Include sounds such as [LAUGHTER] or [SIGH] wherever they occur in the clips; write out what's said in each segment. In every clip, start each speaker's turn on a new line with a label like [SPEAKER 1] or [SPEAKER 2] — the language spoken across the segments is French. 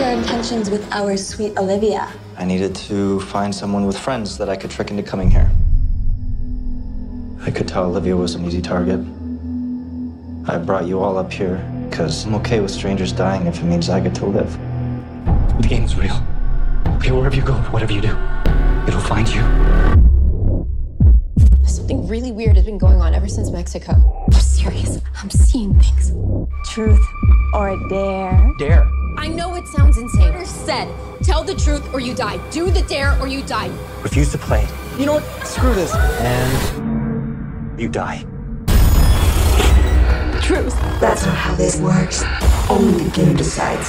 [SPEAKER 1] friends with our sweet Olivia.
[SPEAKER 2] I needed to find someone with friends that I could trick into coming here. I could tell Olivia was an easy target. I brought you all up here because I'm okay with strangers dying if it means I get to live.
[SPEAKER 3] The game's real. Okay, wherever you go, whatever you do, it'll find you.
[SPEAKER 4] Something really weird has been going on ever since Mexico.
[SPEAKER 1] I'm serious. I'm seeing things. Truth or dare?
[SPEAKER 3] Dare.
[SPEAKER 4] I know it sounds insane. Carter said, tell the truth or you die. Do the dare or you die.
[SPEAKER 3] Refuse to play. You know what? Screw this. And you die.
[SPEAKER 4] Truth.
[SPEAKER 5] That's not how this works. Only the game decides.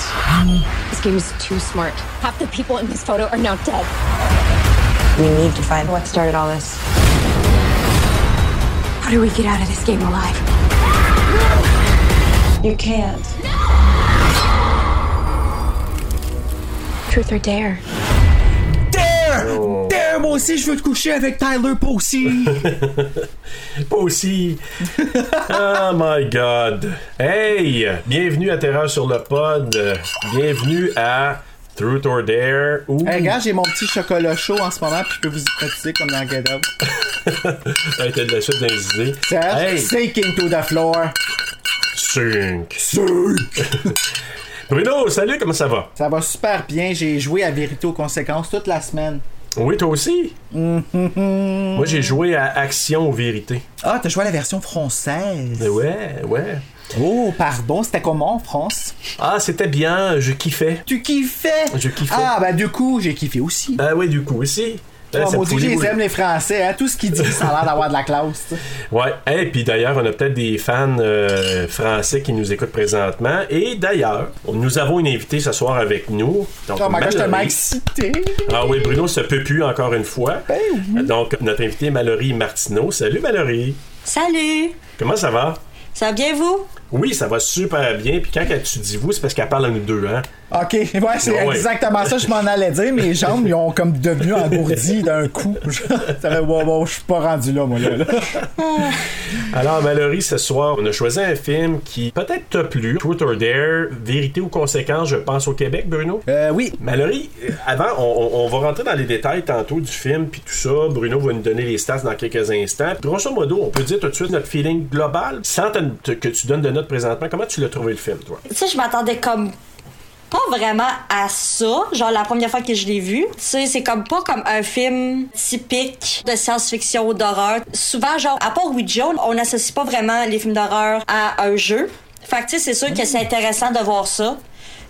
[SPEAKER 4] This game is too smart. Half the people in this photo are now dead.
[SPEAKER 5] We need to find what started all this.
[SPEAKER 4] How do we get out of this game alive?
[SPEAKER 1] You can't.
[SPEAKER 4] Truth or dare?
[SPEAKER 6] Dare! Dare, moi aussi, je veux te coucher avec Tyler Posey!
[SPEAKER 7] Pas [LAUGHS] aussi. oh my god. Hey, bienvenue à Terreur sur le pod. Bienvenue à Truth or Dare. Ou...
[SPEAKER 6] hey, regarde, j'ai mon petit chocolat chaud en ce moment, puis je peux vous hypnotiser comme dans Get Out.
[SPEAKER 7] Hey, t'as de la suite dans les idées.
[SPEAKER 6] Serge,
[SPEAKER 7] Hey,
[SPEAKER 6] sinking to the floor.
[SPEAKER 7] cinq. [LAUGHS] Bruno, salut, comment ça va?
[SPEAKER 6] Ça va super bien, j'ai joué à Vérité aux conséquences toute la semaine.
[SPEAKER 7] Oui, toi aussi? Moi, j'ai joué à Action ou Vérité.
[SPEAKER 6] Ah, t'as joué à la version française.
[SPEAKER 7] Mais Eh Ben ouais, ouais.
[SPEAKER 6] Oh, pardon, c'était comment en France?
[SPEAKER 7] Ah, c'était bien, je kiffais.
[SPEAKER 6] Tu kiffais?
[SPEAKER 7] Je kiffais.
[SPEAKER 6] Ah, bah du coup, j'ai kiffé aussi.
[SPEAKER 7] Ben oui, du coup, aussi. Ben,
[SPEAKER 6] oh,
[SPEAKER 7] ça
[SPEAKER 6] maudit,
[SPEAKER 7] fout
[SPEAKER 6] je
[SPEAKER 7] les
[SPEAKER 6] les
[SPEAKER 7] boules.
[SPEAKER 6] aime les Français, hein? Tout ce qu'ils disent, ça a l'air d'avoir de la classe, tu sais.
[SPEAKER 7] Ouais, et puis d'ailleurs, on a peut-être des fans euh, français qui nous écoutent présentement. Et d'ailleurs, nous avons une invitée ce soir avec nous. Donc,
[SPEAKER 6] Oh my god, je te
[SPEAKER 7] Mallory.
[SPEAKER 6] excité.
[SPEAKER 7] Ah oui, Bruno se peut plus encore une fois.
[SPEAKER 6] Ben
[SPEAKER 7] Donc, notre invitée Mallory Martineau. Salut Mallory.
[SPEAKER 8] Salut!
[SPEAKER 7] Comment ça va?
[SPEAKER 8] Ça va bien, vous?
[SPEAKER 7] Oui, ça va super bien. Puis quand tu dis vous, c'est parce qu'elle parle à nous deux, hein?
[SPEAKER 6] Ok, ouais, c'est
[SPEAKER 7] Ah Ouais.
[SPEAKER 6] exactement ça, je m'en allais dire. Mes jambes, ils ont comme devenu engourdies d'un coup. [LAUGHS] Ça fait, wow, wow, je suis pas rendu là, moi, là. là.
[SPEAKER 7] Alors, Mallory, ce soir, on a choisi un film qui peut-être t'a plu. Truth or Dare, Vérité ou Conséquence, je pense au Québec, Bruno.
[SPEAKER 6] Euh, oui,
[SPEAKER 7] Mallory, euh, avant, on, on- on va rentrer dans les détails tantôt du film, puis tout ça. Bruno va nous donner les stats dans quelques instants. Grosso modo, on peut dire tout de suite notre feeling global, sans te- te- que tu donnes de notes présentement. Comment tu l'as trouvé le film, toi?
[SPEAKER 8] Tu sais, je m'attendais comme pas vraiment à ça. Genre, la première fois que je l'ai vu, tu sais, c'est comme pas comme un film typique de science-fiction ou d'horreur. Souvent, genre, à part Ouija, on n'associe pas vraiment les films d'horreur à un jeu. Fait que, tu sais, c'est sûr que c'est intéressant de voir ça.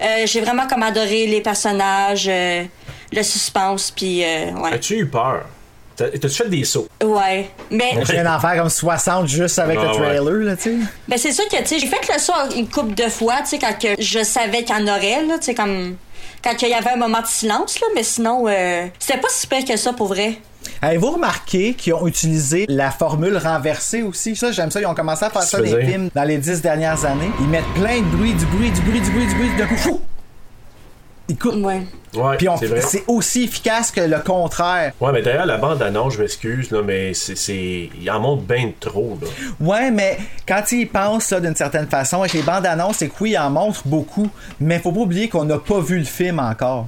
[SPEAKER 8] Euh, J'ai vraiment comme adoré les personnages, euh, le suspense, puis euh, ouais.
[SPEAKER 7] As-tu eu peur? T'as- T'as-tu fait des sauts?
[SPEAKER 8] Ouais. Mais
[SPEAKER 6] je viens d'en faire comme 60 juste avec
[SPEAKER 7] Ah,
[SPEAKER 6] le trailer, là, tu sais.
[SPEAKER 8] Ben c'est sûr que tu sais, j'ai fait le soir une couple de fois, tu sais, quand que je savais qu'il y en aurait, là, tu sais, comme quand il y avait un moment de silence, là, mais sinon, euh, c'était pas si pire que ça pour vrai.
[SPEAKER 6] Avez-vous remarqué qu'ils ont utilisé la formule renversée aussi? Ça, j'aime ça. Ils ont commencé à faire ça
[SPEAKER 7] Ça veut
[SPEAKER 6] des
[SPEAKER 7] dire?
[SPEAKER 6] films dans les 10 dernières années. Ils mettent plein de bruit, du bruit, du bruit, du bruit, du bruit, d'un coup, fou! Ils coupent.
[SPEAKER 8] Ouais.
[SPEAKER 7] Ouais,
[SPEAKER 6] Puis on-
[SPEAKER 7] Mm. c'est vrai.
[SPEAKER 6] c'est aussi efficace que le contraire.
[SPEAKER 7] Ouais, mais d'ailleurs, la bande-annonce, je m'excuse, là, mais c'est- c'est. Il en montre bien trop, là.
[SPEAKER 6] Ouais, mais quand ils pensent ça d'une certaine façon, avec les bandes annonces, c'est que oui, ils en montrent beaucoup, mais faut pas oublier qu'on n'a pas vu le film encore.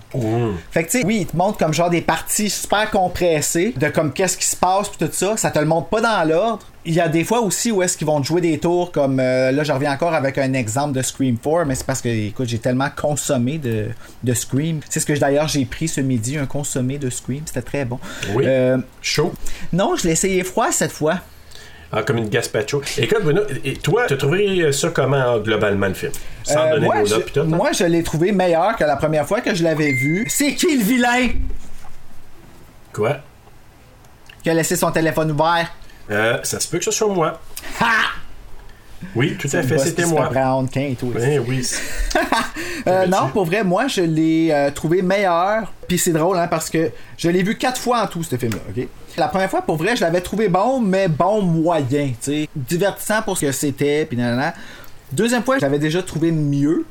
[SPEAKER 6] Fait que tu sais, oui, ils te montrent comme genre des parties super compressées de comme qu'est-ce qui se passe puis tout ça, ça te le montre pas dans l'ordre. Il y a des fois aussi où est-ce qu'ils vont te jouer des tours comme euh, là je reviens encore avec un exemple de Scream 4 mais c'est parce que écoute j'ai tellement consommé de, de Scream c'est ce que d'ailleurs j'ai pris ce midi un consommé de Scream c'était très bon
[SPEAKER 7] Oui.
[SPEAKER 6] Euh,
[SPEAKER 7] Chaud.
[SPEAKER 6] non je l'ai essayé froid cette fois
[SPEAKER 7] Ah, comme une gaspacho. Écoute, Bruno, et toi, t'as trouvé ça comment, globalement, le film? Sans
[SPEAKER 6] Euh,
[SPEAKER 7] donner
[SPEAKER 6] moi,
[SPEAKER 7] nos notes,
[SPEAKER 6] je,
[SPEAKER 7] pis tout, hein? là?
[SPEAKER 6] moi, je l'ai trouvé meilleur que la première fois que je l'avais vu. C'est qui le vilain
[SPEAKER 7] Quoi?
[SPEAKER 6] qui a laissé son téléphone ouvert?
[SPEAKER 7] Euh, ça se peut que ce soit moi.
[SPEAKER 6] Ha!
[SPEAKER 7] Oui, tout à fait, c'était moi.
[SPEAKER 6] Brown, Kent, oui.
[SPEAKER 7] Eh oui.
[SPEAKER 6] [LAUGHS] Euh, non, pour vrai, moi, je l'ai euh, trouvé meilleur. Puis c'est drôle, hein, parce que je l'ai vu quatre fois en tout, ce film-là, OK? La première fois, pour vrai, je l'avais trouvé bon, mais bon moyen, tu sais. Divertissant pour ce que c'était, puis nanana. Deuxième fois, je l'avais déjà trouvé mieux.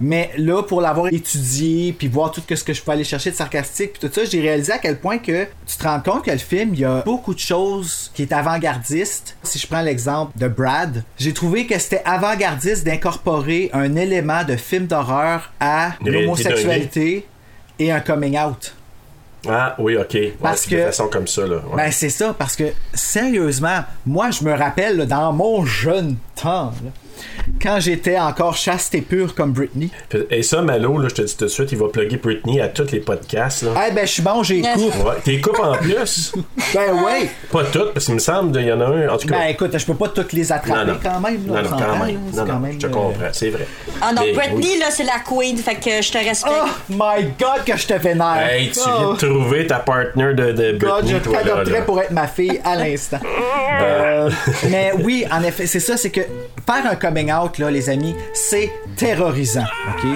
[SPEAKER 6] Mais là, pour l'avoir étudié, puis voir tout que ce que je peux aller chercher de sarcastique, puis tout ça, j'ai réalisé à quel point que tu te rends compte que le film, il y a beaucoup de choses qui est avant-gardiste. Si je prends l'exemple de Brad, j'ai trouvé que c'était avant-gardiste d'incorporer un élément de film d'horreur à
[SPEAKER 7] Une réalité
[SPEAKER 6] l'homosexualité et un coming out.
[SPEAKER 7] Ah oui, ok. Ouais,
[SPEAKER 6] Parce
[SPEAKER 7] puis De
[SPEAKER 6] que-
[SPEAKER 7] façon comme ça, là. ouais.
[SPEAKER 6] Ben c'est ça, parce que sérieusement, moi je me rappelle là, dans mon jeune temps, là, quand j'étais encore chaste et pure comme Britney.
[SPEAKER 7] Et ça, Malo, là, je te dis tout de suite, il va plugger Britney à tous les podcasts, là.
[SPEAKER 6] Eh ben je suis bon, j'ai cours.
[SPEAKER 7] Ouais. T'es coupes en
[SPEAKER 6] [LAUGHS]
[SPEAKER 7] plus?
[SPEAKER 6] Ben ouais.
[SPEAKER 7] Pas toutes, parce qu'il me semble qu'il y en a un, en tout
[SPEAKER 6] Ben
[SPEAKER 7] cas.
[SPEAKER 6] écoute, je peux pas toutes les attraper quand même. là,
[SPEAKER 7] non,
[SPEAKER 6] on
[SPEAKER 7] non,
[SPEAKER 6] s'entend,
[SPEAKER 7] quand même.
[SPEAKER 6] là, c'est
[SPEAKER 7] Non,
[SPEAKER 6] quand
[SPEAKER 7] non,
[SPEAKER 6] même,
[SPEAKER 7] je te
[SPEAKER 6] euh,
[SPEAKER 7] comprends, c'est vrai.
[SPEAKER 8] Ah non,
[SPEAKER 7] Mais
[SPEAKER 8] Britney,
[SPEAKER 7] oui.
[SPEAKER 8] là, c'est la queen, fait que je te respecte.
[SPEAKER 6] Oh my god que je te vénère!
[SPEAKER 7] Hey, tu viens
[SPEAKER 6] Oh
[SPEAKER 7] de trouver ta partner de, de
[SPEAKER 6] God,
[SPEAKER 7] Britney,
[SPEAKER 6] je
[SPEAKER 7] toi, là,
[SPEAKER 6] t'adopterais
[SPEAKER 7] là. Ben,
[SPEAKER 6] pour être ma fille à
[SPEAKER 7] [LAUGHS]
[SPEAKER 6] l'instant. Euh, mais oui, en effet, c'est ça, c'est que faire un coming out, là, les amis, c'est terrorisant, ok?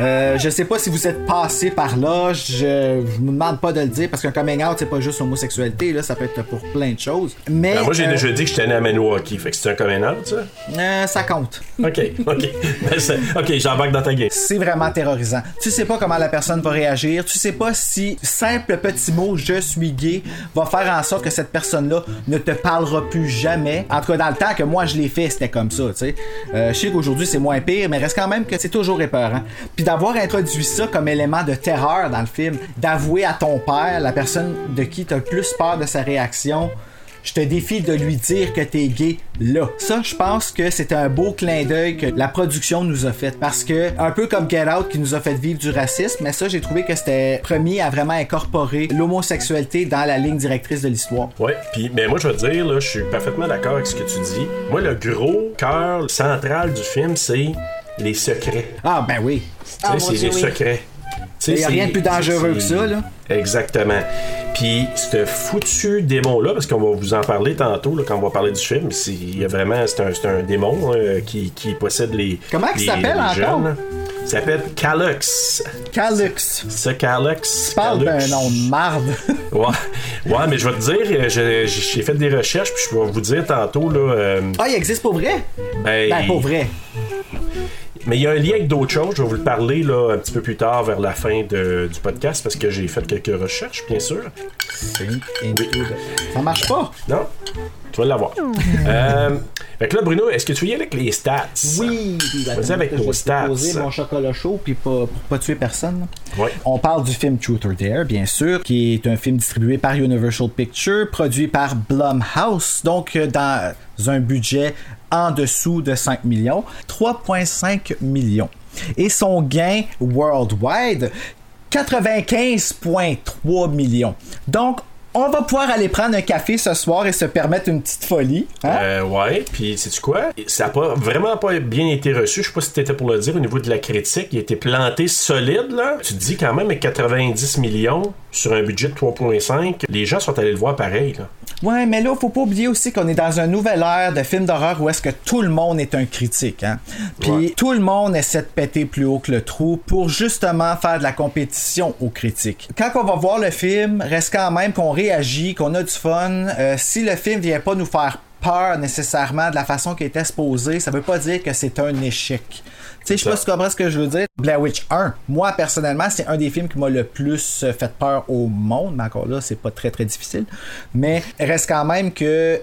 [SPEAKER 6] Euh, je sais pas si vous êtes passé par là, je, je me demande pas de le dire, parce qu'un coming out, c'est pas juste homosexualité, là, ça peut être pour plein de choses. Mais
[SPEAKER 7] Ben, moi, j'ai
[SPEAKER 6] euh,
[SPEAKER 7] déjà dit que j'étais né à Maniwaki, fait que c'est un coming out, ça?
[SPEAKER 6] euh, ça compte.
[SPEAKER 7] Ok, ok. [LAUGHS] Ben, c'est- ok, j'embarque dans ta game.
[SPEAKER 6] c'est vraiment terrorisant. Tu sais pas comment la personne va réagir, tu sais pas si simple petit mot je suis gay va faire en sorte que cette personne-là ne te parlera plus jamais. En tout cas, dans le temps que moi je l'ai fait, c'était comme ça, tu sais. Euh, je sais qu'aujourd'hui c'est moins pire, mais reste quand même que c'est toujours épeurant. Puis d'avoir introduit ça comme élément de terreur dans le film, d'avouer à ton père, la personne de qui t'as le plus peur de sa réaction, je te défie de lui dire que t'es gay là. Ça, je pense que c'est un beau clin d'œil que la production nous a fait. Parce que, un peu comme Get Out qui nous a fait vivre du racisme, mais ça, j'ai trouvé que c'était premier à vraiment incorporer l'homosexualité dans la ligne directrice de l'histoire.
[SPEAKER 7] Ouais, puis mais moi je veux te dire là, je suis parfaitement d'accord avec ce que tu dis. Moi le gros cœur central du film c'est les secrets.
[SPEAKER 6] Ah, ben oui.
[SPEAKER 7] Tu sais,
[SPEAKER 8] mon
[SPEAKER 7] c'est
[SPEAKER 8] Dieu,
[SPEAKER 7] les
[SPEAKER 8] oui.
[SPEAKER 7] secrets. Tu sais,
[SPEAKER 6] Il y a
[SPEAKER 7] c'est-
[SPEAKER 6] rien de plus dangereux
[SPEAKER 7] c'est-
[SPEAKER 6] que ça, là.
[SPEAKER 7] Exactement. Puis, ce foutu démon-là, parce qu'on va vous en parler tantôt, là, quand on va parler du film, c'est- il y a vraiment, c'est un, c'est un démon euh, qui, qui possède les.
[SPEAKER 6] Comment il
[SPEAKER 7] les-
[SPEAKER 6] s'appelle
[SPEAKER 7] les
[SPEAKER 6] encore?
[SPEAKER 7] jeunes. Il s'appelle Calux.
[SPEAKER 6] Calux.
[SPEAKER 7] Ce Calux.
[SPEAKER 6] Tu parles d'un
[SPEAKER 7] Calux.
[SPEAKER 6] nom de marde. [LAUGHS]
[SPEAKER 7] Ouais. ouais, mais je vais te dire, euh, je- j'ai fait des recherches, puis je vais vous dire tantôt, là. euh,
[SPEAKER 6] ah, il existe pour vrai?
[SPEAKER 7] hey,
[SPEAKER 6] Ben, pour vrai.
[SPEAKER 7] Mais il y a un lien avec d'autres choses. Je vais vous le parler là, un petit peu plus tard vers la fin de- du podcast parce que j'ai fait quelques recherches, bien sûr.
[SPEAKER 6] Ça marche pas.
[SPEAKER 7] Non? Tu
[SPEAKER 6] [LAUGHS]
[SPEAKER 7] vas l'avoir. euh, fait que là, Bruno, est-ce que tu y aller avec les stats?
[SPEAKER 6] Oui, puis la
[SPEAKER 7] Vas-y avec
[SPEAKER 6] thématique,
[SPEAKER 7] nos
[SPEAKER 6] je vais
[SPEAKER 7] stats.
[SPEAKER 6] poser mon chocolat chaud puis pas, pour pas tuer personne.
[SPEAKER 7] Oui.
[SPEAKER 6] On parle du film Truth or Dare, bien sûr, qui est un film distribué par Universal Pictures, produit par Blumhouse, donc euh, dans un budget en dessous de 5 millions, 3,5 millions. Et son gain worldwide, 95,3 millions. Donc, on va pouvoir aller prendre un café ce soir et se permettre une petite folie. hein?
[SPEAKER 7] Euh, ouais, puis sais-tu quoi? Ça n'a pas, vraiment pas bien été reçu. Je sais pas si t'étais pour le dire au niveau de la critique. Il a été planté solide, là. Tu te dis quand même, avec 90 millions sur un budget de 3,5, les gens sont allés le voir pareil, là.
[SPEAKER 6] Ouais, mais là, faut pas oublier aussi qu'on est dans un nouvel ère de films d'horreur où est-ce que tout le monde est un critique. Hein? Puis tout le monde essaie de péter plus haut que le trou pour justement faire de la compétition aux critiques. Quand on va voir le film, reste quand même qu'on réagit, qu'on a du fun. Euh, si le film vient pas nous faire peur nécessairement de la façon qu'il est exposé, ça veut pas dire que c'est un échec. Tu sais, je sais pas si tu comprends ce que je veux dire. Blair Witch 1, moi personnellement, c'est un des films qui m'a le plus euh, fait peur au monde, mais encore là, c'est pas très très difficile. Mais reste quand même que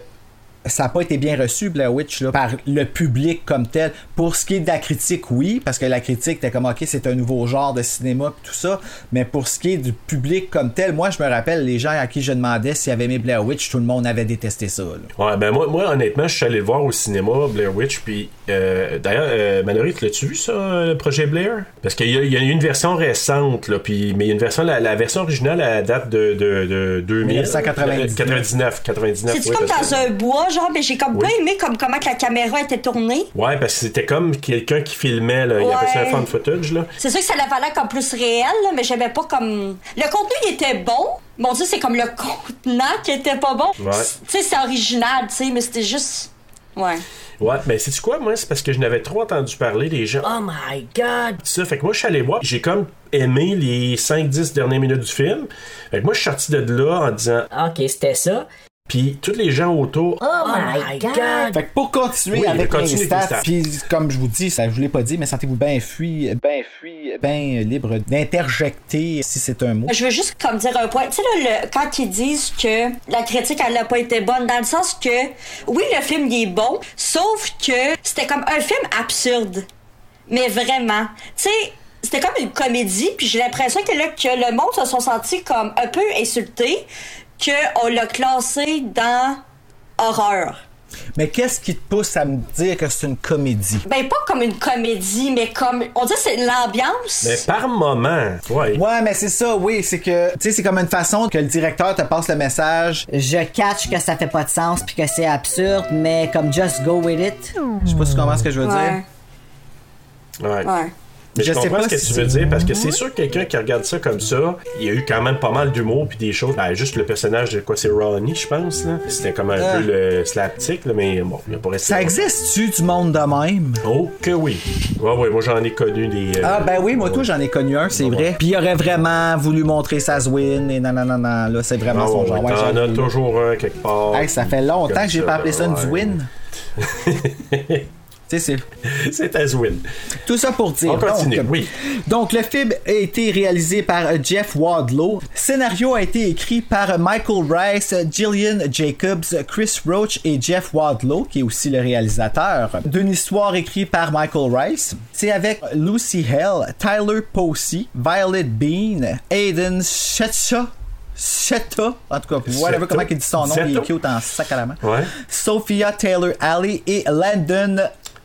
[SPEAKER 6] ça n'a pas été bien reçu, Blair Witch, là, par le public comme tel. Pour ce qui est de la critique, oui, parce que la critique était comme, OK, c'est un nouveau genre de cinéma et tout ça. Mais pour ce qui est du public comme tel, moi, je me rappelle les gens à qui je demandais s'ils avaient aimé Blair Witch, tout le monde avait détesté ça. là.
[SPEAKER 7] Ouais, ben moi, moi, honnêtement, je suis allé le voir au cinéma, Blair Witch, puis euh, d'ailleurs, euh, Malory, tu l'as-tu vu ça, euh, le projet Blair? Parce qu'il y, a- il y a une version récente, là, puis, mais il y a une version, la, la version originale, elle date de, de, de 2000.
[SPEAKER 6] 1999.
[SPEAKER 7] 99, 99,
[SPEAKER 8] C'est-tu
[SPEAKER 7] oui,
[SPEAKER 8] comme
[SPEAKER 7] parce
[SPEAKER 8] dans
[SPEAKER 7] que-
[SPEAKER 8] un bois, genre, mais j'ai comme
[SPEAKER 7] Oui.
[SPEAKER 8] bien aimé comme comment que la caméra était tournée.
[SPEAKER 7] Ouais, parce que c'était comme quelqu'un qui filmait, là. Il
[SPEAKER 8] Ouais.
[SPEAKER 7] appelait ça un fan footage, là.
[SPEAKER 8] C'est sûr que ça la valait comme plus réel, là, mais j'aimais pas comme. Le contenu, il était bon. Mon Dieu, c'est comme le [LAUGHS] contenant qui était pas bon.
[SPEAKER 7] Ouais.
[SPEAKER 8] C- Tu sais, c'est original, tu sais, mais c'était juste. Ouais.
[SPEAKER 7] Ouais, ben c'est quoi, moi, c'est parce que je n'avais trop entendu parler les gens. Oh my god! Ça, fait que moi, je suis allé voir, j'ai comme aimé les 5-10 dernières minutes du film. Fait que moi, je suis sorti de là en disant,
[SPEAKER 9] Ok, c'était ça.
[SPEAKER 7] Puis tous les gens autour.
[SPEAKER 6] Fait que pour continuer
[SPEAKER 7] Oui,
[SPEAKER 6] avec
[SPEAKER 7] continue
[SPEAKER 6] les
[SPEAKER 7] avec
[SPEAKER 6] stats,
[SPEAKER 7] les stats.
[SPEAKER 6] puis comme je vous dis, ça, je vous l'ai pas dit, mais sentez-vous bien fui, bien fui, bien libre d'interjecter si c'est un mot.
[SPEAKER 8] Je veux juste comme dire un point. Tu sais, là, le- quand ils disent que la critique, elle n'a pas été bonne, dans le sens que, oui, le film, il est bon, sauf que c'était comme un film absurde. Mais vraiment. Tu sais, c'était comme une comédie, puis j'ai l'impression que là, que le monde se sont sentis comme un peu insultés, qu'on l'a classé dans horreur.
[SPEAKER 6] Mais qu'est-ce qui te pousse à me dire que c'est une comédie?
[SPEAKER 8] Ben, pas comme une comédie, mais comme, on dirait que c'est l'ambiance.
[SPEAKER 6] Ben,
[SPEAKER 7] Mais par moment, ouais.
[SPEAKER 6] Ouais, mais c'est ça, oui, c'est que, tu sais, c'est comme une façon que le directeur te passe le message.
[SPEAKER 9] Je catch que ça fait pas de sens puis que c'est absurde, mais comme just go with it.
[SPEAKER 6] Je sais pas si tu comprends ce que je veux dire.
[SPEAKER 8] Ouais,
[SPEAKER 7] ouais.
[SPEAKER 8] ouais.
[SPEAKER 7] Mais
[SPEAKER 6] Je
[SPEAKER 7] je,
[SPEAKER 6] sais pas
[SPEAKER 7] comprends ce que
[SPEAKER 6] si-
[SPEAKER 7] tu veux dire parce que c'est sûr que quelqu'un qui regarde ça comme ça, il y a eu quand même pas mal d'humour puis des choses. Ben, juste le personnage de quoi c'est Ronnie, je pense. là. C'était comme un
[SPEAKER 6] Ah.
[SPEAKER 7] peu le slapstick, là, mais bon, il a pas resté.
[SPEAKER 6] Ça existe-tu du monde de même?
[SPEAKER 7] Oh, que oui. Ouais, ouais, moi j'en ai connu des. euh,
[SPEAKER 6] Ah ben oui, moi tout j'en ai connu un, c'est vrai. Puis il aurait vraiment voulu montrer sa Zwin et nanana, là c'est vraiment
[SPEAKER 7] Ah,
[SPEAKER 6] son
[SPEAKER 7] ouais,
[SPEAKER 6] genre.
[SPEAKER 7] ouais,
[SPEAKER 6] Ouais,
[SPEAKER 7] T'en
[SPEAKER 6] j'ai-
[SPEAKER 7] as toujours un quelque part.
[SPEAKER 6] Hey, ça fait longtemps que j'ai
[SPEAKER 7] Comme
[SPEAKER 6] pas appelé ça une
[SPEAKER 7] ouais.
[SPEAKER 6] Zwin. Tu sais, c'est
[SPEAKER 7] [LAUGHS] C'est ta Zwin.
[SPEAKER 6] tout ça pour dire.
[SPEAKER 7] On continue,
[SPEAKER 6] donc,
[SPEAKER 7] oui.
[SPEAKER 6] donc, le film a été réalisé par euh, Jeff Wadlow. Scénario a été écrit par euh, Michael Rice, euh, Gillian Jacobs, euh, Chris Roach et Jeff Wadlow, qui est aussi le réalisateur. D'une histoire écrite par Michael Rice. C'est avec Lucy Hale, Tyler Posey, Violet Bean, Aiden Shetcha. Shetta, en tout cas, whatever
[SPEAKER 7] Shetta.
[SPEAKER 6] comment il dit son nom, il est
[SPEAKER 7] Shetta.
[SPEAKER 6] cute en sac à la main.
[SPEAKER 7] Ouais.
[SPEAKER 6] Sophia Taylor Alley et Landon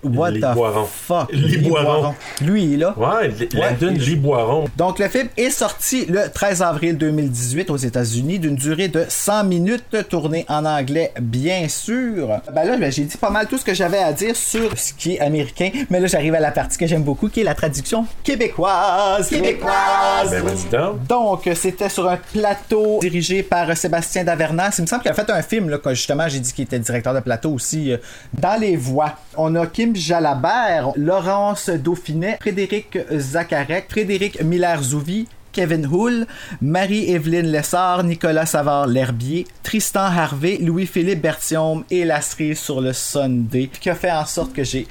[SPEAKER 6] What
[SPEAKER 7] Les
[SPEAKER 6] the
[SPEAKER 7] Boirons.
[SPEAKER 6] fuck?
[SPEAKER 7] Les Boirons.
[SPEAKER 6] Lui, là.
[SPEAKER 7] Ouais, L- Landon Lee Boiron.
[SPEAKER 6] Donc, le film est sorti le 13 avril 2018 aux États-Unis d'une durée de 100 minutes, tournée en anglais, bien sûr. Ben là, ben, j'ai dit pas mal tout ce que j'avais à dire sur ce qui est américain, mais là, j'arrive à la partie que j'aime beaucoup, qui est la traduction québécoise. Québécoise!
[SPEAKER 7] Ben, vas-y donc.
[SPEAKER 6] Donc, euh, c'était sur un plateau dirigé par euh, Sébastien Davernas. Il me semble qu'il a fait un film, là, que justement, j'ai dit qu'il était directeur de plateau aussi. euh, Dans les voix, on a Kim Jalabert, Laurence Dauphinet, Frédéric Zacharek, Frédéric Miller-Zouvi, Kevin Hull, Marie-Évelyne Lessard, Nicolas Savard-L'Herbier, Tristan Harvey, Louis-Philippe Bertium et la cerise sur le Sunday, qui a fait en sorte que j'ai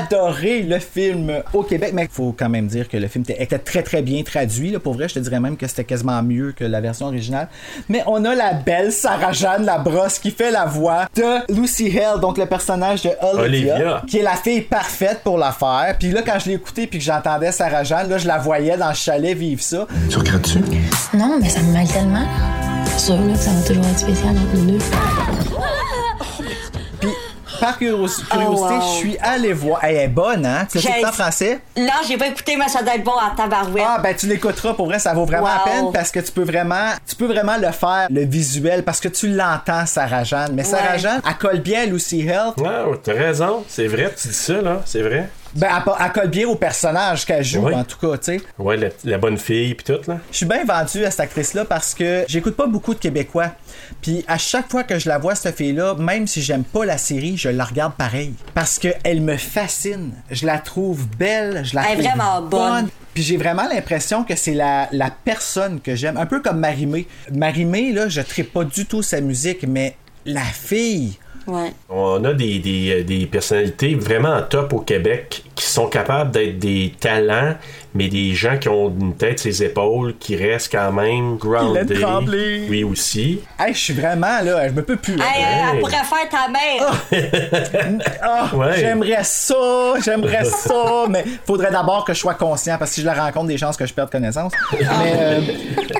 [SPEAKER 6] adoré le film au Québec, mais faut quand même dire que le film était- était très très bien traduit. là. Pour vrai, je te dirais même que c'était quasiment mieux que la version originale. Mais on a la belle Sarah Jeanne Labrosse qui fait la voix de Lucy Hale, donc le personnage de Olivia,
[SPEAKER 7] Olivia.
[SPEAKER 6] qui est la fille parfaite pour la faire. Puis là, quand je l'ai écoutée puis que j'entendais Sarah Jeanne, là, je la voyais dans le chalet vivre ça.
[SPEAKER 3] Tu regrettes-tu?
[SPEAKER 10] Non, mais ça me mêle tellement. Sûr là, que ça va toujours être spécial entre nous deux.
[SPEAKER 6] Puis par curios- curiosité,
[SPEAKER 8] Oh, wow.
[SPEAKER 6] je suis allé voir. Elle est bonne, hein? Tu l'as
[SPEAKER 8] J'ai-
[SPEAKER 6] écouté en français?
[SPEAKER 8] Là, j'ai pas écouté, mais ça doit être bon à tabarouette.
[SPEAKER 6] Ah ben tu l'écouteras pour vrai, ça vaut vraiment la
[SPEAKER 8] Wow.
[SPEAKER 6] peine parce que tu peux vraiment tu peux vraiment le faire le visuel parce que tu l'entends Sarah Jeanne, mais Sarah
[SPEAKER 8] Ouais.
[SPEAKER 6] Jeanne elle colle bien à Lucy Health.
[SPEAKER 7] Ouais, ouais, Ah, t'as raison. C'est vrai, tu dis ça, là. C'est vrai.
[SPEAKER 6] Ben elle, pa- elle colle bien au personnage qu'elle joue
[SPEAKER 7] Oui.
[SPEAKER 6] en tout cas, tu sais.
[SPEAKER 7] Ouais, la, la bonne fille puis tout, là.
[SPEAKER 6] Je suis bien vendu à cette actrice-là parce que j'écoute pas beaucoup de Québécois. Puis à chaque fois que je la vois, cette fille-là, même si j'aime pas la série, je la regarde pareil. Parce qu'elle me fascine. Je la trouve belle, je la
[SPEAKER 8] Elle est
[SPEAKER 6] trouve
[SPEAKER 8] vraiment bonne.
[SPEAKER 6] Puis j'ai vraiment l'impression que c'est la, la personne que j'aime. Un peu comme Marimé. Marimé, là, je ne pas du tout sa musique, mais la fille,
[SPEAKER 8] Ouais.
[SPEAKER 7] On a des, des, euh, des personnalités vraiment top au Québec qui sont capables d'être des talents, mais des gens qui ont une tête, ses épaules, qui restent quand même grounded.
[SPEAKER 6] aiment trembler.
[SPEAKER 7] Oui, aussi.
[SPEAKER 6] hey, je suis vraiment là, je me peux plus. là.
[SPEAKER 8] Hey, euh, elle pourrait faire ta mère.
[SPEAKER 6] Ah,
[SPEAKER 7] Ouais.
[SPEAKER 6] J'aimerais ça, j'aimerais ça, mais faudrait d'abord que je sois conscient parce que si je la rencontre, des chances que je perde connaissance. Mais euh,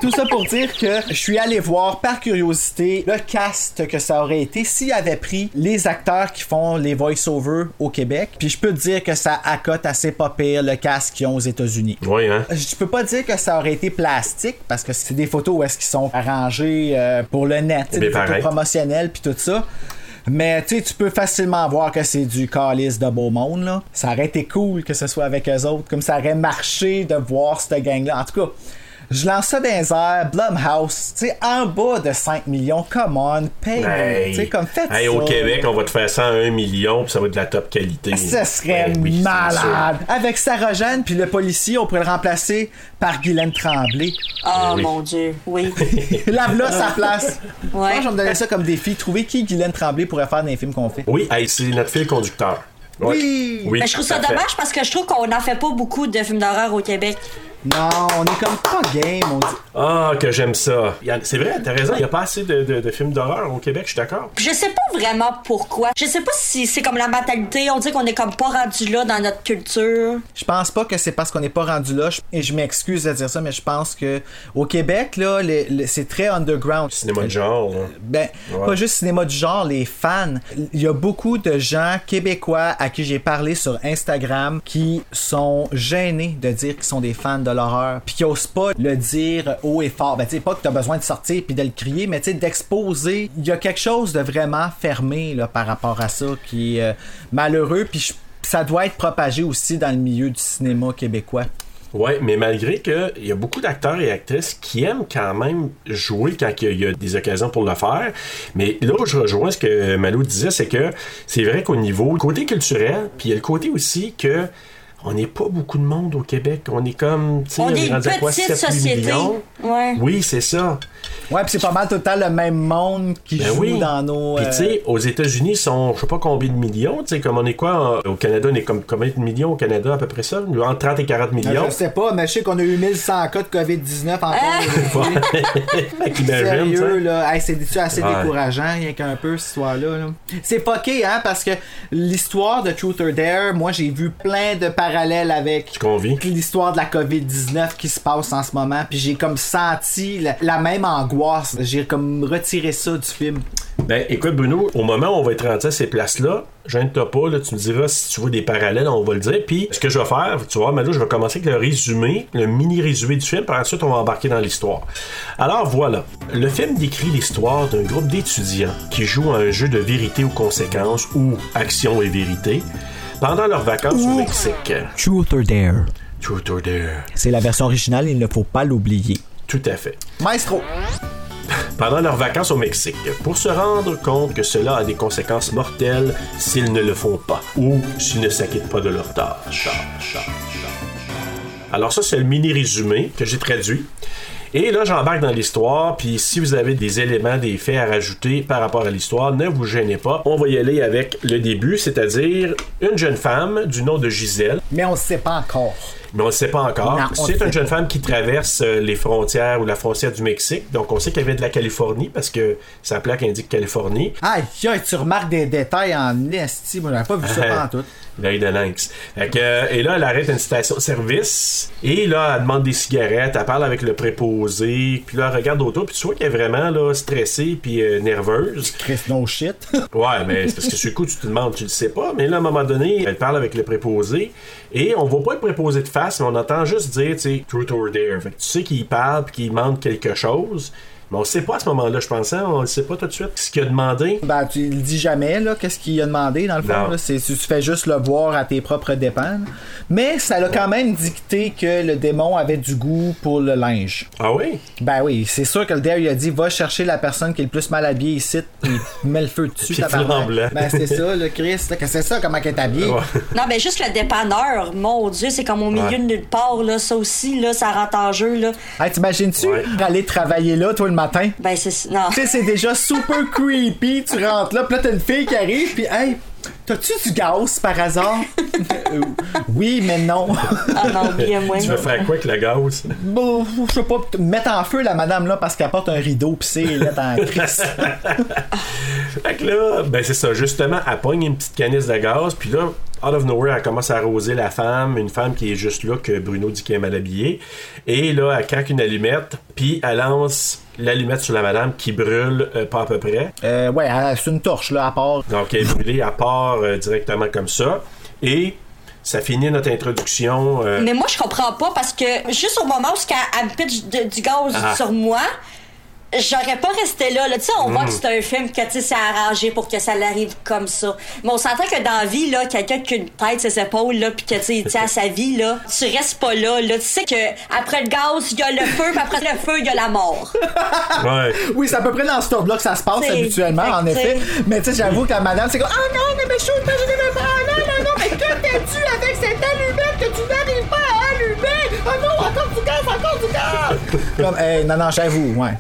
[SPEAKER 6] tout ça pour dire que je suis allé voir par curiosité le cast que ça aurait été s'il avait pris les acteurs qui font les voice-overs au Québec. Puis je peux te dire que ça accote assez pas pire le cast qu'ils ont aux États-Unis.
[SPEAKER 7] Oui, hein.
[SPEAKER 6] Je peux pas dire que ça aurait été plastique parce que c'est des photos où est-ce qu'ils sont arrangés euh, pour le net, tu sais,
[SPEAKER 7] Mais
[SPEAKER 6] des photos
[SPEAKER 7] Eh pareil.
[SPEAKER 6] promotionnelles puis tout ça. Mais tu sais, tu peux facilement voir que c'est du calice de beau monde là. Ça aurait été cool que ce soit avec eux autres, comme ça aurait marché de voir cette gang là. En tout cas, Je lance ça dans les airs, Blumhouse, tu sais, en bas de 5 millions, come on, paye.
[SPEAKER 7] Hey.
[SPEAKER 6] Tu sais, comme faites
[SPEAKER 7] Hey,
[SPEAKER 6] ça.
[SPEAKER 7] au Québec, on va te faire ça à 1 million, puis ça va être de la top qualité.
[SPEAKER 6] Ce serait
[SPEAKER 7] Ben oui, c'est
[SPEAKER 6] malade. Avec Sarah Jeanne puis le policier, on pourrait le remplacer par Guylaine Tremblay.
[SPEAKER 8] Oh
[SPEAKER 7] Ah. Ben oui.
[SPEAKER 8] mon dieu,
[SPEAKER 7] [LAUGHS]
[SPEAKER 8] oui.
[SPEAKER 6] [LAUGHS] Lave-la sa place.
[SPEAKER 8] Ouais.
[SPEAKER 6] Moi, je vais me donner ça comme défi. Trouver qui Guylaine Tremblay pourrait faire dans les films qu'on fait.
[SPEAKER 7] sûr. Oui, hey, c'est notre fil conducteur. Ouais.
[SPEAKER 6] Oui.
[SPEAKER 7] oui
[SPEAKER 8] Mais Ben, je trouve ça
[SPEAKER 7] parfait.
[SPEAKER 8] dommage parce que je trouve qu'on n'en fait pas beaucoup de films d'horreur au Québec.
[SPEAKER 6] Non, on est comme pas game, on dit.
[SPEAKER 7] Ah, que j'aime ça. Il y a- C'est vrai, t'as raison, il n'y a pas assez de, de- de films d'horreur au Québec, je suis d'accord.
[SPEAKER 8] Puis Je sais pas vraiment pourquoi. Je sais pas si c'est comme la mentalité, on dit qu'on est comme pas rendu là dans notre culture.
[SPEAKER 6] Je pense pas que c'est parce qu'on n'est pas rendu là. Je- Et je m'excuse de dire ça, mais je pense que au Québec, là, les- les- c'est très underground. Euh,
[SPEAKER 7] Cinéma de genre. là.
[SPEAKER 6] Ben,
[SPEAKER 7] Ouais.
[SPEAKER 6] pas juste cinéma du genre, les fans. Il y a beaucoup de gens québécois à qui j'ai parlé sur Instagram qui sont gênés de dire qu'ils sont des fans de l'horreur, puis qui osent pas le dire haut et fort. Ben, tu sais, pas que t'as besoin de sortir puis de le crier, mais tu sais, d'exposer. Il y a quelque chose de vraiment fermé, là, par rapport à ça qui est euh, malheureux, puis je- ça doit être propagé aussi dans le milieu du cinéma québécois.
[SPEAKER 7] Ouais, mais malgré que il y a beaucoup d'acteurs et actrices qui aiment quand même jouer quand il y a des occasions pour le faire. Mais là où je rejoins ce que Malou disait, c'est que c'est vrai qu'au niveau du côté culturel, puis il y a le côté aussi que on n'est pas beaucoup de monde au Québec. On est comme, tu sais,
[SPEAKER 8] On est une
[SPEAKER 7] rendu à quoi,
[SPEAKER 8] petite
[SPEAKER 7] 7-8
[SPEAKER 8] société.
[SPEAKER 7] millions?
[SPEAKER 8] Ouais.
[SPEAKER 7] Oui, c'est ça.
[SPEAKER 6] Ouais, puis c'est pas mal tout le temps le même monde qui
[SPEAKER 7] Ben
[SPEAKER 6] joue
[SPEAKER 7] oui.
[SPEAKER 6] dans nos.
[SPEAKER 7] Puis
[SPEAKER 6] euh,
[SPEAKER 7] tu sais, aux États-Unis, ils sont je sais pas combien de millions, tu sais, comme on est quoi en- au Canada, on est comme combien de millions au Canada à peu près ça, entre 30 et 40
[SPEAKER 6] Ah,
[SPEAKER 7] millions.
[SPEAKER 6] Je sais pas, mais je sais qu'on a eu 1100 cas de COVID-19 encore. aujourd'hui.
[SPEAKER 7] Fait qu'imagine, Ben, tu sais.
[SPEAKER 6] Sérieux, là. Hey, c'est c'est assez
[SPEAKER 7] Ouais.
[SPEAKER 6] décourageant, rien qu'un peu, cette histoire-là. là. C'est fucké, hein, parce que l'histoire de Truth or Dare, moi, j'ai vu plein de parallèles avec
[SPEAKER 7] qu'on vit.
[SPEAKER 6] l'histoire de la COVID-19 qui se passe en ce moment, puis j'ai comme senti la, la même angoisse. J'ai comme retiré ça du film.
[SPEAKER 7] Ben, écoute, Bruno, au moment où on va être rendu à ces places-là, je ne pas, là, tu me diras si tu vois des parallèles, on va le dire. Puis, ce que je vais faire, tu vois, Malou, je vais commencer avec le résumé, le mini-résumé du film, puis ensuite, on va embarquer dans l'histoire. Alors, voilà. Le film décrit l'histoire d'un groupe d'étudiants qui jouent à un jeu de vérité ou conséquences, ou action et vérité, pendant leurs vacances au Mexique.
[SPEAKER 6] Truth or Dare.
[SPEAKER 7] Truth or dare.
[SPEAKER 6] C'est la version originale, il ne faut pas l'oublier.
[SPEAKER 7] Tout à fait.
[SPEAKER 6] Maestro.
[SPEAKER 7] pendant leurs vacances au Mexique pour se rendre compte que cela a des conséquences mortelles s'ils ne le font pas ou s'ils ne s'acquittent pas de leur tâche. Alors ça, c'est le mini-résumé que j'ai traduit. Et là, j'embarque dans l'histoire, puis si vous avez des éléments, des faits à rajouter par rapport à l'histoire, ne vous gênez pas. On va y aller avec le début, c'est-à-dire une jeune femme du nom de Gisèle
[SPEAKER 6] Mais on ne sait pas encore.
[SPEAKER 7] mais on ne le sait pas encore.
[SPEAKER 6] Non, on le
[SPEAKER 7] C'est
[SPEAKER 6] sait
[SPEAKER 7] une jeune femme qui traverse euh, les frontières ou la frontière du Mexique. Donc, on sait qu'elle vient de la Californie parce que sa plaque indique Californie.
[SPEAKER 6] Aïe, aïe, tu remarques des détails en esti. Moi, j'avais pas vu ça pendant tout.
[SPEAKER 7] [LAUGHS] L'œil de lynx. Fait que, euh, et là, elle arrête à une station-service. Et là, elle demande des cigarettes. Elle parle avec le préposé. Puis là, elle regarde autour. Puis tu vois qu'elle est vraiment là, stressée puis euh, nerveuse.
[SPEAKER 6] Chris, no shit. [LAUGHS]
[SPEAKER 7] Ouais, mais c'est parce que sur le coup, tu te demandes, tu le sais pas. Mais là, à un moment donné, elle parle avec le préposé. Et on voit pas le préposé de face, mais on entend juste dire, tu sais, truth or dare. Fait que tu sais qu'il parle puis qu'il demande quelque chose. Mais on sait pas à ce moment-là, je pensais. On le sait pas tout de suite ce qu'il a demandé.
[SPEAKER 6] ben, tu le dis jamais, là, qu'est-ce qu'il a demandé, dans le fond.
[SPEAKER 7] Non.
[SPEAKER 6] là. C'est, tu tu fais juste le voir à tes propres dépens. Mais ça l'a quand même dicté que le démon avait du goût pour le linge.
[SPEAKER 7] Ah oui?
[SPEAKER 6] Ben oui, c'est sûr que le dare, il a dit va chercher la personne qui est le plus mal habillée ici, puis [LAUGHS] mets le feu dessus,
[SPEAKER 7] Puis
[SPEAKER 6] tabarnak.
[SPEAKER 7] flambe-la.
[SPEAKER 6] Ben c'est ça, le Chris. là, que c'est ça, comment elle est habillée.
[SPEAKER 7] Ouais.
[SPEAKER 8] Non, mais juste le dépanneur, mon dieu, c'est comme au milieu
[SPEAKER 7] Ouais.
[SPEAKER 8] de nulle part, là, ça aussi, là, ça rentre en jeu, là.
[SPEAKER 6] Hey, t'imagines-tu
[SPEAKER 7] Ouais.
[SPEAKER 6] aller travailler là, toi, le matin?
[SPEAKER 8] Ben, c'est.
[SPEAKER 7] [LAUGHS]
[SPEAKER 8] Non.
[SPEAKER 6] Tu sais, c'est déjà super creepy. Tu rentres là, pis là, t'as une fille qui arrive, pis hey, t'as-tu du gaz par hasard? Euh, oui, mais non.
[SPEAKER 8] Ah non, bien moi.
[SPEAKER 7] Tu veux faire quoi avec la gaz?
[SPEAKER 6] bon, je sais pas, peut-être mettre en feu la madame là parce qu'elle porte un rideau, pis c'est là dans la crise.
[SPEAKER 7] Fait que là, ben c'est ça, justement, elle pogne une petite canisse de gaz, puis là, out of nowhere, elle commence à arroser la femme, une femme qui est juste là, que Bruno dit qu'elle est mal habillée. Et là, elle craque une allumette, puis elle lance l'allumette sur la madame qui brûle euh, pas à peu près.
[SPEAKER 6] Euh, ouais, elle- c'est une torche là, à part.
[SPEAKER 7] Donc, elle est brûlée à part euh, directement comme ça. Et ça finit notre introduction. euh,
[SPEAKER 8] Mais moi, je comprends pas parce que juste au moment où ce qu'elle- elle me pitch de- du gaz
[SPEAKER 7] Ah.
[SPEAKER 8] sur moi, j'aurais pas resté là. là. Tu sais, on
[SPEAKER 7] Mm.
[SPEAKER 8] voit que c'est un film que tu sais, c'est arrangé pour que ça l'arrive comme ça. Mais on s'entend que dans la vie, là, quelqu'un qui a une tête, ses épaules, là, puis que tu sais, il tient à sa vie, là, tu restes pas là. là. Tu sais que après le gaz, il y a le feu, puis après le feu, il y a la mort.
[SPEAKER 7] [LAUGHS] Ouais.
[SPEAKER 6] Oui, c'est à peu près dans ce tour-là que ça se passe
[SPEAKER 8] C'est-
[SPEAKER 6] habituellement,
[SPEAKER 8] fait que
[SPEAKER 6] en
[SPEAKER 8] tu
[SPEAKER 6] effet.
[SPEAKER 8] sais-
[SPEAKER 6] Mais tu sais, j'avoue que la madame, c'est comme Ah non, mais je imaginez même pas. Ah non, non, non, mais que t'es-tu avec cette allumette que tu n'arrives pas à allumer? Ah non, encore du gaz, encore du gaz! comme, hey, non, non, j'avoue, ouais.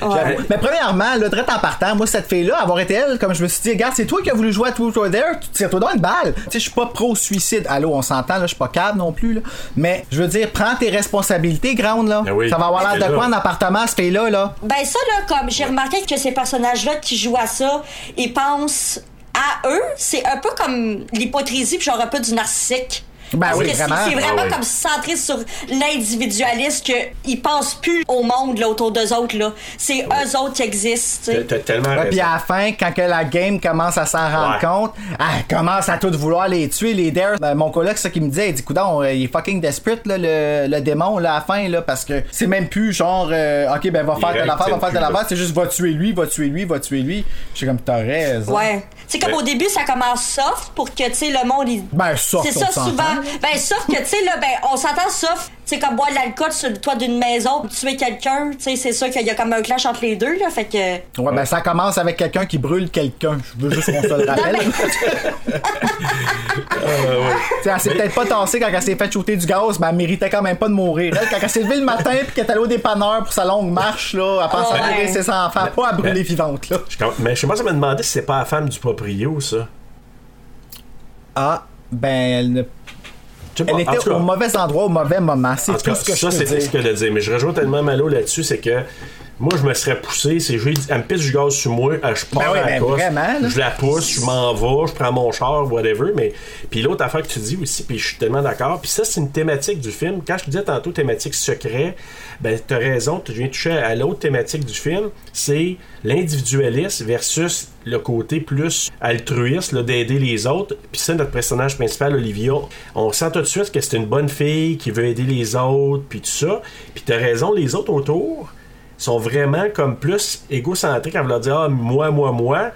[SPEAKER 6] J'avoue. Mais premièrement, le direct en partant, moi, cette fille-là, avoir été elle, comme je me suis dit, regarde, c'est toi qui as voulu jouer à Truth or Dare, tu tires-toi dans une balle. Tu sais, je suis pas pro-suicide. Allô, on s'entend, là, je suis pas cadre non plus, là. Mais je veux dire, prends tes responsabilités, grande, là.
[SPEAKER 7] Ben oui.
[SPEAKER 6] Ça va avoir l'air de
[SPEAKER 7] Déjà.
[SPEAKER 6] quoi en appartement, ce fille-là, là?
[SPEAKER 8] Ben ça là, comme j'ai remarqué que ces personnages-là qui jouent à ça, ils pensent à eux. C'est un peu comme l'hypocrisie puis genre un peu du narcissique.
[SPEAKER 6] Ben
[SPEAKER 8] Parce
[SPEAKER 6] oui,
[SPEAKER 8] que c'est-
[SPEAKER 6] vraiment.
[SPEAKER 8] C'est vraiment
[SPEAKER 7] Ah oui.
[SPEAKER 8] comme centré sur l'individualiste qu'ils pensent plus au monde là, autour d'eux autres. là. C'est eux autres qui existent. tu
[SPEAKER 7] T'as
[SPEAKER 8] sais.
[SPEAKER 7] t'as tellement
[SPEAKER 6] Ouais, puis
[SPEAKER 7] raison.
[SPEAKER 6] à la fin, quand que la game commence à s'en rendre
[SPEAKER 7] Ouais.
[SPEAKER 6] compte, elle commence à tout vouloir les tuer, les dare. Ben, mon coloc, c'est ça qu'il me disait, il dit, coudon, euh, il est fucking desperate, là, le, le démon, là, à la fin, là, parce que c'est même plus genre, euh, ok, ben, va faire de
[SPEAKER 7] règles
[SPEAKER 6] l'affaire, va
[SPEAKER 7] tiennent
[SPEAKER 6] faire de
[SPEAKER 7] plus,
[SPEAKER 6] l'affaire,
[SPEAKER 7] là.
[SPEAKER 6] c'est juste, va tuer lui, va tuer lui, va tuer lui. Je suis comme, t'as raison.
[SPEAKER 8] Ouais. C'est comme
[SPEAKER 7] Ben-
[SPEAKER 8] au début, ça commence soft pour que, tu sais, le monde, il...
[SPEAKER 6] Ben, soft,
[SPEAKER 8] C'est
[SPEAKER 6] on
[SPEAKER 8] ça,
[SPEAKER 6] s'entend.
[SPEAKER 8] souvent. Ben, sauf que, tu sais, là, ben, on s'entend soft. Tu sais, comme boire de l'alcool sur le toit d'une maison, tuer quelqu'un, tu sais, c'est sûr qu'il y a comme un clash entre les deux, là, fait que...
[SPEAKER 6] Ouais, ben, ça commence avec quelqu'un qui brûle quelqu'un. Je veux juste qu'on se le rappelle.
[SPEAKER 7] [LAUGHS] Euh, ouais.
[SPEAKER 6] T'sais, elle s'est peut-être pas tassée quand elle s'est fait shooter du gaz, mais elle méritait quand même pas de mourir. Elle, quand elle s'est levée le matin puis qu'elle est allée au dépanneur pour sa longue marche, là, elle pense à
[SPEAKER 8] Ouais.
[SPEAKER 6] brûler ses enfants, pas à brûler vivante, là.
[SPEAKER 7] Je suis quand- Mais je sais pas, ça m'a demandé si c'est pas la femme du proprio, ça.
[SPEAKER 6] Ah, ben, elle, ne-
[SPEAKER 7] Je sais pas.
[SPEAKER 6] elle
[SPEAKER 7] Ah, En
[SPEAKER 6] était
[SPEAKER 7] tout cas-
[SPEAKER 6] au mauvais endroit au mauvais moment. C'est
[SPEAKER 7] En
[SPEAKER 6] tout
[SPEAKER 7] tout cas,
[SPEAKER 6] ce que
[SPEAKER 7] ça,
[SPEAKER 6] je peux
[SPEAKER 7] c'est ce
[SPEAKER 6] dire.
[SPEAKER 7] que de dire. Mais je rejoins tellement Malo là-dessus, c'est que moi, je me serais poussé. C'est juste, elle me pisse du gaz sur moi, euh, je pars
[SPEAKER 6] Ben oui,
[SPEAKER 7] à la
[SPEAKER 6] ben
[SPEAKER 7] course,
[SPEAKER 6] vraiment, là.
[SPEAKER 7] Je la pousse, je m'en vais, je prends mon char, whatever. Mais puis l'autre affaire que tu dis aussi, puis je suis tellement d'accord. Puis ça, c'est une thématique du film. Quand je te disais tantôt thématique secret, ben t'as raison. Tu viens toucher à l'autre thématique du film, c'est l'individualiste versus le côté plus altruiste, là, d'aider les autres. Puis ça, notre personnage principal, Olivia, on sent tout de suite que c'est une bonne fille qui veut aider les autres, puis tout ça. Puis t'as raison, les autres autour sont vraiment comme plus égocentriques à vouloir dire ah, moi, moi, moi.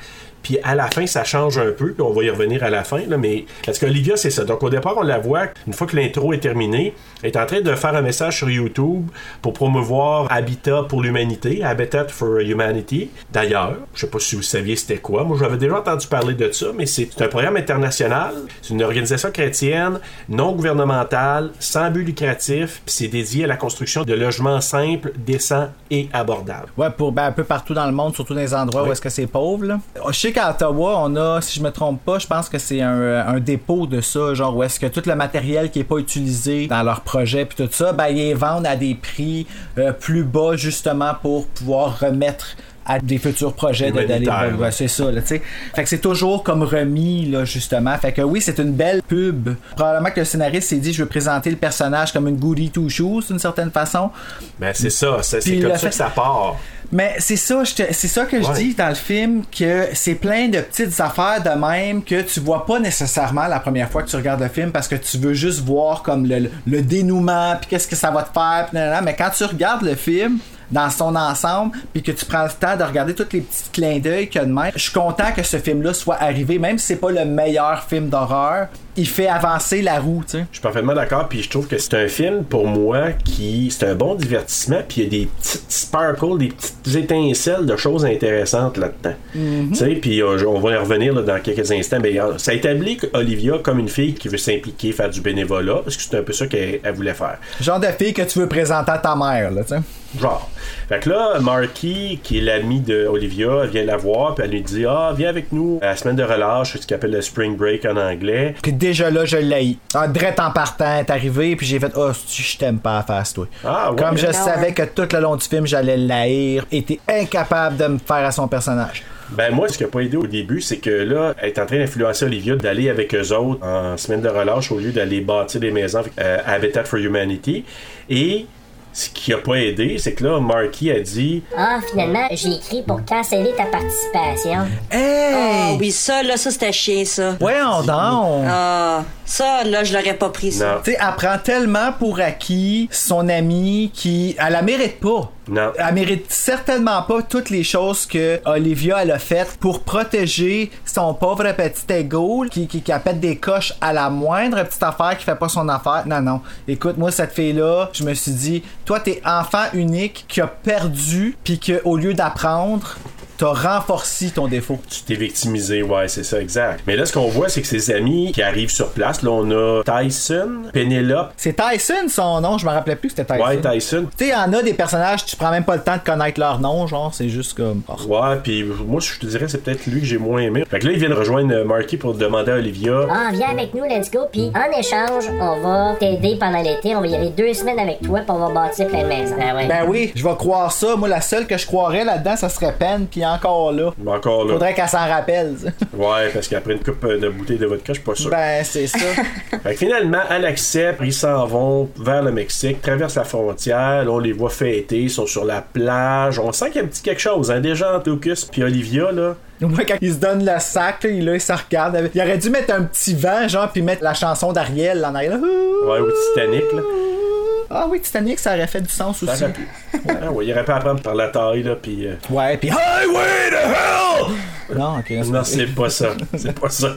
[SPEAKER 7] Puis à la fin, ça change un peu, puis on va y revenir à la fin. Là, mais parce qu'Olivia, c'est ça. Donc au départ, on la voit, une fois que l'intro est terminée, elle est en train de faire un message sur YouTube pour promouvoir Habitat pour l'humanité, Habitat for Humanity. D'ailleurs, je sais pas si vous saviez c'était quoi. Moi, j'avais déjà entendu parler de ça, mais c'est un programme international. C'est une organisation chrétienne, non gouvernementale, sans but lucratif, puis c'est dédié à la construction de logements simples, décents et abordables.
[SPEAKER 6] Ouais, pour ben, un peu partout dans le monde, surtout dans les endroits où est-ce que c'est pauvre. là. Oh, Je sais qu'à Ottawa, on a, si je me trompe pas, je pense que c'est un, euh, un dépôt de ça, genre où est-ce que tout le matériel qui est pas utilisé dans leur projet puis tout ça, ben ils les vendent à des prix euh, plus bas justement pour pouvoir remettre à des futurs projets de- d'aller
[SPEAKER 7] Humanitaire,
[SPEAKER 6] ouais, c'est ça là, tu sais. Fait que c'est toujours comme remis là justement. Fait que oui, c'est une belle pub. Probablement que le scénariste s'est dit je veux présenter le personnage comme une goody two shoes d'une certaine façon.
[SPEAKER 7] Ben, c'est ça, c'est c'est
[SPEAKER 6] Puis
[SPEAKER 7] comme
[SPEAKER 6] le
[SPEAKER 7] ça
[SPEAKER 6] fait-
[SPEAKER 7] que ça part.
[SPEAKER 6] Mais c'est ça, je te- c'est ça que je
[SPEAKER 7] Ouais.
[SPEAKER 6] dis dans le film que c'est plein de petites affaires de même que tu vois pas nécessairement la première fois que tu regardes le film parce que tu veux juste voir comme le, le dénouement puis qu'est-ce que ça va te faire puis nanana. mais quand tu regardes le film dans son ensemble puis que tu prends le temps de regarder tous les petits clins d'œil qu'il y a de même, je suis content que ce film là soit arrivé même si c'est pas le meilleur film d'horreur, il fait avancer la roue, tu sais.
[SPEAKER 7] Je suis parfaitement d'accord, puis je trouve que c'est un film pour moi qui. C'est un bon divertissement, puis il y a des petites sparkles, des petites étincelles de choses intéressantes là-dedans. Tu sais, puis euh, je- on va y revenir là, dans quelques instants. Mais euh, ça établit Olivia comme une fille qui veut s'impliquer, faire du bénévolat, parce que c'est un peu ça qu'elle elle voulait faire.
[SPEAKER 6] Genre de fille que tu veux présenter à ta mère là, tu sais.
[SPEAKER 7] Genre. Fait que là, Marky, qui est l'ami de Olivia, elle vient la voir, puis elle lui dit Ah, viens avec nous à la semaine de relâche, ce qu'on appelle le spring break en anglais.
[SPEAKER 6] Puis déjà là, je l'ai. Un drette en partant est arrivé, puis j'ai fait Oh, si je t'aime pas à face, toi.
[SPEAKER 7] Ah, ouais.
[SPEAKER 6] Comme je
[SPEAKER 7] Ah,
[SPEAKER 6] savais que tout le long du film, j'allais l'haïr, était incapable de me faire à son personnage.
[SPEAKER 7] Ben moi, ce qui n'a pas aidé au début, c'est que là, elle est en train d'influencer Olivia d'aller avec eux autres en semaine de relâche au lieu d'aller bâtir des maisons euh, à Habitat for Humanity. Et ce qui a pas aidé, c'est que là, Marky a dit
[SPEAKER 11] Ah, finalement, j'ai écrit pour canceller ta participation.
[SPEAKER 6] Hey!
[SPEAKER 8] Ah oui, ça, là, ça, c'était chiant, ça.
[SPEAKER 6] Ouais, on donc!
[SPEAKER 8] Ah, Ça, là, je l'aurais pas pris, ça.
[SPEAKER 6] Tu sais, elle prend tellement pour acquis son amie qui. Elle la mérite pas.
[SPEAKER 7] Non.
[SPEAKER 6] Elle mérite certainement pas toutes les choses que Olivia elle a faites pour protéger son pauvre petit ego qui, qui, qui appelle des coches à la moindre petite affaire qui fait pas son affaire. Non, non. Écoute, moi, cette fille-là, je me suis dit, toi, t'es enfant unique qui a perdu, puis qu'au lieu d'apprendre, t'as renforcé ton défaut.
[SPEAKER 7] Tu t'es victimisé, ouais, c'est ça, exact. Mais là, ce qu'on voit, c'est que ses amis qui arrivent sur place, là, on a Tyson, Penelope.
[SPEAKER 6] C'est Tyson son nom, je me rappelais plus que c'était Tyson.
[SPEAKER 7] Ouais, Tyson.
[SPEAKER 6] Tu sais, y en a des personnages, tu prends même pas le temps de connaître leur nom, genre, c'est juste comme. oh.
[SPEAKER 7] Ouais, puis moi, je te dirais, c'est peut-être lui que j'ai moins aimé. Fait que là, ils viennent rejoindre euh, Marky pour demander à Olivia.
[SPEAKER 11] Ah, viens avec nous, let's go. Puis en échange, on va t'aider pendant l'été. On va y aller deux semaines avec toi, puis on va bâtir plein de maisons. Ben ouais.
[SPEAKER 6] Ben oui, je vais croire ça. Moi, la seule que je croirais là-dedans, ça serait peine, puis encore là.
[SPEAKER 7] Mais Encore là.
[SPEAKER 6] Faudrait qu'elle s'en rappelle, tu sais.
[SPEAKER 7] Ouais, parce qu'après une coupe euh, de bouteille de vodka, je suis pas sûr.
[SPEAKER 6] Ben, c'est ça.
[SPEAKER 7] Fait que finalement, elle accepte, ils s'en vont vers le Mexique, traversent la frontière, là, on les voit fêter, ils sont sur la plage, on sent qu'il y a un petit quelque chose, hein, déjà Antocus puis Olivia, là.
[SPEAKER 6] Moi, quand il se donne le sac, là, il, là, il se regarde. avec- Il aurait dû mettre un petit vent, genre, puis mettre la chanson d'Ariel en arrière. là. Ouh.
[SPEAKER 7] Ouais, au Titanic, là.
[SPEAKER 6] Ah oui, Titanic, ça aurait fait du sens
[SPEAKER 7] Ça
[SPEAKER 6] aussi.
[SPEAKER 7] aurait pu. Ah ouais, il aurait pu apprendre par la taille, là, puis... euh,
[SPEAKER 6] Ouais, puis Highway to Hell! Non, ok. c'est-
[SPEAKER 7] Non, c'est pas ça. C'est pas ça.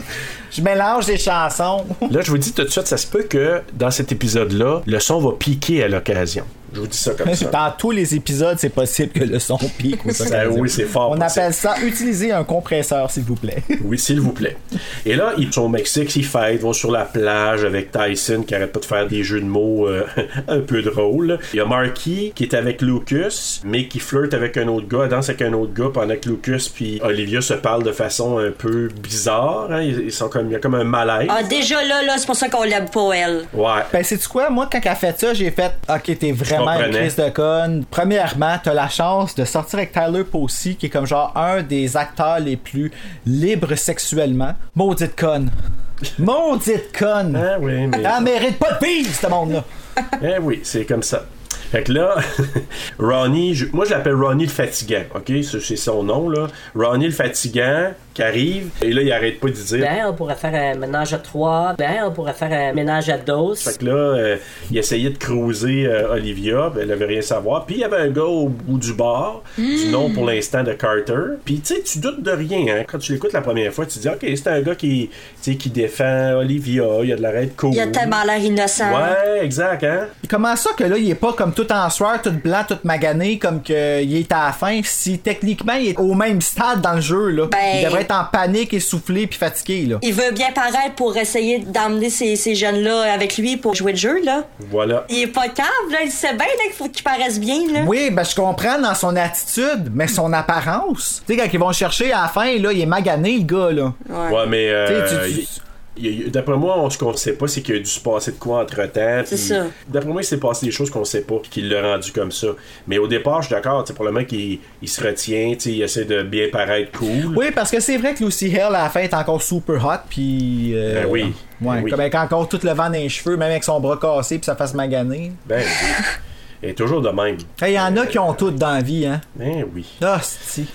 [SPEAKER 6] Je mélange des chansons.
[SPEAKER 7] Là, je vous dis tout de suite, ça se peut que dans cet épisode-là, le son va piquer à l'occasion. Je vous dis ça
[SPEAKER 6] [LAUGHS]
[SPEAKER 7] comme ça.
[SPEAKER 6] Dans tous les épisodes, c'est possible que le son pique ou ça.
[SPEAKER 7] Ah oui, c'est fort.
[SPEAKER 6] On
[SPEAKER 7] possible.
[SPEAKER 6] appelle ça utiliser un compresseur, s'il vous plaît. [LAUGHS]
[SPEAKER 7] Oui, s'il vous plaît. Et là, ils sont au Mexique, ils fêtent, vont sur la plage avec Tyson qui arrête pas de faire des jeux de mots euh, [LAUGHS] un peu drôles. Il y a Marky qui est avec Lucas, mais qui flirte avec un autre gars, danse avec un autre gars pendant que Lucas puis Olivia se parlent de façon un peu bizarre. hein. Ils, ils sont comme, il y a comme un malaise.
[SPEAKER 8] Ah, déjà là, là, c'est pour ça qu'on l'aime pas, elle.
[SPEAKER 7] Ouais.
[SPEAKER 6] Ben, sais-tu quoi? Moi, quand elle fait ça, j'ai fait Ok, t'es vraiment une
[SPEAKER 7] comprenais.
[SPEAKER 6] crise de conne. Premièrement, t'as la chance de sortir avec Tyler Posey, qui est comme genre un des acteurs les plus libres sexuellement. Maudite conne. Maudite conne.
[SPEAKER 7] Ah oui, mais.
[SPEAKER 6] Elle mérite pas de vivre, ce monde-là.
[SPEAKER 7] Eh oui, c'est comme ça. Fait que là, [LAUGHS] Ronnie, je- moi je l'appelle Ronnie le fatigant, ok? C'est c'est son nom, là. Ronnie le fatigant qui arrive, et là il arrête pas de dire.
[SPEAKER 12] Ben, on pourrait faire un ménage à trois. Ben, on pourrait faire un ménage à deux.
[SPEAKER 7] Fait que là, euh, il essayait de creuser euh, Olivia, ben, elle avait rien savoir. Puis il y avait un gars au bout du bar, du nom pour l'instant de Carter. Puis tu sais, tu doutes de rien. hein. Quand tu l'écoutes la première fois, tu dis, OK, c'est un gars qui, tu sais, qui défend Olivia, il a de la raide cool.
[SPEAKER 8] Il a tellement l'air innocent.
[SPEAKER 7] Ouais, exact, hein?
[SPEAKER 6] Et Comment ça que là, il est pas comme tout en soir, tout blanc, tout magané, comme qu'il est à la fin, si techniquement il est au même stade dans le jeu, là.
[SPEAKER 8] Ben-
[SPEAKER 6] Il devrait être en panique, essoufflé, puis fatigué, là.
[SPEAKER 8] Il veut bien paraître pour essayer d'emmener ces, ces jeunes-là avec lui pour jouer le jeu, là.
[SPEAKER 7] Voilà.
[SPEAKER 8] Il est pas capable, là. Il sait bien là, qu'il faut qu'il paraisse bien, là.
[SPEAKER 6] Oui, ben je comprends dans son attitude, mais son apparence. Tu sais, quand ils vont chercher à la fin, là, il est magané, le gars, là.
[SPEAKER 7] Ouais, mais. euh,
[SPEAKER 6] Tu sais, tu- tu-
[SPEAKER 7] il- il y a eu- D'après moi, on, ce qu'on sait pas, c'est qu'il y a dû se passer de quoi entre temps.
[SPEAKER 8] C'est ça.
[SPEAKER 7] D'après moi, il s'est passé des choses qu'on sait pas, puis qu'il l'a rendu comme ça. Mais au départ, je suis d'accord, tu sais, pour le mec, il, il se retient, tu sais, il essaie de bien paraître cool.
[SPEAKER 6] Oui, parce que c'est vrai que Lucy Hale, à la fin, est encore super hot, puis. euh,
[SPEAKER 7] Ben oui.
[SPEAKER 6] Ouais,
[SPEAKER 7] Ben oui.
[SPEAKER 6] comme elle a encore tout le vent dans les cheveux, même avec son bras cassé, puis sa face maganée.
[SPEAKER 7] Ben oui. Il est toujours de même.
[SPEAKER 6] Il y en a qui ont tout dans la vie, hein.
[SPEAKER 7] Ben oui.
[SPEAKER 6] Ah, si.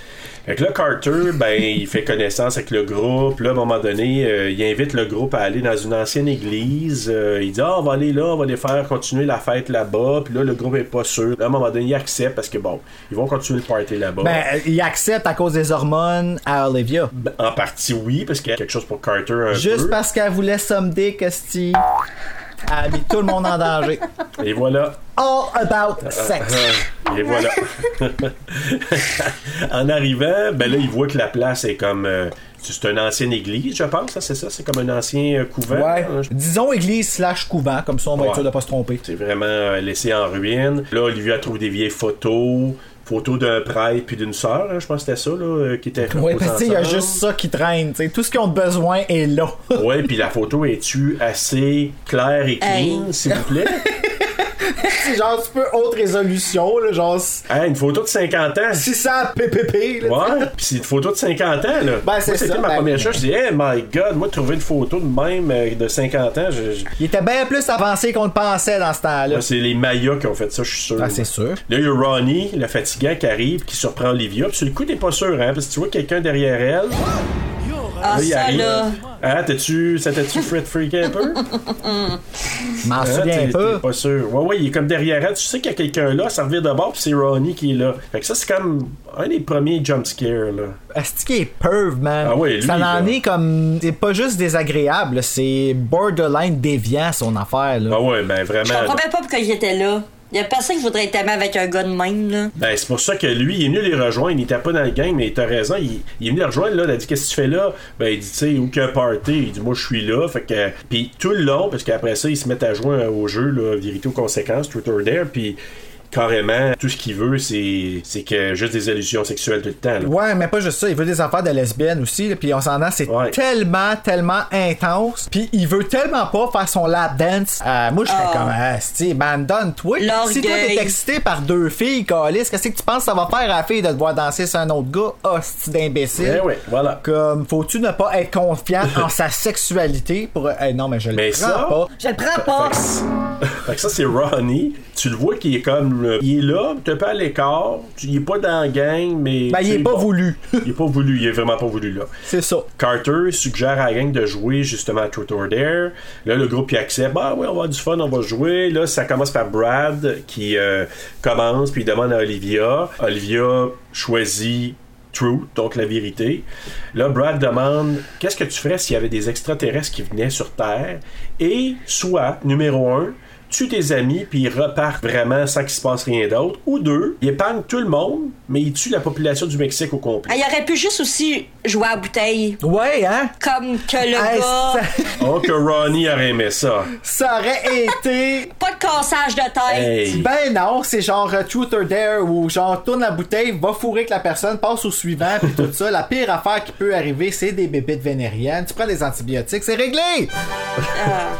[SPEAKER 7] Fait que là, Carter, ben, il fait connaissance avec le groupe. Là, à un moment donné, euh, il invite le groupe à aller dans une ancienne église. Euh, il dit, ah, on va aller là, on va les faire continuer la fête là-bas. Puis là, le groupe est pas sûr. Là, à un moment donné, il accepte parce que, bon, ils vont continuer le party là-bas.
[SPEAKER 6] Ben, il accepte à cause des hormones à Olivia.
[SPEAKER 7] Ben, en partie, oui, parce qu'il y a quelque chose pour Carter un
[SPEAKER 6] Juste
[SPEAKER 7] peu.
[SPEAKER 6] parce qu'elle voulait someday que si. Elle a mis tout le monde en danger.
[SPEAKER 7] Et voilà. Ah,
[SPEAKER 6] All about sex.
[SPEAKER 7] Et voilà. [LAUGHS] en arrivant, ben là, il voit que la place est comme... euh, c'est une ancienne église, je pense, hein, c'est ça? C'est comme un ancien euh, couvent?
[SPEAKER 6] Ouais.
[SPEAKER 7] hein,
[SPEAKER 6] Disons église slash couvent, comme ça on va
[SPEAKER 7] Ouais.
[SPEAKER 6] être sûr de pas se tromper.
[SPEAKER 7] C'est vraiment euh, laissé en ruine. Là, Olivia trouve des vieilles photos. Photos d'un prêtre puis d'une sœur, hein, je pense que c'était ça, là, euh, qui était
[SPEAKER 6] Ouais,
[SPEAKER 7] reposées
[SPEAKER 6] parce que tu sais, il y a
[SPEAKER 7] ensemble.
[SPEAKER 6] juste ça qui traîne. tu sais. Tout ce qu'ils ont besoin est là.
[SPEAKER 7] Ouais, puis la photo est-tu assez claire et clean, s'il vous
[SPEAKER 6] [LAUGHS]
[SPEAKER 7] plaît?
[SPEAKER 6] [LAUGHS] c'est genre, tu peux autre résolution, là, genre c-
[SPEAKER 7] Hein, une photo de 50 ans.
[SPEAKER 6] 600 ppp. là.
[SPEAKER 7] Ouais, puis c'est une photo de 50 ans, là.
[SPEAKER 6] Ben, c'est
[SPEAKER 7] Moi, c'était
[SPEAKER 6] ça,
[SPEAKER 7] ma
[SPEAKER 6] ben-
[SPEAKER 7] première chose. Je dis, hey, my God, moi, trouver une photo de même euh, de 50 ans, je- je-
[SPEAKER 6] Il était bien plus avancé qu'on le pensait dans ce temps-là.
[SPEAKER 7] Là, c'est les Mayas qui ont fait ça, je suis sûr.
[SPEAKER 6] Ah, c'est sûr.
[SPEAKER 7] Là, il y a Ronnie, le fatigant, qui arrive, qui surprend Olivia. Puis sur le coup, t'es pas sûr, hein, parce que tu vois quelqu'un derrière elle.
[SPEAKER 8] Ah,
[SPEAKER 7] il
[SPEAKER 8] ça,
[SPEAKER 7] arrive.
[SPEAKER 8] là.
[SPEAKER 7] Ah, t'es-tu. Ça
[SPEAKER 8] [LAUGHS]
[SPEAKER 7] t'es-tu Fred Freak un peu?
[SPEAKER 6] M'en
[SPEAKER 7] Ah,
[SPEAKER 6] souviens
[SPEAKER 7] t'es-
[SPEAKER 6] pas.
[SPEAKER 7] t'es pas sûr. Ouais, ouais, il est comme derrière elle. Tu sais qu'il y a quelqu'un là, ça revient de bord, puis c'est Ronnie qui est là. Fait que ça, c'est comme un des premiers jumpscares, là.
[SPEAKER 6] Est-ce qu'il est perv, man?
[SPEAKER 7] Ah ouais, lui,
[SPEAKER 6] ça en
[SPEAKER 7] là.
[SPEAKER 6] est comme. C'est pas juste désagréable, c'est borderline déviant son affaire, là.
[SPEAKER 7] Ah ouais, ben
[SPEAKER 8] Je
[SPEAKER 7] vraiment.
[SPEAKER 8] comprends même pas pourquoi il était là. Il y a personne qui voudrait être aimé avec un gars de même, là.
[SPEAKER 7] Ben, c'est pour ça que lui, il est venu les rejoindre. Il était pas dans le gang, mais t'as raison. Il, il est venu les rejoindre, là. Il a dit Qu'est-ce que tu fais là Ben, il dit Tu sais, aucun party. Il dit Moi, je suis là. Fait que. Puis tout le long, parce qu'après ça, ils se mettent à jouer au jeu, là, vérité aux conséquences, Truth or Dare. Puis carrément, tout ce qu'il veut, c'est c'est que juste des allusions sexuelles tout le temps, là.
[SPEAKER 6] Ouais, mais pas juste ça, il veut des affaires de lesbiennes aussi, là, puis on s'en a, c'est tellement, tellement intense, puis il veut tellement pas faire son lap dance. Euh, moi, je serais
[SPEAKER 8] Ah.
[SPEAKER 6] comme, Asti, man, donne-toi. Si toi, t'es
[SPEAKER 8] L'orgueil.
[SPEAKER 6] excité par deux filles, Calis, qu'est-ce que tu penses que ça va faire à la fille de te voir danser sur un autre gars, hostie d'imbécile?
[SPEAKER 7] Eh oui, voilà.
[SPEAKER 6] Comme, faut-tu ne pas être confiant en sa sexualité pour. Eh non, mais je le
[SPEAKER 7] Mais
[SPEAKER 6] prends
[SPEAKER 7] ça-
[SPEAKER 6] pas.
[SPEAKER 9] Je le prends pas.
[SPEAKER 7] Fait que ça, c'est Ronnie. Tu le vois qu'il est comme. euh, il est là, t'es pas à l'écart. tu- Il est pas dans la gang, mais.
[SPEAKER 6] Ben,
[SPEAKER 7] tu
[SPEAKER 6] il
[SPEAKER 7] sais,
[SPEAKER 6] est pas
[SPEAKER 7] bon,
[SPEAKER 6] voulu.
[SPEAKER 7] Il est pas voulu, il est vraiment pas voulu là.
[SPEAKER 6] C'est ça.
[SPEAKER 7] Carter suggère à la gang de jouer justement à Truth or Dare. Là, le groupe y accepte. Bah oui, on va avoir du fun, on va jouer. Là, ça commence par Brad qui euh, commence puis il demande à Olivia. Olivia choisit Truth, donc la vérité. Là, Brad demande qu'est-ce que tu ferais s'il y avait des extraterrestres qui venaient sur Terre Et soit, numéro un, tue tes amis puis ils repartent vraiment sans qu'il se passe rien d'autre. Ou deux, il épargne tout le monde, mais il tue la population du Mexique au complet.
[SPEAKER 8] Ah, il aurait pu juste aussi jouer à la bouteille.
[SPEAKER 6] Ouais, hein?
[SPEAKER 8] Comme que le
[SPEAKER 6] Hey,
[SPEAKER 8] gars.
[SPEAKER 7] Oh, que Ronnie aurait aimé ça.
[SPEAKER 6] Ça aurait été.
[SPEAKER 8] Pas de cassage de tête.
[SPEAKER 7] Hey.
[SPEAKER 6] Ben non, c'est genre euh, Truth or Dare ou genre tourne la bouteille, va fourrer que la personne, passe au suivant, puis tout ça. La pire affaire qui peut arriver, c'est des bébites vénériennes. Tu prends des antibiotiques, c'est réglé!
[SPEAKER 8] Ah.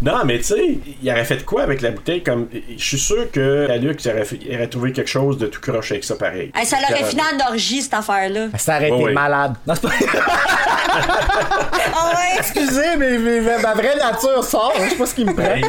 [SPEAKER 7] Non, mais tu sais, il aurait fait quoi avec la bouteille? Comme, je suis sûr que Alux aurait, fait- il aurait trouvé quelque chose de tout croche avec ça pareil. euh,
[SPEAKER 8] Hey, ça l'aurait [LAUGHS]
[SPEAKER 7] Carrément.
[SPEAKER 8] fini en orgie, cette
[SPEAKER 7] [LAUGHS]
[SPEAKER 8] affaire-là.
[SPEAKER 6] Ça aurait
[SPEAKER 7] Ouais,
[SPEAKER 6] été
[SPEAKER 7] ouais.
[SPEAKER 6] malade. Non, c'est pas... [LAUGHS]
[SPEAKER 8] Ah ouais?
[SPEAKER 6] Excusez, mais, mais- mais ma vraie nature sort. Je sais pas ce qui me prend.
[SPEAKER 7] Hey,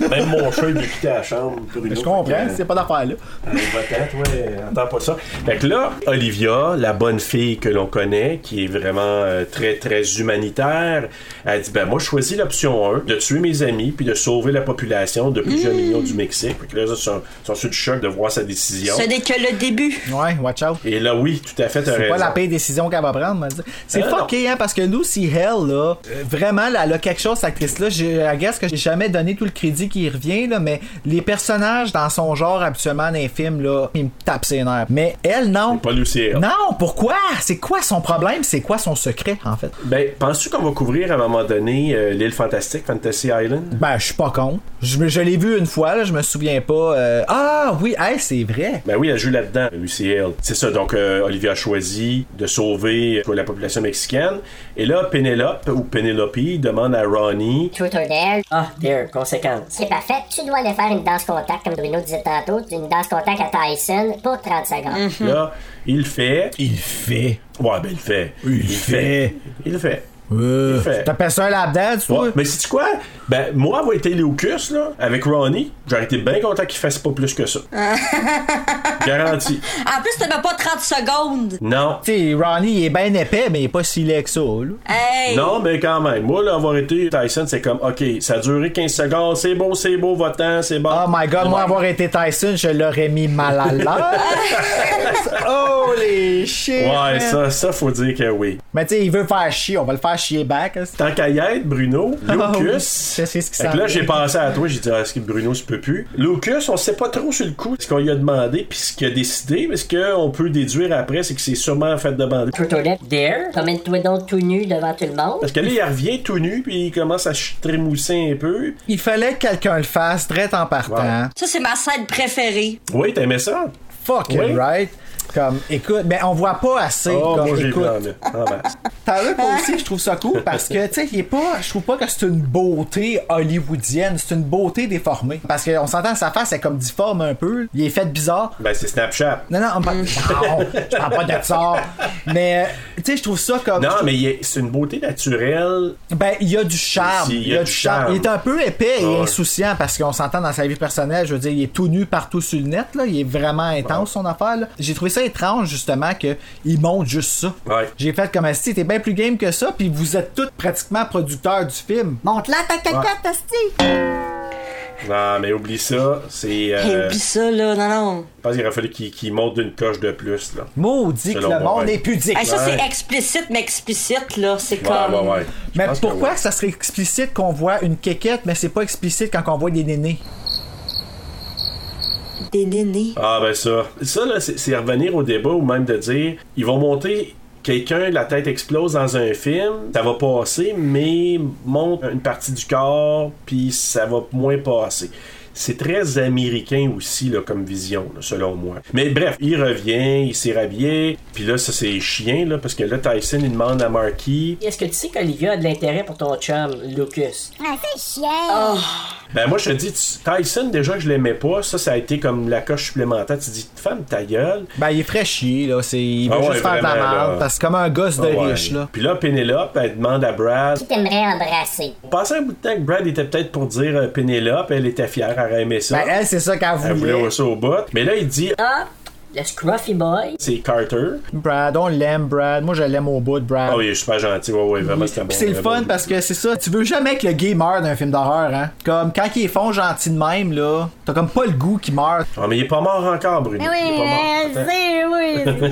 [SPEAKER 7] ben, même mon chat, il m'a quitté la chambre. Bruno.
[SPEAKER 6] Je comprends,
[SPEAKER 7] Fait que,
[SPEAKER 6] c'est pas d'affaire là.
[SPEAKER 7] Allez, va-t'en, toi, euh, attends pas ça. Fait que là, Olivia, la bonne fille que l'on connaît, qui est vraiment euh, très, très humanitaire, elle dit, ben moi, je choisis l'option 1, de tuer mes amis, puis de sauver la population de
[SPEAKER 8] Mmh.
[SPEAKER 7] plusieurs millions du Mexique. Fait que là, ils sont, sont sur le choc de voir sa décision.
[SPEAKER 8] Ce n'est que le début.
[SPEAKER 6] Ouais, watch out.
[SPEAKER 7] Et là, oui, tout à fait, t'as
[SPEAKER 6] C'est pas
[SPEAKER 7] raison.
[SPEAKER 6] la pire décision qu'elle va prendre. mais c'est- C'est
[SPEAKER 7] Ah,
[SPEAKER 6] fucké, hein, parce que Lucy Hell, là, euh, vraiment, là, elle a quelque chose, cette actrice-là. J'ai- I guess que j'ai jamais donné tout le crédit qui y revient, là, mais les personnages dans son genre, habituellement, dans les films, là, ils me tapent ses nerfs. Mais elle, non.
[SPEAKER 7] Pas Lucille.
[SPEAKER 6] Non, pourquoi? C'est quoi son problème? C'est quoi son secret, en fait?
[SPEAKER 7] Ben, penses-tu qu'on va couvrir à un moment donné euh, l'île fantastique, Fantasy Island?
[SPEAKER 6] Ben, je suis pas con. Je, je l'ai vu une fois, là, je me souviens pas. euh, Ah, oui, hey, c'est vrai.
[SPEAKER 7] Ben oui, elle joue là-dedans, Lucille. C'est ça, donc euh, Olivia a choisi de sauver euh, la population mexicaine. Et là, Penelope, ou Penelope, demande à Ronnie...
[SPEAKER 11] Truth or dare.
[SPEAKER 12] Ah, dare, conséquence.
[SPEAKER 11] C'est parfait. Tu dois aller faire une danse contact, comme Bruno disait tantôt, une danse contact à Tyson pour 30 secondes.
[SPEAKER 7] Là, il le fait.
[SPEAKER 6] Mhm. Il fait.
[SPEAKER 7] Ouais, ben il le fait.
[SPEAKER 6] Il fait.
[SPEAKER 7] Il le fait.
[SPEAKER 6] Euh,
[SPEAKER 7] Il fait.
[SPEAKER 6] T'appelles ça un lap dance, toi?
[SPEAKER 7] Ouais, Mais sais-tu quoi? Ben, moi, avoir été Léocus, là, avec Ronnie, j'aurais été bien content qu'il fasse pas plus que ça. Garanti.
[SPEAKER 8] En plus, t'as même pas 30 secondes.
[SPEAKER 7] Non.
[SPEAKER 6] Tu sais, Ronnie, il est bien épais, mais il est pas si laid que ça, là.
[SPEAKER 8] Hey!
[SPEAKER 7] Non, mais quand même. Moi, là, avoir été Tyson, c'est comme, OK, ça a duré 15 secondes, c'est beau, c'est beau, votant, c'est bon.
[SPEAKER 6] Oh my god, moi avoir été Tyson, je l'aurais mis mal à
[SPEAKER 7] [LAUGHS]
[SPEAKER 6] l'aise. Holy shit! man.
[SPEAKER 7] Ouais, ça, ça, faut dire que oui.
[SPEAKER 6] Mais tu sais, il veut faire chier, on va le faire chier back. hein.
[SPEAKER 7] Tant qu'à y
[SPEAKER 6] [LAUGHS]
[SPEAKER 7] être, Bruno,
[SPEAKER 6] Ah oui,
[SPEAKER 7] Lucas.
[SPEAKER 6] je sais ce qui
[SPEAKER 7] Fait que
[SPEAKER 6] s'en
[SPEAKER 7] là,
[SPEAKER 6] vient.
[SPEAKER 7] j'ai pensé à toi, j'ai dit, ah, est-ce que Bruno se peut plus? Lucas, on sait pas trop sur le coup ce qu'on lui a demandé puis ce qu'il a décidé, mais ce qu'on peut déduire après, c'est que c'est sûrement fait demander.
[SPEAKER 11] Truth or dare.
[SPEAKER 12] Dare?
[SPEAKER 11] Promène-toi donc tout nu devant tout le monde.
[SPEAKER 7] Parce que là, il revient tout nu, puis il commence à se trémousser un peu.
[SPEAKER 6] Il fallait que quelqu'un le fasse, direct en partant.
[SPEAKER 8] Ça, c'est ma scène préférée.
[SPEAKER 7] Oui, t'aimais ça?
[SPEAKER 6] Fuck it,
[SPEAKER 7] Oui.
[SPEAKER 6] right? Comme, écoute, mais on voit pas assez.
[SPEAKER 7] Oh,
[SPEAKER 6] comme,
[SPEAKER 7] moi, j'ai Ah, vu
[SPEAKER 6] écoute,
[SPEAKER 7] en là. En masse.
[SPEAKER 6] Tyler aussi, je trouve ça cool parce que, tu sais, il est pas, je trouve pas que c'est une beauté hollywoodienne, c'est une beauté déformée. Parce qu'on s'entend, sa face est comme difforme un peu, il est fait bizarre.
[SPEAKER 7] Ben, c'est Snapchat.
[SPEAKER 6] Non, non, on parle, non, je parle pas de ça. Mais, euh, Tu sais, je trouve ça comme.
[SPEAKER 7] Non, mais il est- c'est une beauté naturelle.
[SPEAKER 6] Ben, il y a du charme.
[SPEAKER 7] Si,
[SPEAKER 6] Il y a du charme. Il est un peu épais
[SPEAKER 7] Ah
[SPEAKER 6] et insouciant parce qu'on s'entend dans sa vie personnelle. Je veux dire, il est tout nu partout sur le net. Là. Il est vraiment intense, son affaire. là. J'ai trouvé ça étrange, justement, qu'il monte juste ça. J'ai fait comme si t'es bien plus game que ça, puis vous êtes tous pratiquement producteurs du film.
[SPEAKER 9] Monte-la, ta
[SPEAKER 6] Ouais.
[SPEAKER 9] cacotte, asti!
[SPEAKER 7] Non, mais oublie ça. C'est. euh,
[SPEAKER 8] Hey, oublie ça, là, non, non.
[SPEAKER 7] Je pense qu'il aurait fallu qu'il qu'il monte d'une coche de plus, là.
[SPEAKER 6] Maudit
[SPEAKER 7] Selon moi, ouais.
[SPEAKER 8] Hey, ça, c'est
[SPEAKER 7] Ouais.
[SPEAKER 8] explicite, mais explicite, là. C'est
[SPEAKER 7] Ouais,
[SPEAKER 8] comme.
[SPEAKER 7] ouais, ouais.
[SPEAKER 6] Mais pourquoi ça serait explicite qu'on voit une quéquette, mais c'est pas explicite quand on voit des nénés?
[SPEAKER 8] Des nénés.
[SPEAKER 7] Ah, ben ça. Ça, là, c'est c'est revenir au débat ou même de dire ils vont monter. Quelqu'un, la tête explose dans un film, ça va passer, mais monte une partie du corps, puis ça va moins passer. C'est très américain aussi, là, comme vision, là, selon moi. Mais bref, il revient, il s'est rhabillé, puis là, ça, c'est chien, là, parce que là, Tyson, il demande à Marquis
[SPEAKER 12] Est-ce que tu sais qu'Olivia a de l'intérêt pour ton chum, Lucas?
[SPEAKER 10] Ah, c'est chiant!
[SPEAKER 7] Ben moi je te dis, tu- Tyson déjà que je l'aimais pas, ça ça a été comme la coche supplémentaire. Tu dis femme ta gueule.
[SPEAKER 6] Ben il est frais chier là, c'est il veut
[SPEAKER 7] Ah ouais,
[SPEAKER 6] juste faire de la
[SPEAKER 7] vraiment,
[SPEAKER 6] merde
[SPEAKER 7] là.
[SPEAKER 6] parce que c'est comme un gosse de
[SPEAKER 7] Ah ouais.
[SPEAKER 6] riche là.
[SPEAKER 7] Puis là Pénélope elle demande à Brad.
[SPEAKER 11] Qui Oh. t'aimerais embrasser?
[SPEAKER 7] On passait un bout de temps que Brad était peut-être pour dire euh, Pénélope, elle était fière, elle aurait aimé ça.
[SPEAKER 6] Ben elle, c'est ça qu'elle
[SPEAKER 7] elle voulait
[SPEAKER 6] voulait.
[SPEAKER 7] voir ça au bout. Mais là il dit
[SPEAKER 12] Ah, le scruffy boy.
[SPEAKER 7] c'est Carter.
[SPEAKER 6] Brad, on l'aime Brad, moi je l'aime au bout de Brad.
[SPEAKER 7] Ah oui, il est super gentil, ouais ouais, vraiment c'était bon.
[SPEAKER 6] Puis c'est le
[SPEAKER 7] vraiment.
[SPEAKER 6] fun parce que c'est ça, tu veux jamais que le gay meure d'un film d'horreur, hein. Comme quand ils font gentil de même, là, t'as comme pas le goût qui meurt.
[SPEAKER 7] Ah mais il est pas mort encore, Bruno. il est pas mort. [LAUGHS]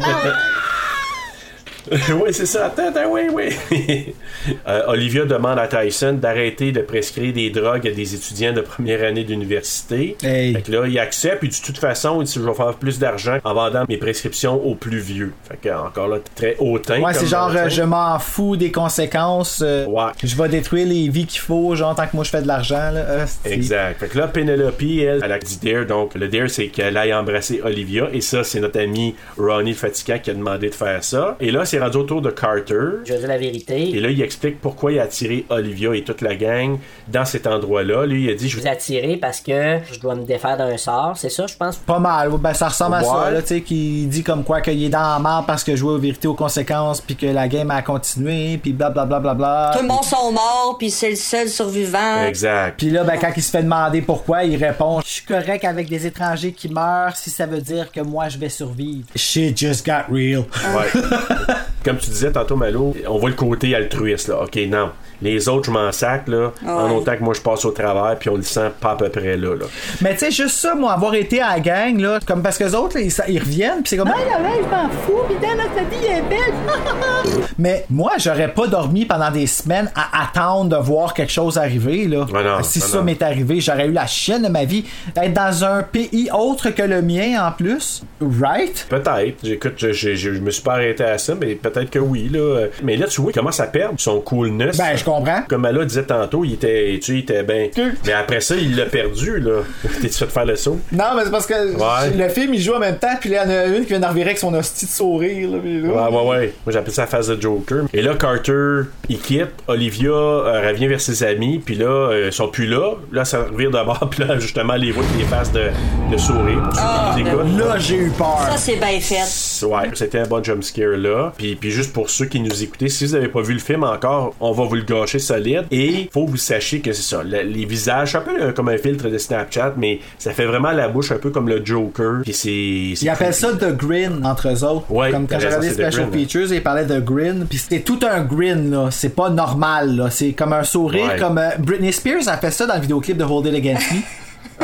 [SPEAKER 7] oui, c'est ça. Attends, attends, oui, oui. [LAUGHS] Euh, Olivia demande à Tyson d'arrêter de prescrire des drogues à des étudiants de première année d'université.
[SPEAKER 6] Hey.
[SPEAKER 7] Fait que là, il accepte, puis de toute façon, il dit, je vais faire plus d'argent en vendant mes prescriptions aux plus vieux. Fait que, encore là, très hautain.
[SPEAKER 6] Ouais, c'est
[SPEAKER 7] comme
[SPEAKER 6] genre,
[SPEAKER 7] dans le
[SPEAKER 6] euh, je
[SPEAKER 7] film.
[SPEAKER 6] m'en fous des conséquences. euh, Je vais détruire les vies qu'il faut, genre, tant que moi je fais de l'argent, là. Euh, hostie.
[SPEAKER 7] Exact. Fait que là, Penelope, elle, elle a dit dare. Donc, le dare, c'est qu'elle aille embrasser Olivia. Et ça, c'est notre ami Ronnie le Fatigant qui a demandé de faire ça. Et là, c'est rendu autour de Carter.
[SPEAKER 12] Je veux dire la vérité.
[SPEAKER 7] Et là, il explique pourquoi il a attiré Olivia et toute la gang dans cet endroit-là. Lui, il a dit, je
[SPEAKER 12] Je
[SPEAKER 7] vous
[SPEAKER 12] vous attirer parce que je dois me défaire d'un sort, c'est ça, je pense.
[SPEAKER 6] Pas mal, ouais, ben ça ressemble à ça,
[SPEAKER 12] Ouais.
[SPEAKER 6] là, tu sais, qui dit comme quoi qu'il est dans la mort parce que jouait aux vérités aux conséquences, puis que la game a continué, puis blablabla. Bla, bla,
[SPEAKER 8] Tout le monde sont morts, puis c'est le seul survivant.
[SPEAKER 7] Exact.
[SPEAKER 6] Puis là, ben, quand il se fait demander pourquoi, il répond Je suis correct avec des étrangers qui meurent si ça veut dire que moi je vais survivre. Shit just got real.
[SPEAKER 7] Ouais. Comme tu disais tantôt, Malo, on voit le côté altruiste, là. OK, non. Les autres, je m'en sac, là. En
[SPEAKER 6] Ouais.
[SPEAKER 7] autant que moi, je passe au travers, puis on le sent pas à peu près là, là.
[SPEAKER 6] Mais tu sais, juste ça, moi, avoir été à la gang, là, comme parce que les autres, là, ils, sa- ils reviennent, puis c'est comme. Ah, là, là, je m'en fous, puis dans notre vie elle est belle. [LAUGHS] Mais moi, j'aurais pas dormi pendant des semaines à attendre de voir quelque chose arriver, là.
[SPEAKER 7] Ouais, non,
[SPEAKER 6] si
[SPEAKER 7] ouais,
[SPEAKER 6] ça
[SPEAKER 7] non.
[SPEAKER 6] m'est arrivé, j'aurais eu la chienne de ma vie. Être dans un pays autre que le mien, en plus. Right?
[SPEAKER 7] Peut-être. Écoute, je, je, je- je me suis pas arrêté à ça, mais peut-être que oui, là. Mais là, tu vois, il commence à perdre son coolness. Ben, je
[SPEAKER 6] comprends.
[SPEAKER 7] Comme Malo disait tantôt, il était, tu sais, il était ben. Mais après ça, il l'a perdu, [LAUGHS] là. T'es-tu fait faire le saut?
[SPEAKER 6] Non, mais c'est parce que
[SPEAKER 7] Ouais.
[SPEAKER 6] le film, il joue en même temps, puis là, il y en a une qui vient de revirer avec son hostie de sourire. Là, puis là.
[SPEAKER 7] Ouais, ouais, ouais. Moi, j'appelle ça la phase de Joker. Et là, Carter, il quitte. Olivia euh, revient vers ses amis. Puis là, euh, ils sont plus là. Là, ça revient d'abord. [LAUGHS] Puis là, justement, les voix les faces de, de sourire. Pour ceux qui nous écoutent.
[SPEAKER 6] Là, j'ai eu peur.
[SPEAKER 8] Ça, c'est bien fait.
[SPEAKER 7] Ouais, c'était un bon jump scare là. Puis, puis juste pour ceux qui nous écoutaient, si vous n'avez pas vu le film encore, on va vous le gâcher solide. Et faut que vous sachiez que c'est ça. le- les visages, c'est un peu euh, comme un filtre de Snapchat, mais ça fait vraiment la bouche un peu comme le Joker. Puis c'est. c'est
[SPEAKER 6] Ils appellent ça The Grin entre eux autres.
[SPEAKER 7] Ouais,
[SPEAKER 6] Comme quand
[SPEAKER 7] t'as
[SPEAKER 6] j'ai
[SPEAKER 7] raison,
[SPEAKER 6] regardé
[SPEAKER 7] c'est The
[SPEAKER 6] Special
[SPEAKER 7] Grin, ouais.
[SPEAKER 6] Features, ils parlaient de Grin. Puis c'était tout un Grin, là. C'est pas normal, là. C'est comme un sourire.
[SPEAKER 7] Ouais.
[SPEAKER 6] Comme euh, Britney Spears a fait ça dans le vidéoclip de Hold It Against
[SPEAKER 8] [LAUGHS]
[SPEAKER 6] Me.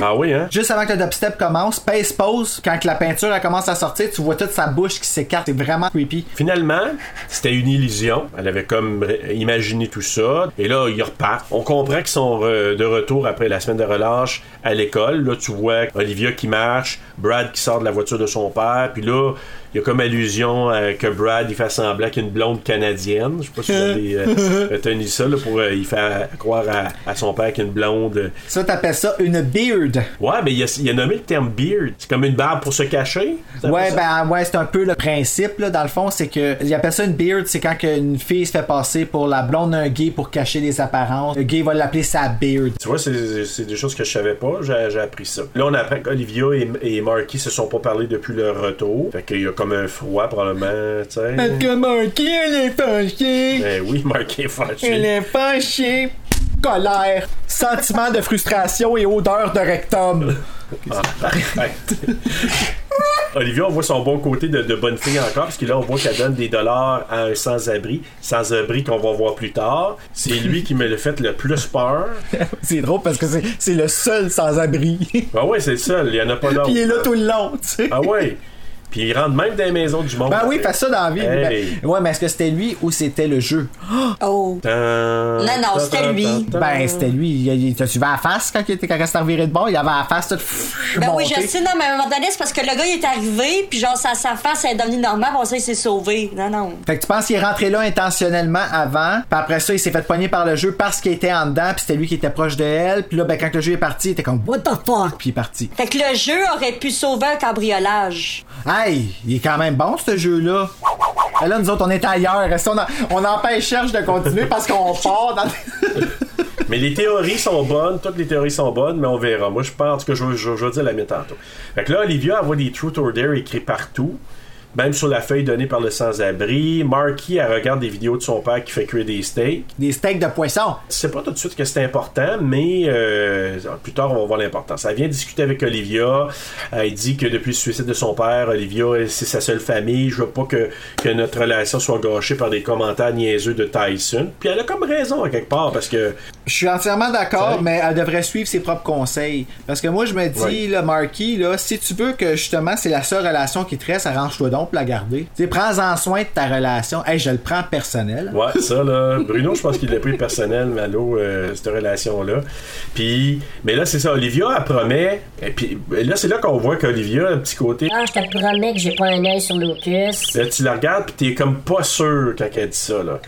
[SPEAKER 7] Ah oui, hein?
[SPEAKER 6] Juste avant que le dubstep commence, pace pause. Quand que la peinture elle commence à sortir, tu vois toute sa bouche qui s'écarte. C'est vraiment creepy.
[SPEAKER 7] Finalement, c'était une illusion. Elle avait comme ré- imaginé tout ça. Et là, ils repartent. On comprend qu'ils sont re- de retour après la semaine de relâche à l'école. Là, tu vois Olivia qui marche, Brad qui sort de la voiture de son père. Puis là, il y a comme allusion euh, que Brad, il fait semblant qu'il y a une blonde canadienne. Je sais pas si vous avez
[SPEAKER 6] [LAUGHS]
[SPEAKER 7] euh, retenu ça. Là, pour, euh, il fait croire à, à son père qu'il y a une blonde.
[SPEAKER 6] Ça, t'appelles ça une beard. beard.
[SPEAKER 7] Ouais, mais il a, il a nommé le terme beard. C'est comme une barbe pour se cacher. C'est
[SPEAKER 6] Ouais,
[SPEAKER 7] ça?
[SPEAKER 6] ben ouais, c'est un peu le principe, là, dans le fond, c'est que. Ils appellent ça une beard, c'est quand que une fille se fait passer pour la blonde d'un gay pour cacher les apparences. Le gay va l'appeler sa beard.
[SPEAKER 7] Tu vois, c'est c'est des choses que je savais pas, j'ai j'ai appris ça. Là, on apprend qu'Olivia et, et Marky se sont pas parlé depuis leur retour. Fait qu'il y a comme un froid, probablement, tu sais.
[SPEAKER 6] que Marky, elle est fâchée.
[SPEAKER 7] Ben oui, Marky est fâché.
[SPEAKER 6] Elle est fâchée. Colère. Sentiment de frustration et odeur de rectum.
[SPEAKER 7] Ah, [LAUGHS] arrête. Olivier, on voit son bon côté de, de bonne fille encore, parce que là, on voit qu'elle donne des dollars à un sans-abri. Sans-abri qu'on va voir plus tard. C'est lui qui me le fait le plus peur.
[SPEAKER 6] c'est drôle parce que c'est- c'est le seul sans-abri. Puis
[SPEAKER 7] Ah ouais, c'est le seul. Il y en a pas d'autres.
[SPEAKER 6] il est là tout le long, tu sais.
[SPEAKER 7] Ah ouais. Puis il rentre même dans les maisons du monde.
[SPEAKER 6] Ben oui, fait ça dans la vie.
[SPEAKER 7] Hey.
[SPEAKER 6] Ben- ouais, mais est-ce que c'était lui ou c'était le jeu?
[SPEAKER 8] Oh.
[SPEAKER 7] Tan,
[SPEAKER 8] Non, non,
[SPEAKER 7] tan,
[SPEAKER 8] c'était
[SPEAKER 7] tan,
[SPEAKER 8] lui.
[SPEAKER 7] tan, tan.
[SPEAKER 6] Ben, c'était lui. Il, il, T'as-tu vu à la face quand il était quand il s'est reviré de bord? Il avait à la face toute
[SPEAKER 8] Ben oui,
[SPEAKER 6] montée.
[SPEAKER 8] je sais, non, mais à un moment donné, c'est parce que le gars, il est arrivé, puis genre, sa, sa face, elle est devenue normale, bon, ça, il s'est sauvé. Non, non.
[SPEAKER 6] Fait que tu penses qu'il est rentré là intentionnellement avant, puis après ça, il s'est fait pogner par le jeu parce qu'il était en dedans, puis c'était lui qui était proche de elle, puis là, ben, quand le jeu est parti, il était comme What the fuck? Puis il est parti.
[SPEAKER 8] Fait que le jeu aurait pu sauver un cambriolage.
[SPEAKER 6] Hey, il est quand même bon, ce jeu-là. Ben Là, nous autres, on est ailleurs. Restons dans- On empêche Serge de continuer parce qu'on part dans. [LAUGHS]
[SPEAKER 7] Mais les théories sont bonnes, toutes les théories sont bonnes, mais on verra. Moi, je pense que je, vais- je, je vais dire la mienne tantôt. Fait que là, Olivia, elle voit des Truth or Dare écrits partout, même sur la feuille donnée par le sans-abri. Marky, elle regarde des vidéos de son père qui fait cuire des steaks.
[SPEAKER 6] Des steaks de poisson.
[SPEAKER 7] C'est pas tout de suite que c'est important, mais euh, plus tard, on va voir l'importance. Elle vient discuter avec Olivia. Elle dit que depuis le suicide de son père, Olivia, elle, c'est sa seule famille. Je veux pas que, que notre relation soit gâchée par des commentaires niaiseux de Tyson. Puis elle a comme raison, à quelque part, parce que
[SPEAKER 6] Je suis entièrement d'accord, mais elle devrait suivre ses propres conseils. Parce que moi, je me dis,
[SPEAKER 7] Ouais.
[SPEAKER 6] là, Marky, là, si tu veux que justement c'est la seule relation qui te reste, arrange-toi donc pour la garder. Tu sais, prends-en soin de ta relation. Hey, je le prends personnel.
[SPEAKER 7] Ouais, ça là. Bruno, je pense qu'il l'a pris personnel, Malo, euh, cette relation-là. Puis, mais là, c'est ça. Olivia, elle promet. Et puis, là, c'est là qu'on voit qu'Olivia, un petit côté.
[SPEAKER 11] Ah, je te promets que j'ai pas un œil sur Lucas.
[SPEAKER 7] Là, tu la regardes, puis t'es comme pas sûr quand elle dit ça, là.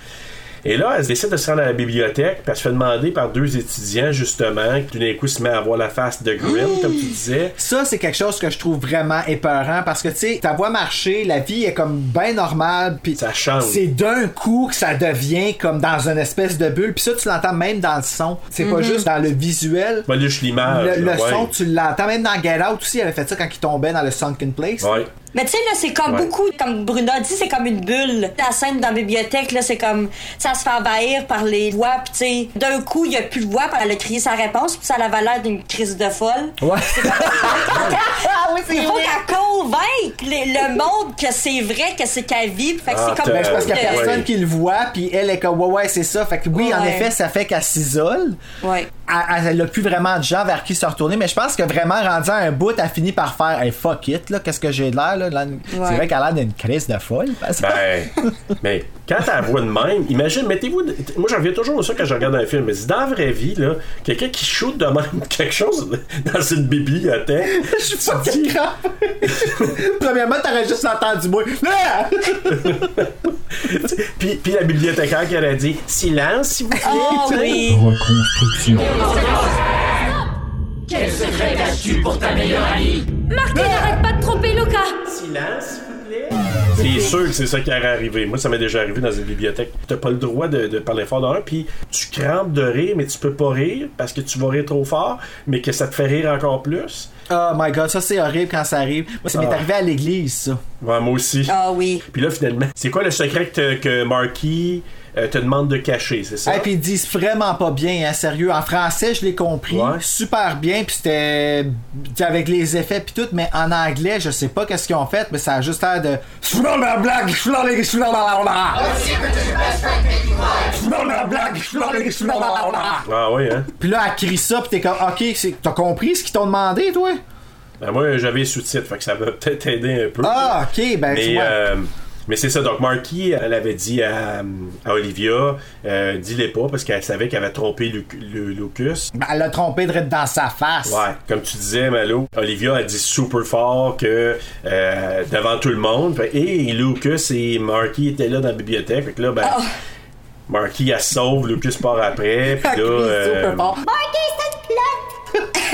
[SPEAKER 7] Et là, elle décide de se rendre à la bibliothèque, puis elle se fait demander par deux étudiants, justement, qui tout d'un coup se met à voir la face de Grimm, comme tu disais.
[SPEAKER 6] Ça, c'est quelque chose que je trouve vraiment épeurant parce que, tu sais, ta voix marcher, la vie est comme bien normale, puis
[SPEAKER 7] Ça change.
[SPEAKER 6] c'est d'un coup que ça devient comme dans une espèce de bulle, puis ça, tu l'entends même dans le son. C'est pas juste dans le visuel.
[SPEAKER 7] Moi, là, je l'image.
[SPEAKER 6] Le, le
[SPEAKER 7] là, Ah, ouais.
[SPEAKER 6] son, tu l'entends même dans Get Out aussi, elle avait fait ça quand il tombait dans le Sunken Place.
[SPEAKER 7] Ouais.
[SPEAKER 8] Mais tu sais, là, c'est comme
[SPEAKER 7] Ouais.
[SPEAKER 8] beaucoup, comme Bruno dit, c'est comme une bulle. La scène dans la bibliothèque, là, c'est comme, ça se fait envahir par les voix, pis tu sais, d'un coup, il y a plus de voix, puis elle a crié sa réponse, puis ça avait l'air d'une crise de folle.
[SPEAKER 6] Ouais.
[SPEAKER 8] Ah oui, c'est Il faut qu'elle convainque les- le monde que c'est vrai, que c'est qu'elle vit, fait que
[SPEAKER 7] Ah,
[SPEAKER 8] c'est comme...
[SPEAKER 7] t'as-
[SPEAKER 6] Ben, c'est parce qu'il y a
[SPEAKER 7] Ouais.
[SPEAKER 6] personne qui le voit, puis elle est comme, ouais, ouais, c'est ça. Fait que oui, en
[SPEAKER 8] Ouais.
[SPEAKER 6] effet, ça fait qu'elle s'isole.
[SPEAKER 8] Ouais.
[SPEAKER 6] Elle- Elle n'a plus vraiment de gens vers qui se retourner, mais je pense que vraiment, rendu à un bout, elle finit par faire, hey, fuck it, là, qu'est-ce que j'ai de l'air, là. là? C'est vrai qu'elle a l'air d'une crise de folle. parce que- [LAUGHS]
[SPEAKER 7] Ben, mais quand elle voit de même, imagine, mettez-vous. Moi, j'en reviens toujours à ça quand je regarde un film. Mais c'est dans la vraie vie, là, quelqu'un qui shoot de même [LAUGHS] quelque chose dans une bibliothèque.
[SPEAKER 6] [LAUGHS] Je suis pas
[SPEAKER 7] [LAUGHS]
[SPEAKER 6] grave. Premièrement, t'aurais juste entendu moi. [LAUGHS] Ah!
[SPEAKER 7] puis, puis la bibliothécaire qui aurait dit Silence, s'il vous plaît.
[SPEAKER 6] Ah,
[SPEAKER 8] Oh
[SPEAKER 7] tu sais.
[SPEAKER 8] oui!
[SPEAKER 3] Reconstruction.
[SPEAKER 13] Quel secret caches-tu pour ta meilleure amie
[SPEAKER 4] Marty, n'arrête pas de tromper Luca
[SPEAKER 7] Silence, s'il vous plaît. C'est sûr que c'est ça qui aurait arrivé. Moi, ça m'est déjà arrivé dans une bibliothèque. T'as pas le droit de, de parler fort dans un, puis tu crampes de rire, mais tu peux pas rire parce que tu vas rire trop fort, mais que ça te fait rire encore plus.
[SPEAKER 6] Oh my god, ça c'est horrible quand ça arrive. Moi, ça m'est
[SPEAKER 7] Ah.
[SPEAKER 6] arrivé à l'église, ça.
[SPEAKER 7] Ouais, moi aussi.
[SPEAKER 8] Ah oui.
[SPEAKER 7] Puis là, finalement, c'est quoi le secret que, que Marky euh, te demande de cacher, c'est
[SPEAKER 6] Ah, Et
[SPEAKER 7] ça?
[SPEAKER 6] puis ils disent vraiment pas bien, hein, sérieux. En français, je l'ai compris
[SPEAKER 7] Ouais.
[SPEAKER 6] super bien, puis c'était t'sais, avec les effets puis tout, mais en anglais, je sais pas qu'est-ce qu'ils ont fait, mais ça a juste l'air de.
[SPEAKER 7] Ah oui, hein?
[SPEAKER 6] Puis là, elle crie ça, puis t'es comme, ok, c'est- t'as compris ce qu'ils t'ont demandé, toi?
[SPEAKER 7] Ben moi, j'avais les sous-titres, fait que ça va [LAUGHS] peut-être aider un peu.
[SPEAKER 6] Ah, ok, ben tu
[SPEAKER 7] Mais,
[SPEAKER 6] vois.
[SPEAKER 7] euh, mais c'est ça. Donc, Marky, elle avait dit à, à Olivia, euh, dis-les pas, parce qu'elle savait qu'elle avait trompé Lu- Lu- Lucas.
[SPEAKER 6] Ben, elle l'a trompé direct dans sa face.
[SPEAKER 7] Ouais, comme tu disais, Malo, Olivia a dit super fort que euh, devant tout le monde. fait- Et Lucas et Marky étaient là dans la bibliothèque. Fait que là, ben,
[SPEAKER 6] Ah. [LAUGHS]
[SPEAKER 7] Marky, elle se sauve, Lucas part après. Puis
[SPEAKER 6] Elle
[SPEAKER 7] là,
[SPEAKER 6] crie
[SPEAKER 7] euh,
[SPEAKER 6] super fort.
[SPEAKER 11] Marky, c'est une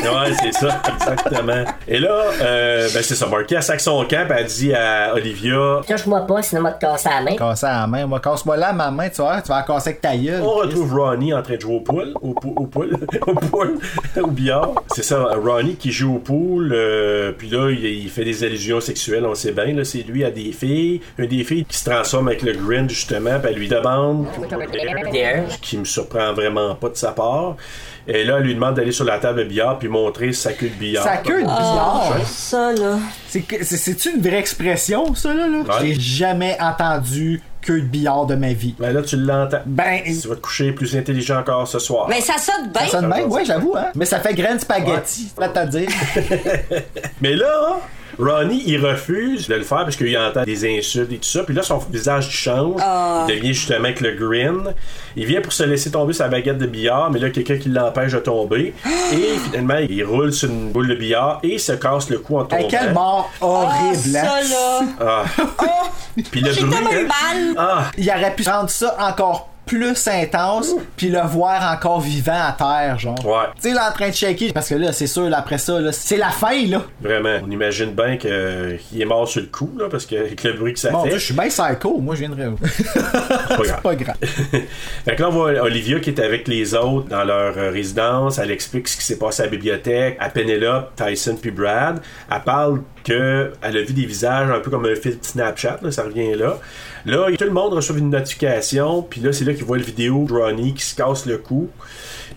[SPEAKER 7] Ouais, c'est ça, [LAUGHS] exactement. Et là, euh, ben c'est ça, Marky, elle sac son camp, elle dit à Olivia.
[SPEAKER 11] Touche-moi pas, sinon, va te casser la main.
[SPEAKER 6] Casser la main, moi, casse-moi là ma main, tu vois, tu vas la casser avec ta gueule.
[SPEAKER 7] On retrouve Ronnie en train de jouer au pool, au, pou- au pool, [LAUGHS] au pool, au billard. C'est ça, Ronnie qui joue au pool, euh, puis là, il, il fait des allusions sexuelles, on sait bien, là, c'est lui à des filles, une des filles qui se transforme avec le Grinch, justement, puis elle lui demande. Ce qui me surprend vraiment pas de sa part. Et là, elle lui demande d'aller sur la table de billard puis montrer sa queue de billard.
[SPEAKER 6] Sa queue de billard?
[SPEAKER 7] Ouais.
[SPEAKER 8] Ça, là.
[SPEAKER 6] C'est que- c'est- C'est-tu une vraie expression, ça, là? là?
[SPEAKER 7] Ouais.
[SPEAKER 6] J'ai jamais entendu queue de billard de ma vie.
[SPEAKER 7] Ben là, tu l'entends.
[SPEAKER 6] Ben.
[SPEAKER 7] Tu vas te coucher plus intelligent encore ce soir.
[SPEAKER 8] Mais ça sonne bien.
[SPEAKER 6] Ça sonne bien, ouais, j'avoue, hein? Mais ça fait graine spaghetti, là, t'as dit.
[SPEAKER 7] Mais là, Ronnie, il refuse de le faire parce qu'il entend des insultes et tout ça. Puis là, son visage change.
[SPEAKER 8] Ah.
[SPEAKER 7] Il devient justement avec le grin. Il vient pour se laisser tomber sa baguette de billard, mais là, quelqu'un qui l'empêche
[SPEAKER 6] [GASPS]
[SPEAKER 7] de tomber. et finalement, il roule sur une boule de billard et se casse le cou en tombant.
[SPEAKER 6] Hey, quelle mort Oh! horrible, hein?
[SPEAKER 8] Ah, Ça, là.
[SPEAKER 6] [LAUGHS]
[SPEAKER 7] Ah. Puis le
[SPEAKER 8] J'ai
[SPEAKER 7] bruit,
[SPEAKER 8] tellement eu mal.
[SPEAKER 7] hein? Ah.
[SPEAKER 6] Il aurait pu rendre ça encore plus intense, puis le voir encore vivant à terre, genre.
[SPEAKER 7] Ouais.
[SPEAKER 6] Tu sais, là, en train de shaker, parce que là, c'est sûr, là, après ça, là, c'est la fin, là.
[SPEAKER 7] Vraiment, on imagine bien que, euh, qu'il est mort sur le coup, là, parce que avec le bruit que ça
[SPEAKER 6] Mon Dieu,
[SPEAKER 7] fait,
[SPEAKER 6] je suis bien psycho, moi, je viens de rire.
[SPEAKER 7] c'est pas grave.
[SPEAKER 6] Pas grave.
[SPEAKER 7] [LAUGHS] Fait que là, on voit Olivia qui est avec les autres dans leur euh, résidence. Elle explique ce qui s'est passé à la bibliothèque, à Penelope, Tyson puis Brad. Elle parle que elle a vu des visages un peu comme un fil de Snapchat, là, ça revient là. Là, tout le monde reçoit une notification, puis là, c'est là qu'ils voient la vidéo de Ronnie qui se casse le cou.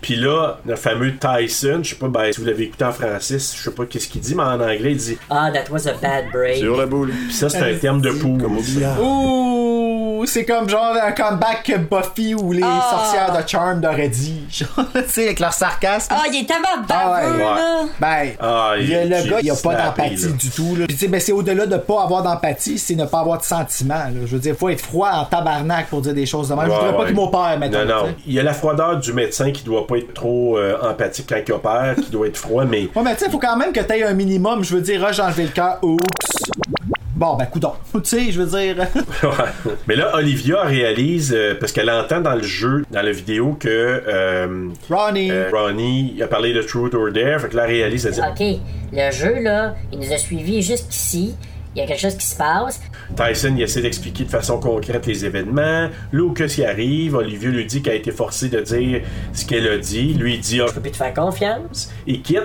[SPEAKER 7] Puis là, le fameux Tyson, je sais pas ben, si vous l'avez écouté en français, je sais pas qu'est-ce qu'il dit, mais en anglais, il dit
[SPEAKER 12] Ah, that was a bad break.
[SPEAKER 7] boule. Puis ça, c'est un terme de poule. ça.
[SPEAKER 6] Ouh, c'est comme genre un comeback que Buffy ou les sorcières de Charm auraient dit. Ah. [LAUGHS] Genre, tu sais, avec leur sarcasme.
[SPEAKER 8] Ah, il est tellement baveux,
[SPEAKER 6] ouais.
[SPEAKER 8] là.
[SPEAKER 6] Ben,
[SPEAKER 7] Ah,
[SPEAKER 6] il y a
[SPEAKER 7] il-
[SPEAKER 6] le
[SPEAKER 7] j'ai
[SPEAKER 6] gars, il a pas
[SPEAKER 7] snappé,
[SPEAKER 6] d'empathie
[SPEAKER 7] là.
[SPEAKER 6] du tout. Là. Puis, tu sais, ben, c'est au-delà de pas avoir d'empathie, c'est ne pas avoir de sentiment. là. Je veux dire, faut être froid en tabarnak pour dire des choses de même. je
[SPEAKER 7] Ouais,
[SPEAKER 6] voudrais pas
[SPEAKER 7] ouais.
[SPEAKER 6] que mon père maintenant.
[SPEAKER 7] Non, non. Il y a la froideur du médecin qui doit pas être trop euh, empathique quand il opère, qui doit être
[SPEAKER 6] [LAUGHS]
[SPEAKER 7] froid, mais
[SPEAKER 6] Ouais, mais tu sais, faut quand même que t'aies un minimum. Je veux dire, ah, j'ai enlevé le cœur. Oups. Bon, ben, coudon. [LAUGHS] Tu sais, je veux dire. [LAUGHS]
[SPEAKER 7] Ouais. Mais là, Olivia réalise, euh, parce qu'elle entend dans le jeu, dans la vidéo, que euh,
[SPEAKER 6] Ronnie.
[SPEAKER 7] euh, Ronnie a parlé de Truth or Dare. Fait que là, elle réalise, elle dit
[SPEAKER 11] OK, le jeu, là, il nous a suivis jusqu'ici. Il y a quelque chose qui se passe.
[SPEAKER 7] Tyson, il essaie d'expliquer de façon concrète les événements. Lucas y arrive. Olivia lui dit qu'elle a été forcée de dire ce qu'elle a dit. Lui, il dit Ah, je peux
[SPEAKER 12] Puis te faire confiance.
[SPEAKER 7] Il quitte,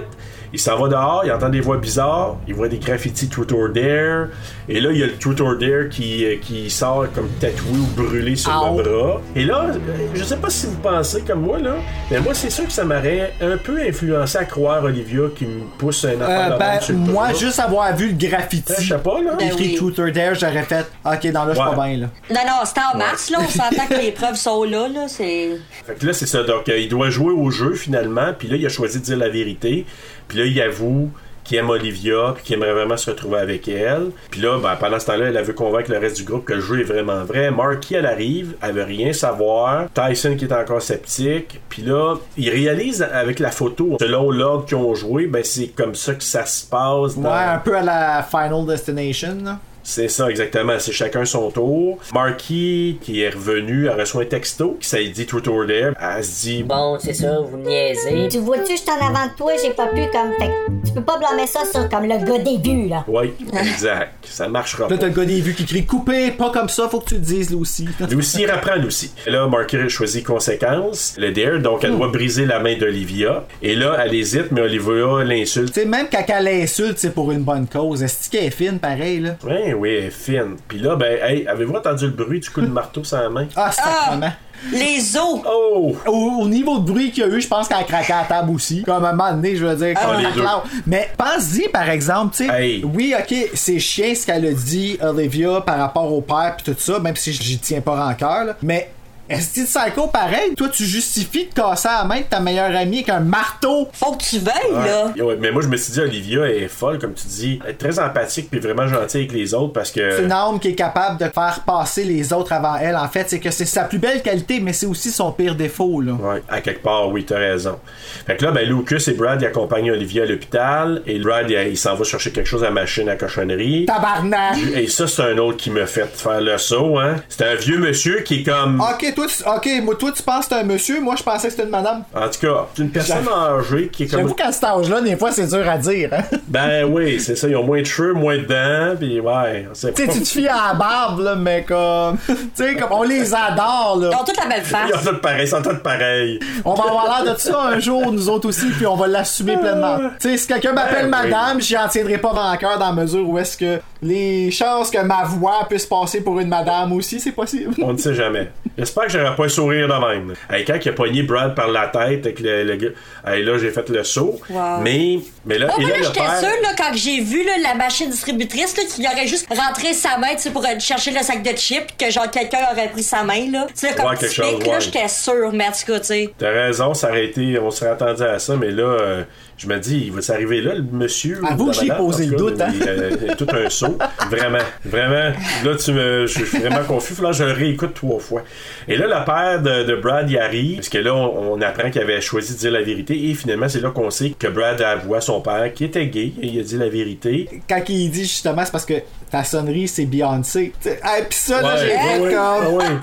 [SPEAKER 7] il s'en va dehors, il entend des voix bizarres, il voit des graffitis Truth or Dare. Et là, il y a le Truth or Dare qui, euh, qui sort comme tatoué ou brûlé sur le bras. Et là, euh, je sais pas si vous pensez comme moi, là, mais moi, c'est sûr que ça m'aurait un peu influencé à croire Olivia qui me pousse un enfant
[SPEAKER 6] Euh,
[SPEAKER 7] de
[SPEAKER 6] ben,
[SPEAKER 7] même sur le bras.
[SPEAKER 6] moi, juste avoir vu le graffiti.
[SPEAKER 7] Ben, Je sais pas, là.
[SPEAKER 8] Ben
[SPEAKER 6] écrit
[SPEAKER 8] oui.
[SPEAKER 6] Twitter Dare, j'aurais fait OK, dans là, je suis
[SPEAKER 7] Ouais.
[SPEAKER 6] pas bien, là.
[SPEAKER 8] Non, non, c'était en mars, là. On s'entend que les preuves sont là, là. C'est.
[SPEAKER 7] Fait que là, c'est ça. Donc, euh, il doit jouer au jeu finalement. Puis là, il a choisi de dire la vérité. Puis là, il avoue qu'il aime Olivia, puis qu'il aimerait vraiment se retrouver avec elle. Puis là, ben, pendant ce temps-là, elle a veut convaincre le reste du groupe que le jeu est vraiment vrai. Marky, elle arrive, elle veut rien savoir. Tyson qui est encore sceptique. Puis là, il réalise avec la photo, selon l'ordre qu'ils ont joué, ben c'est comme ça que ça se passe. dans-
[SPEAKER 6] Ouais, un peu à la Final Destination, là.
[SPEAKER 7] c'est ça, exactement. C'est chacun son tour. Marky, qui est revenu, a reçu un texto qui ça lui dit tout or dare. Elle se dit,
[SPEAKER 12] Bon, c'est ça, vous me niaisez.
[SPEAKER 14] Tu vois-tu, je t'en avant de toi, j'ai pas pu comme. Fait que tu peux pas blâmer ça sur comme le gars début, là.
[SPEAKER 7] Oui, exact. Ça marchera
[SPEAKER 6] Là,
[SPEAKER 7] pas.
[SPEAKER 6] t'as le gars des vues qui crie Coupé, pas comme ça, faut que tu le dises, là aussi. [LAUGHS]
[SPEAKER 7] Lucy reprend Lucy. Et Là, Marky choisit conséquence, le dare, donc
[SPEAKER 6] Hmm.
[SPEAKER 7] elle doit briser la main d'Olivia. Et là, elle hésite, mais Olivia l'insulte.
[SPEAKER 6] Tu sais, même quand elle insulte, c'est pour une bonne cause. Est-ce qu'elle est fine, pareil, là?
[SPEAKER 7] Oui, oui, elle est fine. Puis là, ben, hey, avez-vous entendu le bruit du coup de marteau sans la main?
[SPEAKER 6] Hmm. Ah, sacrement.
[SPEAKER 8] Les os!
[SPEAKER 7] Oh!
[SPEAKER 6] Au, au niveau de bruit qu'il y a eu, je pense qu'elle craquait à la table aussi. Comme à un moment donné, je veux dire,
[SPEAKER 7] Ah,
[SPEAKER 6] comme
[SPEAKER 7] les
[SPEAKER 6] ça
[SPEAKER 7] deux.
[SPEAKER 6] claque. Mais pense-y, par exemple, tu sais,
[SPEAKER 7] Hey.
[SPEAKER 6] oui, ok, c'est chiant ce qu'elle a dit, Olivia, par rapport au père, puis tout ça, même si j'y tiens pas rancœur, là. Mais. Est-ce que psycho pareil? Toi, tu justifies de casser la main de ta meilleure amie avec un marteau.
[SPEAKER 8] Faut que tu
[SPEAKER 6] Oh,
[SPEAKER 8] veilles,
[SPEAKER 7] Ouais.
[SPEAKER 8] là.
[SPEAKER 7] Ouais, mais moi, je me suis dit, Olivia elle est folle, comme tu dis. Elle est très empathique puis vraiment gentille avec les autres parce
[SPEAKER 6] C'est
[SPEAKER 7] que.
[SPEAKER 6] une arme qui est capable de faire passer les autres avant elle. En fait, c'est que c'est sa plus belle qualité, mais c'est aussi son pire défaut. Là.
[SPEAKER 7] Ouais, à quelque part, oui, t'as raison. Fait que là, ben, Lucas et Brad, ils accompagnent Olivia à l'hôpital. Et Brad, il, il s'en va chercher quelque chose à la machine à cochonnerie.
[SPEAKER 6] Tabarnak!
[SPEAKER 7] Et ça, c'est un autre qui m'a fait faire le saut, hein. C'est un vieux monsieur qui est comme.
[SPEAKER 6] Ok, toi, toi, tu- ok, moi, toi, tu penses que c'est un monsieur, moi, je pensais que c'était une madame.
[SPEAKER 8] Ah!
[SPEAKER 7] En tout cas, c'est une personne
[SPEAKER 6] J'avoue-
[SPEAKER 7] âgée qui est comme.
[SPEAKER 6] J'avoue qu'à cet âge-là, des fois, c'est dur à dire. hein. [LAUGHS]
[SPEAKER 7] Ben oui, c'est ça, ils ont moins de cheveux, moins de dents, puis ouais, c'est
[SPEAKER 6] Tu sais, tu te fies à la barbe, là, mais comme. Tu sais, comme on les adore, là.
[SPEAKER 8] Ils ont toute la belle face.
[SPEAKER 7] [LAUGHS] Ils ont tout pareil, ils sont tous pareils.
[SPEAKER 6] On va avoir l'air de ça un jour, nous autres aussi, puis on va l'assumer pleinement. Tu sais, si quelqu'un m'appelle
[SPEAKER 7] Ben oui.
[SPEAKER 6] madame, j'y en tiendrai pas rancœur dans la mesure où est-ce que les chances que ma voix puisse passer pour une madame aussi, c'est possible.
[SPEAKER 7] On ne sait jamais. J'espère que j'aurai pas un sourire de même. Hey, quand il a pogné Brad par la tête avec le, le gars, hey, là, j'ai fait le saut.
[SPEAKER 8] Wow.
[SPEAKER 7] Mais, mais là,
[SPEAKER 8] Moi, Oh,
[SPEAKER 7] Euh, et
[SPEAKER 8] moi,
[SPEAKER 7] là,
[SPEAKER 8] là,
[SPEAKER 7] le
[SPEAKER 8] j'étais
[SPEAKER 7] père-
[SPEAKER 8] sûre, là, quand j'ai vu là, la machine distributrice, là, qu'il aurait juste rentré sa main, tu sais, pour aller chercher le sac de chips, que genre quelqu'un aurait pris sa main, là. Tu sais, comme
[SPEAKER 7] Ouais, quelque
[SPEAKER 8] typique,
[SPEAKER 7] chose,
[SPEAKER 8] là,
[SPEAKER 7] ouais.
[SPEAKER 8] j'étais sûre, mais en tout cas, tu sais.
[SPEAKER 7] T'as raison, ça aurait été, on serait attendu à ça, mais là, euh, je me dis, il va s'arriver là, le monsieur. ou
[SPEAKER 6] Avoue
[SPEAKER 7] la
[SPEAKER 6] que j'ai
[SPEAKER 7] madame,
[SPEAKER 6] posé
[SPEAKER 7] en tout
[SPEAKER 6] le
[SPEAKER 7] cas,
[SPEAKER 6] doute, hein.
[SPEAKER 7] il, euh, il y a tout un saut. Vraiment, vraiment. Là, tu me, je, je suis vraiment confus. Là, je le réécoute trois fois. Et là, le père de, de Brad y arrive, parce que là, on, on apprend qu'il avait choisi de dire la vérité, et finalement, c'est là qu'on sait que Brad avoue à son père qui était gay, et il a dit la vérité.
[SPEAKER 6] Quand il dit justement, c'est parce que ta sonnerie, c'est Beyoncé. Tu sais, hey, pis ça, Ah, là,
[SPEAKER 7] Ouais,
[SPEAKER 6] j'ai
[SPEAKER 7] ouais,
[SPEAKER 6] fait
[SPEAKER 7] ouais, Ah,
[SPEAKER 6] comme.
[SPEAKER 7] ouais.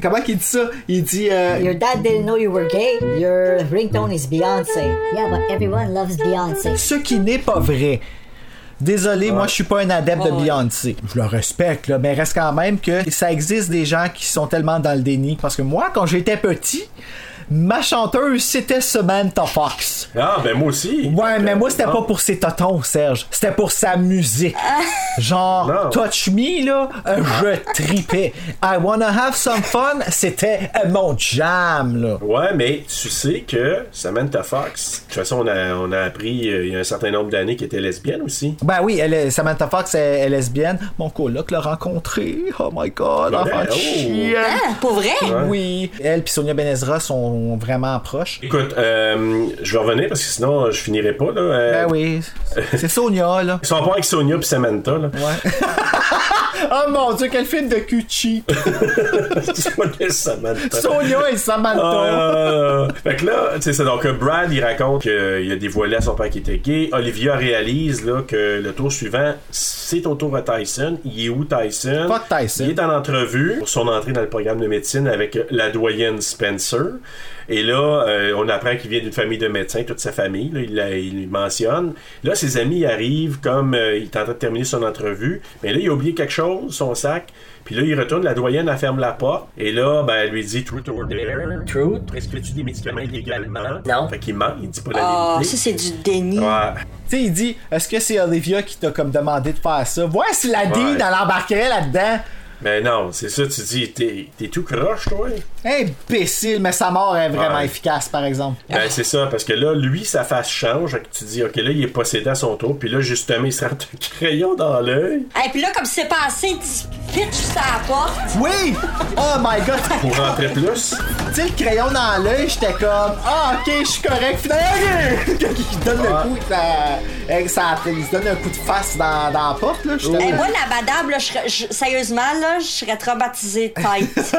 [SPEAKER 6] Comment qu'il dit ça? Il dit. euh,
[SPEAKER 15] Your dad didn't know you were gay. Your ringtone is Beyonce. Yeah, but everyone loves Beyonce.
[SPEAKER 6] Ce qui n'est pas vrai. Désolé, moi je suis pas un adepte de Beyoncé. Je le respecte, là, mais reste quand même que ça existe des gens qui sont tellement dans le déni. Parce que moi, quand j'étais petit, ma chanteuse, c'était Samantha Fox.
[SPEAKER 7] Ah, ben moi aussi. Ah.
[SPEAKER 6] Ouais, mais moi, c'était pas pour ses totons, Serge. C'était pour sa musique. Genre, Touch Me, là, euh, je tripais. I Wanna Have Some Fun, c'était euh, mon jam, là.
[SPEAKER 7] Ouais, mais tu sais que Samantha Fox, de toute façon, on a, on a appris euh, il y a un certain nombre d'années qu'elle était lesbienne aussi.
[SPEAKER 6] Ben oui, elle est- Samantha Fox elle, elle est lesbienne. Mon coloc l'a rencontrée. Oh my god,
[SPEAKER 7] Ben,
[SPEAKER 6] enfant de
[SPEAKER 7] oh.
[SPEAKER 6] chienne.
[SPEAKER 8] Hein, pour vrai?
[SPEAKER 7] Ouais.
[SPEAKER 6] Oui. Elle et Sonia Benezra sont vraiment proches.
[SPEAKER 7] Écoute, euh, je vais revenir parce que sinon euh, je finirai pas. Là, Euh,
[SPEAKER 6] Ben oui. C'est Sonia, là.
[SPEAKER 7] Ils sont pas avec Sonia puis Samantha, là.
[SPEAKER 6] Oh mon dieu, quel film de cul cheap.
[SPEAKER 7] [LAUGHS] Sonia et Samantha.
[SPEAKER 6] Sonia et Samantha.
[SPEAKER 7] Euh, fait que là, tu sais, c'est donc euh, Brad, il raconte qu'il a dévoilé à son père qu'il était gay. Olivia réalise là, que le tour suivant, c'est au tour à Tyson. Il est où Tyson?
[SPEAKER 6] Fuck Tyson.
[SPEAKER 7] Il est en entrevue pour son entrée dans le programme de médecine avec euh, la doyenne Spencer. Et là, euh, on apprend qu'il vient d'une famille de médecins, toute sa famille. Là, il, la- il mentionne. Là, ses amis arrivent comme euh, il est en train de terminer son entrevue. Mais là, il a oublié quelque chose, son sac. Puis là, il retourne, la doyenne, elle ferme la porte. Et là, ben, elle lui dit Truth or Dare. Truth. Est-ce que tu des médicaments illégalement Non. Fait qu'il ment, il dit pas la
[SPEAKER 8] Ah,
[SPEAKER 7] vérité.
[SPEAKER 8] ça, c'est du déni.
[SPEAKER 7] Ouais.
[SPEAKER 6] Tu sais, il dit Est-ce que c'est Olivia qui t'a comme demandé de faire ça Voir si la D
[SPEAKER 7] Ouais.
[SPEAKER 6] elle embarquerait là-dedans.
[SPEAKER 7] Mais non, c'est ça, tu dis, t'es t'es tout croche, toi.
[SPEAKER 6] Imbécile, mais sa mort est vraiment
[SPEAKER 7] Ouais.
[SPEAKER 6] efficace, par exemple.
[SPEAKER 7] Ben, c'est ça, parce que là, lui, sa face change. Fait que tu dis, OK, là, il est possédé à son tour. Puis là, justement, il se rentre un crayon dans l'œil
[SPEAKER 8] Et puis là, comme c'est passé, il dit, pitch sur la porte.
[SPEAKER 6] Oui Oh my god
[SPEAKER 7] pour
[SPEAKER 6] [LAUGHS]
[SPEAKER 7] rentrer plus.
[SPEAKER 6] Tu sais, le crayon dans l'œil, j'étais comme Ah, ok, je suis correct. Finalement, [LAUGHS] il il donne le coup, ça, eh, ça- il se donne un coup de face dans, dans la porte, là. j'étais
[SPEAKER 8] Hey,
[SPEAKER 6] là.
[SPEAKER 8] moi, la madame, là, je serais- je- sérieusement, là, je serais traumatisée de tête.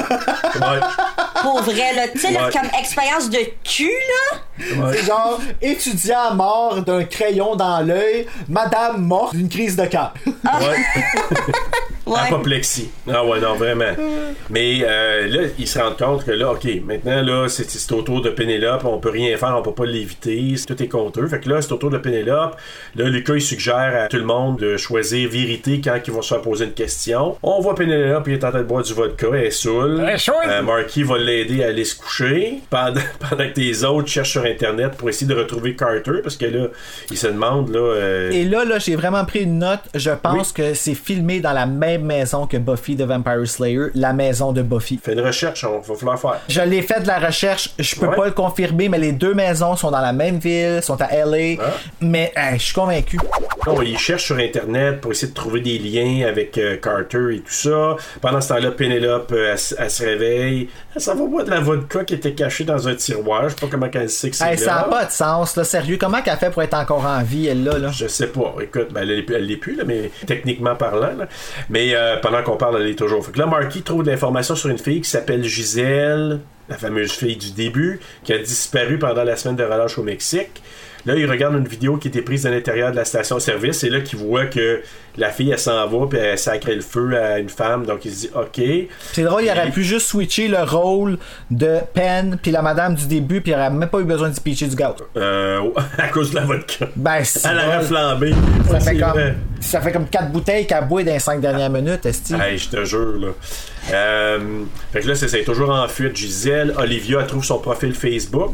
[SPEAKER 7] [LAUGHS]
[SPEAKER 8] Pour vrai, là. Tu sais, là,
[SPEAKER 6] Ouais.
[SPEAKER 8] comme expérience de cul, là.
[SPEAKER 6] C'est genre étudiant mort d'un crayon dans l'œil, madame morte d'une crise de cœur. [LAUGHS]
[SPEAKER 7] Apoplexie. Ah ouais, non, vraiment. Mais euh, là, ils se rendent compte que là, OK, maintenant, là, c'est c'est au tour de Pénélope, on peut rien faire, on peut pas l'éviter, c'est- tout est contre eux. Fait que là, c'est au tour de Pénélope. Là, Lucas, il suggère à tout le monde de choisir vérité quand ils vont se faire poser une question. On voit Pénélope, il est en train de boire du vodka, elle est saoule. Euh, Marky va l'aider à aller se coucher pendant, [LAUGHS] pendant que les autres cherchent sur Internet pour essayer de retrouver Carter, parce que là, ils se demandent, là... euh,
[SPEAKER 6] Et là, là, j'ai vraiment pris une note. Je pense que c'est filmé dans la même maison que Buffy de Vampire Slayer, la maison de Buffy.
[SPEAKER 7] Fais une recherche, on va falloir faire.
[SPEAKER 6] Je l'ai fait de la recherche, je peux pas le confirmer, mais les deux maisons sont dans la même ville, sont à LA. Mais hey, je suis convaincu.
[SPEAKER 7] Bon, ils cherchent sur Internet pour essayer de trouver des liens avec euh, Carter et tout ça. Pendant ce temps-là, Penelope, euh, elle, s- elle se réveille. Elle s'en va boire de la vodka qui était cachée dans un tiroir. Je sais pas comment elle sait que c'est
[SPEAKER 6] Hey, ça
[SPEAKER 7] là.
[SPEAKER 6] n'a pas de sens, là. Sérieux, comment qu'elle fait pour être encore en vie, elle, là? là?
[SPEAKER 7] Hein? Je sais pas. Écoute, ben, elle l'est plus- elle l'est plus, là, mais techniquement parlant. là. Mais euh, pendant qu'on parle, elle est toujours. Fait que là, Marky trouve de l'information sur une fille qui s'appelle Gisèle, la fameuse fille du début, qui a disparu pendant la semaine de relâche au Mexique. Là, il regarde une vidéo qui était prise à l'intérieur de la station-service. C'est là qu'il voit que la fille, elle s'en va, puis elle sacré le feu à une femme. Donc, il se dit, OK.
[SPEAKER 6] C'est drôle, il aurait pu juste switcher le rôle de Penn puis la madame du début, puis il aurait même pas eu besoin de se pitcher du gaz.
[SPEAKER 7] Euh, [LAUGHS] à cause de la vodka.
[SPEAKER 6] Ben, c'est
[SPEAKER 7] Elle aurait
[SPEAKER 6] drôle.
[SPEAKER 7] flambé.
[SPEAKER 6] Ça fait,
[SPEAKER 7] C'est vrai.
[SPEAKER 6] comme, ça fait comme 4 bouteilles qu'elle boit dans les 5 dernières minutes, Esti.
[SPEAKER 7] Hey, je te jure, là. Euh, fait que là, c'est, c'est toujours en fuite. Gisèle, Olivia, elle trouve son profil Facebook.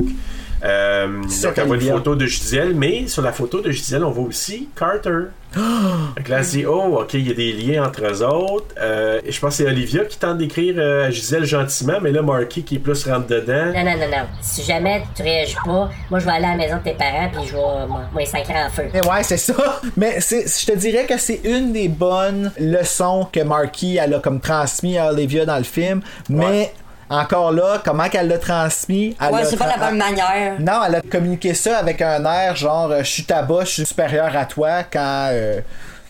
[SPEAKER 7] Euh, donc, elle voit une
[SPEAKER 6] Olivia.
[SPEAKER 7] photo de Gisèle, mais sur la photo de Gisèle, on voit aussi Carter. Fait que là, elle se dit, oh, OK, il y a des liens entre eux autres. Euh, et je pense que c'est Olivia qui tente d'écrire euh, à Gisèle gentiment, mais là, Marky qui est plus rentre dedans.
[SPEAKER 11] Non, non, non, non. Si jamais tu réagis pas, moi, je vais aller à la maison de tes parents, puis je vais euh, moi, moi, les sacrer en feu.
[SPEAKER 6] Mais ouais, c'est ça. [LAUGHS] Mais c'est- je te dirais que c'est une des bonnes leçons que Marky elle a comme transmis à Olivia dans le film. Mais encore là, comment qu'elle l'a transmis elle
[SPEAKER 8] Ouais,
[SPEAKER 6] l'a
[SPEAKER 8] c'est pas la
[SPEAKER 6] tra-
[SPEAKER 8] bonne manière.
[SPEAKER 6] Non, elle a communiqué ça avec un air genre euh, je suis ta boss, je suis supérieur à toi quand euh,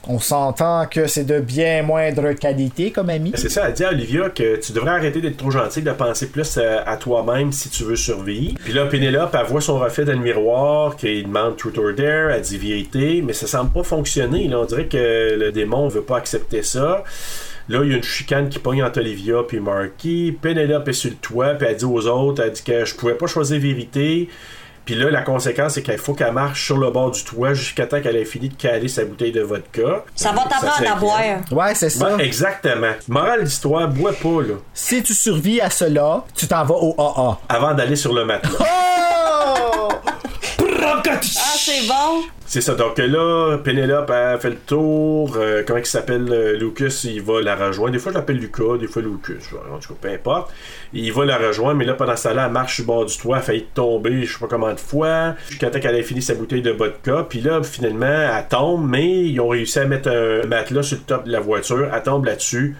[SPEAKER 6] on s'entend que c'est de bien moindre qualité comme ami.
[SPEAKER 7] C'est ça, elle dit à Olivia que tu devrais arrêter d'être trop gentil, de penser plus euh, à, à toi-même si tu veux survivre. Puis là, Pénélope, elle voit son reflet dans le miroir, qu'il demande truth or dare, elle dit vérité, mais ça semble pas fonctionner. Là. On dirait que le démon veut pas accepter ça. Là, il y a une chicane qui pogne entre Olivia puis Marky. Pénélope est sur le toit, puis elle dit aux autres, elle dit que je pouvais pas choisir vérité. Puis là, la conséquence, c'est qu'il faut qu'elle marche sur le bord du toit jusqu'à temps qu'elle ait fini de caler sa bouteille de vodka.
[SPEAKER 8] Ça va t'apprendre à
[SPEAKER 7] s'inquiète.
[SPEAKER 8] boire.
[SPEAKER 6] Ouais, c'est ça.
[SPEAKER 7] Ouais, exactement. Morale de l'histoire, bois pas, là,
[SPEAKER 6] Si tu survis à cela, tu t'en vas au AA.
[SPEAKER 7] avant d'aller sur
[SPEAKER 6] [LAUGHS]
[SPEAKER 7] le matelas.
[SPEAKER 6] Oh!
[SPEAKER 8] Ah, c'est bon.
[SPEAKER 7] C'est ça. Donc là, Pénélope a fait le tour. Euh, comment il s'appelle euh, Lucas Il va la rejoindre. Des fois, je l'appelle Lucas, des fois Lucas. En tout cas, peu importe. Il va la rejoindre, mais là, pendant ce temps-là, elle marche sur le bord du toit. Elle a failli tomber, je sais pas combien de fois. Jusqu'à temps qu'elle ait fini sa bouteille de vodka. Puis là, finalement, elle tombe, mais ils ont réussi à mettre un matelas sur le top de la voiture. Elle tombe là-dessus.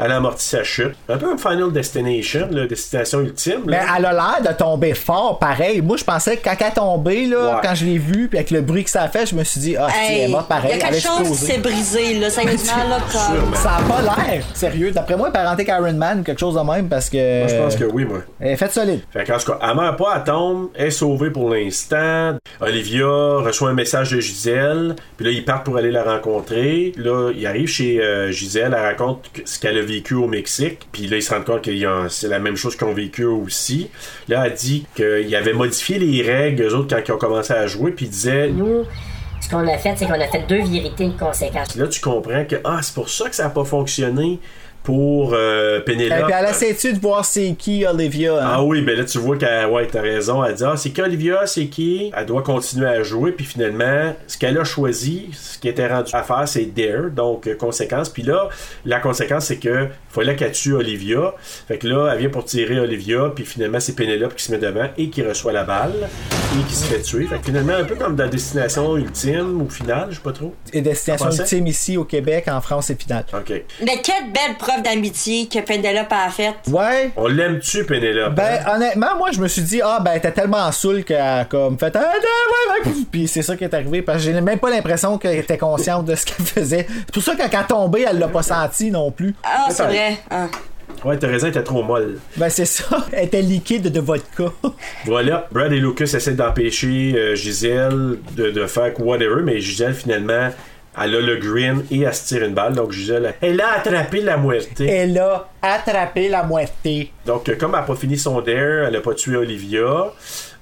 [SPEAKER 7] Elle amortit sa chute. Un peu comme Final Destination, la destination ultime. là.
[SPEAKER 6] [LAUGHS] Mais elle a l'air de tomber fort, pareil. Moi, je pensais que quand elle est tombée, là,
[SPEAKER 7] Ouais.
[SPEAKER 6] quand je l'ai vue, puis avec le bruit que ça a fait, je me suis dit, ah, si, elle est
[SPEAKER 8] Hey,
[SPEAKER 6] morte, pareil.
[SPEAKER 8] il y a
[SPEAKER 6] elle
[SPEAKER 8] quelque
[SPEAKER 6] a
[SPEAKER 8] chose qui
[SPEAKER 6] explosé.
[SPEAKER 8] s'est brisé, là, sérieusement, là, comme...
[SPEAKER 6] Ça a pas l'air, sérieux. D'après moi, parenté qu'Iron Man, quelque chose de même, parce que.
[SPEAKER 7] Moi, je pense que oui, moi.
[SPEAKER 6] Elle est faite solide.
[SPEAKER 7] Fait qu'en tout cas, elle meurt pas, elle tombe, elle est sauvée pour l'instant. Olivia reçoit un message de Gisèle, puis là, ils partent pour aller la rencontrer. Là, ils arrivent chez euh, Gisèle, elle raconte que- ce qu'elle a vécu au Mexique, puis là, ils se rendent compte que c'est la même chose qu'ils ont vécu eux aussi. Là, elle dit qu'ils avaient modifié les règles, eux autres, quand ils ont commencé à jouer, puis ils disaient...
[SPEAKER 11] Nous, ce qu'on a fait, c'est qu'on a fait deux vérités, une conséquence.
[SPEAKER 7] Puis là, tu comprends que, ah, c'est pour ça que ça n'a pas fonctionné pour euh,
[SPEAKER 6] Et
[SPEAKER 7] Penelope.
[SPEAKER 6] puis elle essaie-tu de voir c'est qui Olivia? hein?
[SPEAKER 7] Ah oui, ben là, tu vois qu'elle, ouais, t'as raison. Elle dit, ah, c'est qui Olivia, c'est qui? Elle doit continuer à jouer, puis finalement, ce qu'elle a choisi, ce qui était rendu à faire, c'est Dare, donc euh, conséquence. Puis là, la conséquence, c'est que fallait qu'elle tue Olivia. Fait que là, elle vient pour tirer Olivia, puis finalement, c'est Penelope qui se met devant et qui reçoit la balle et qui se fait tuer. Fait que finalement, un peu comme dans Destination Ultime ou Finale, je sais pas trop.
[SPEAKER 6] Et destination
[SPEAKER 7] T'en pensais?
[SPEAKER 6] ultime ici au Québec, en France, c'est final.
[SPEAKER 7] OK.
[SPEAKER 8] Mais quelle belle preuve d'amitié que Penelope a faite.
[SPEAKER 6] Ouais.
[SPEAKER 7] On l'aime-tu, hein? Penelope?
[SPEAKER 6] Ben, honnêtement, moi, je me suis dit, ah, ben, t'es tellement saoul qu'elle a comme fait, ah, non, ouais, ouais, puis c'est ça qui est arrivé, parce que j'ai même pas l'impression qu'elle était consciente de ce qu'elle faisait. C'est pour ça que quand elle est tombée, elle l'a pas senti non plus.
[SPEAKER 8] Ah, c'est vrai. Ah.
[SPEAKER 7] Ouais, t'as raison, elle était trop molle.
[SPEAKER 6] Ben, c'est ça. [LAUGHS] Elle était liquide de vodka. [LAUGHS]
[SPEAKER 7] Voilà, Brad et Lucas essaient d'empêcher euh, Gisèle de, de faire whatever, mais Gisèle finalement, elle a le green et elle se tire une balle. Donc Gisèle, elle a attrapé la muerte.
[SPEAKER 6] Elle a attrapé la moitié.
[SPEAKER 7] Donc euh, comme elle n'a pas fini son dare, elle n'a pas tué Olivia.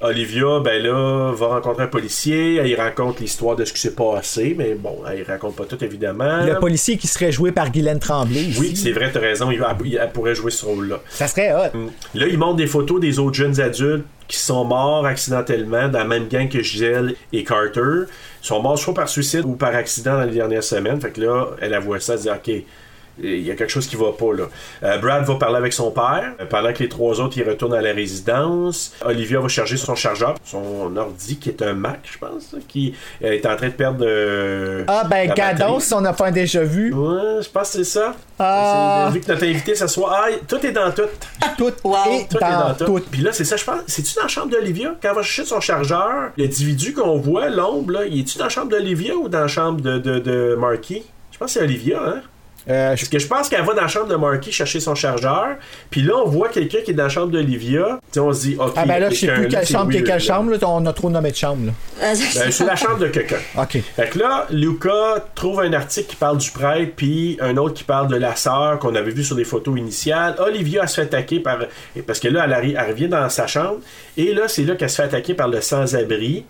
[SPEAKER 7] Olivia, ben là, va rencontrer un policier, elle y raconte l'histoire de ce qui s'est passé, mais bon, elle y raconte pas tout évidemment.
[SPEAKER 6] Le policier qui serait joué par Guylaine Tremblay. ici.
[SPEAKER 7] Euh, Oui, c'est vrai, t'as raison, il va- il- elle pourrait jouer ce rôle-là.
[SPEAKER 6] Ça serait hot.
[SPEAKER 7] Là, ils montrent des photos des autres jeunes adultes qui sont morts accidentellement dans la même gang que Gisèle et Carter. Ils sont morts soit par suicide ou par accident dans les dernières semaines. Fait que là, elle avoue ça, elle dit OK. Il y a quelque chose qui va pas là. Euh, Brad va parler avec son père euh, pendant que les trois autres ils retournent à la résidence. Olivia va charger son chargeur, son ordi qui est un Mac, je pense, là, qui euh, est en train de perdre. euh,
[SPEAKER 6] Ah, ben,
[SPEAKER 7] la
[SPEAKER 6] gadon,
[SPEAKER 7] batterie.
[SPEAKER 6] si on a pas un déjà-vu.
[SPEAKER 7] Ouais, je pense que c'est ça.
[SPEAKER 6] Ah.
[SPEAKER 7] C'est- Vu que notre invité, ça soit. Ah, tout est dans tout.
[SPEAKER 6] Tout est
[SPEAKER 7] Tout
[SPEAKER 6] dans
[SPEAKER 7] est dans
[SPEAKER 6] tout.
[SPEAKER 7] tout. Puis là, c'est ça, je pense. C'est-tu dans la chambre d'Olivia? Quand elle va chercher son chargeur, l'individu qu'on voit, l'ombre, là, il est-tu dans la chambre d'Olivia ou dans la chambre de, de, de Marky? Je pense que c'est Olivia, hein?
[SPEAKER 6] Euh,
[SPEAKER 7] Parce que je pense qu'elle va dans la chambre de Marky chercher son chargeur, puis là, on voit quelqu'un qui est dans la chambre d'Olivia. Tu sais, on se dit, OK.
[SPEAKER 6] Ah ben là, je sais
[SPEAKER 7] quelqu'un,
[SPEAKER 6] plus quelle
[SPEAKER 7] c'est euh,
[SPEAKER 6] chambre,
[SPEAKER 7] weird,
[SPEAKER 6] quelle
[SPEAKER 7] là.
[SPEAKER 6] chambre, là, on a trop nommé de chambre. là.
[SPEAKER 7] Ben, c'est la chambre de quelqu'un.
[SPEAKER 6] OK.
[SPEAKER 7] Fait que là, Luca trouve un article qui parle du prêtre, puis un autre qui parle de la sœur qu'on avait vu sur des photos initiales. Olivia, elle se fait attaquer par. et Parce que là, elle, arri- elle revient dans sa chambre, et là, c'est là qu'elle se fait attaquer par le sans-abri.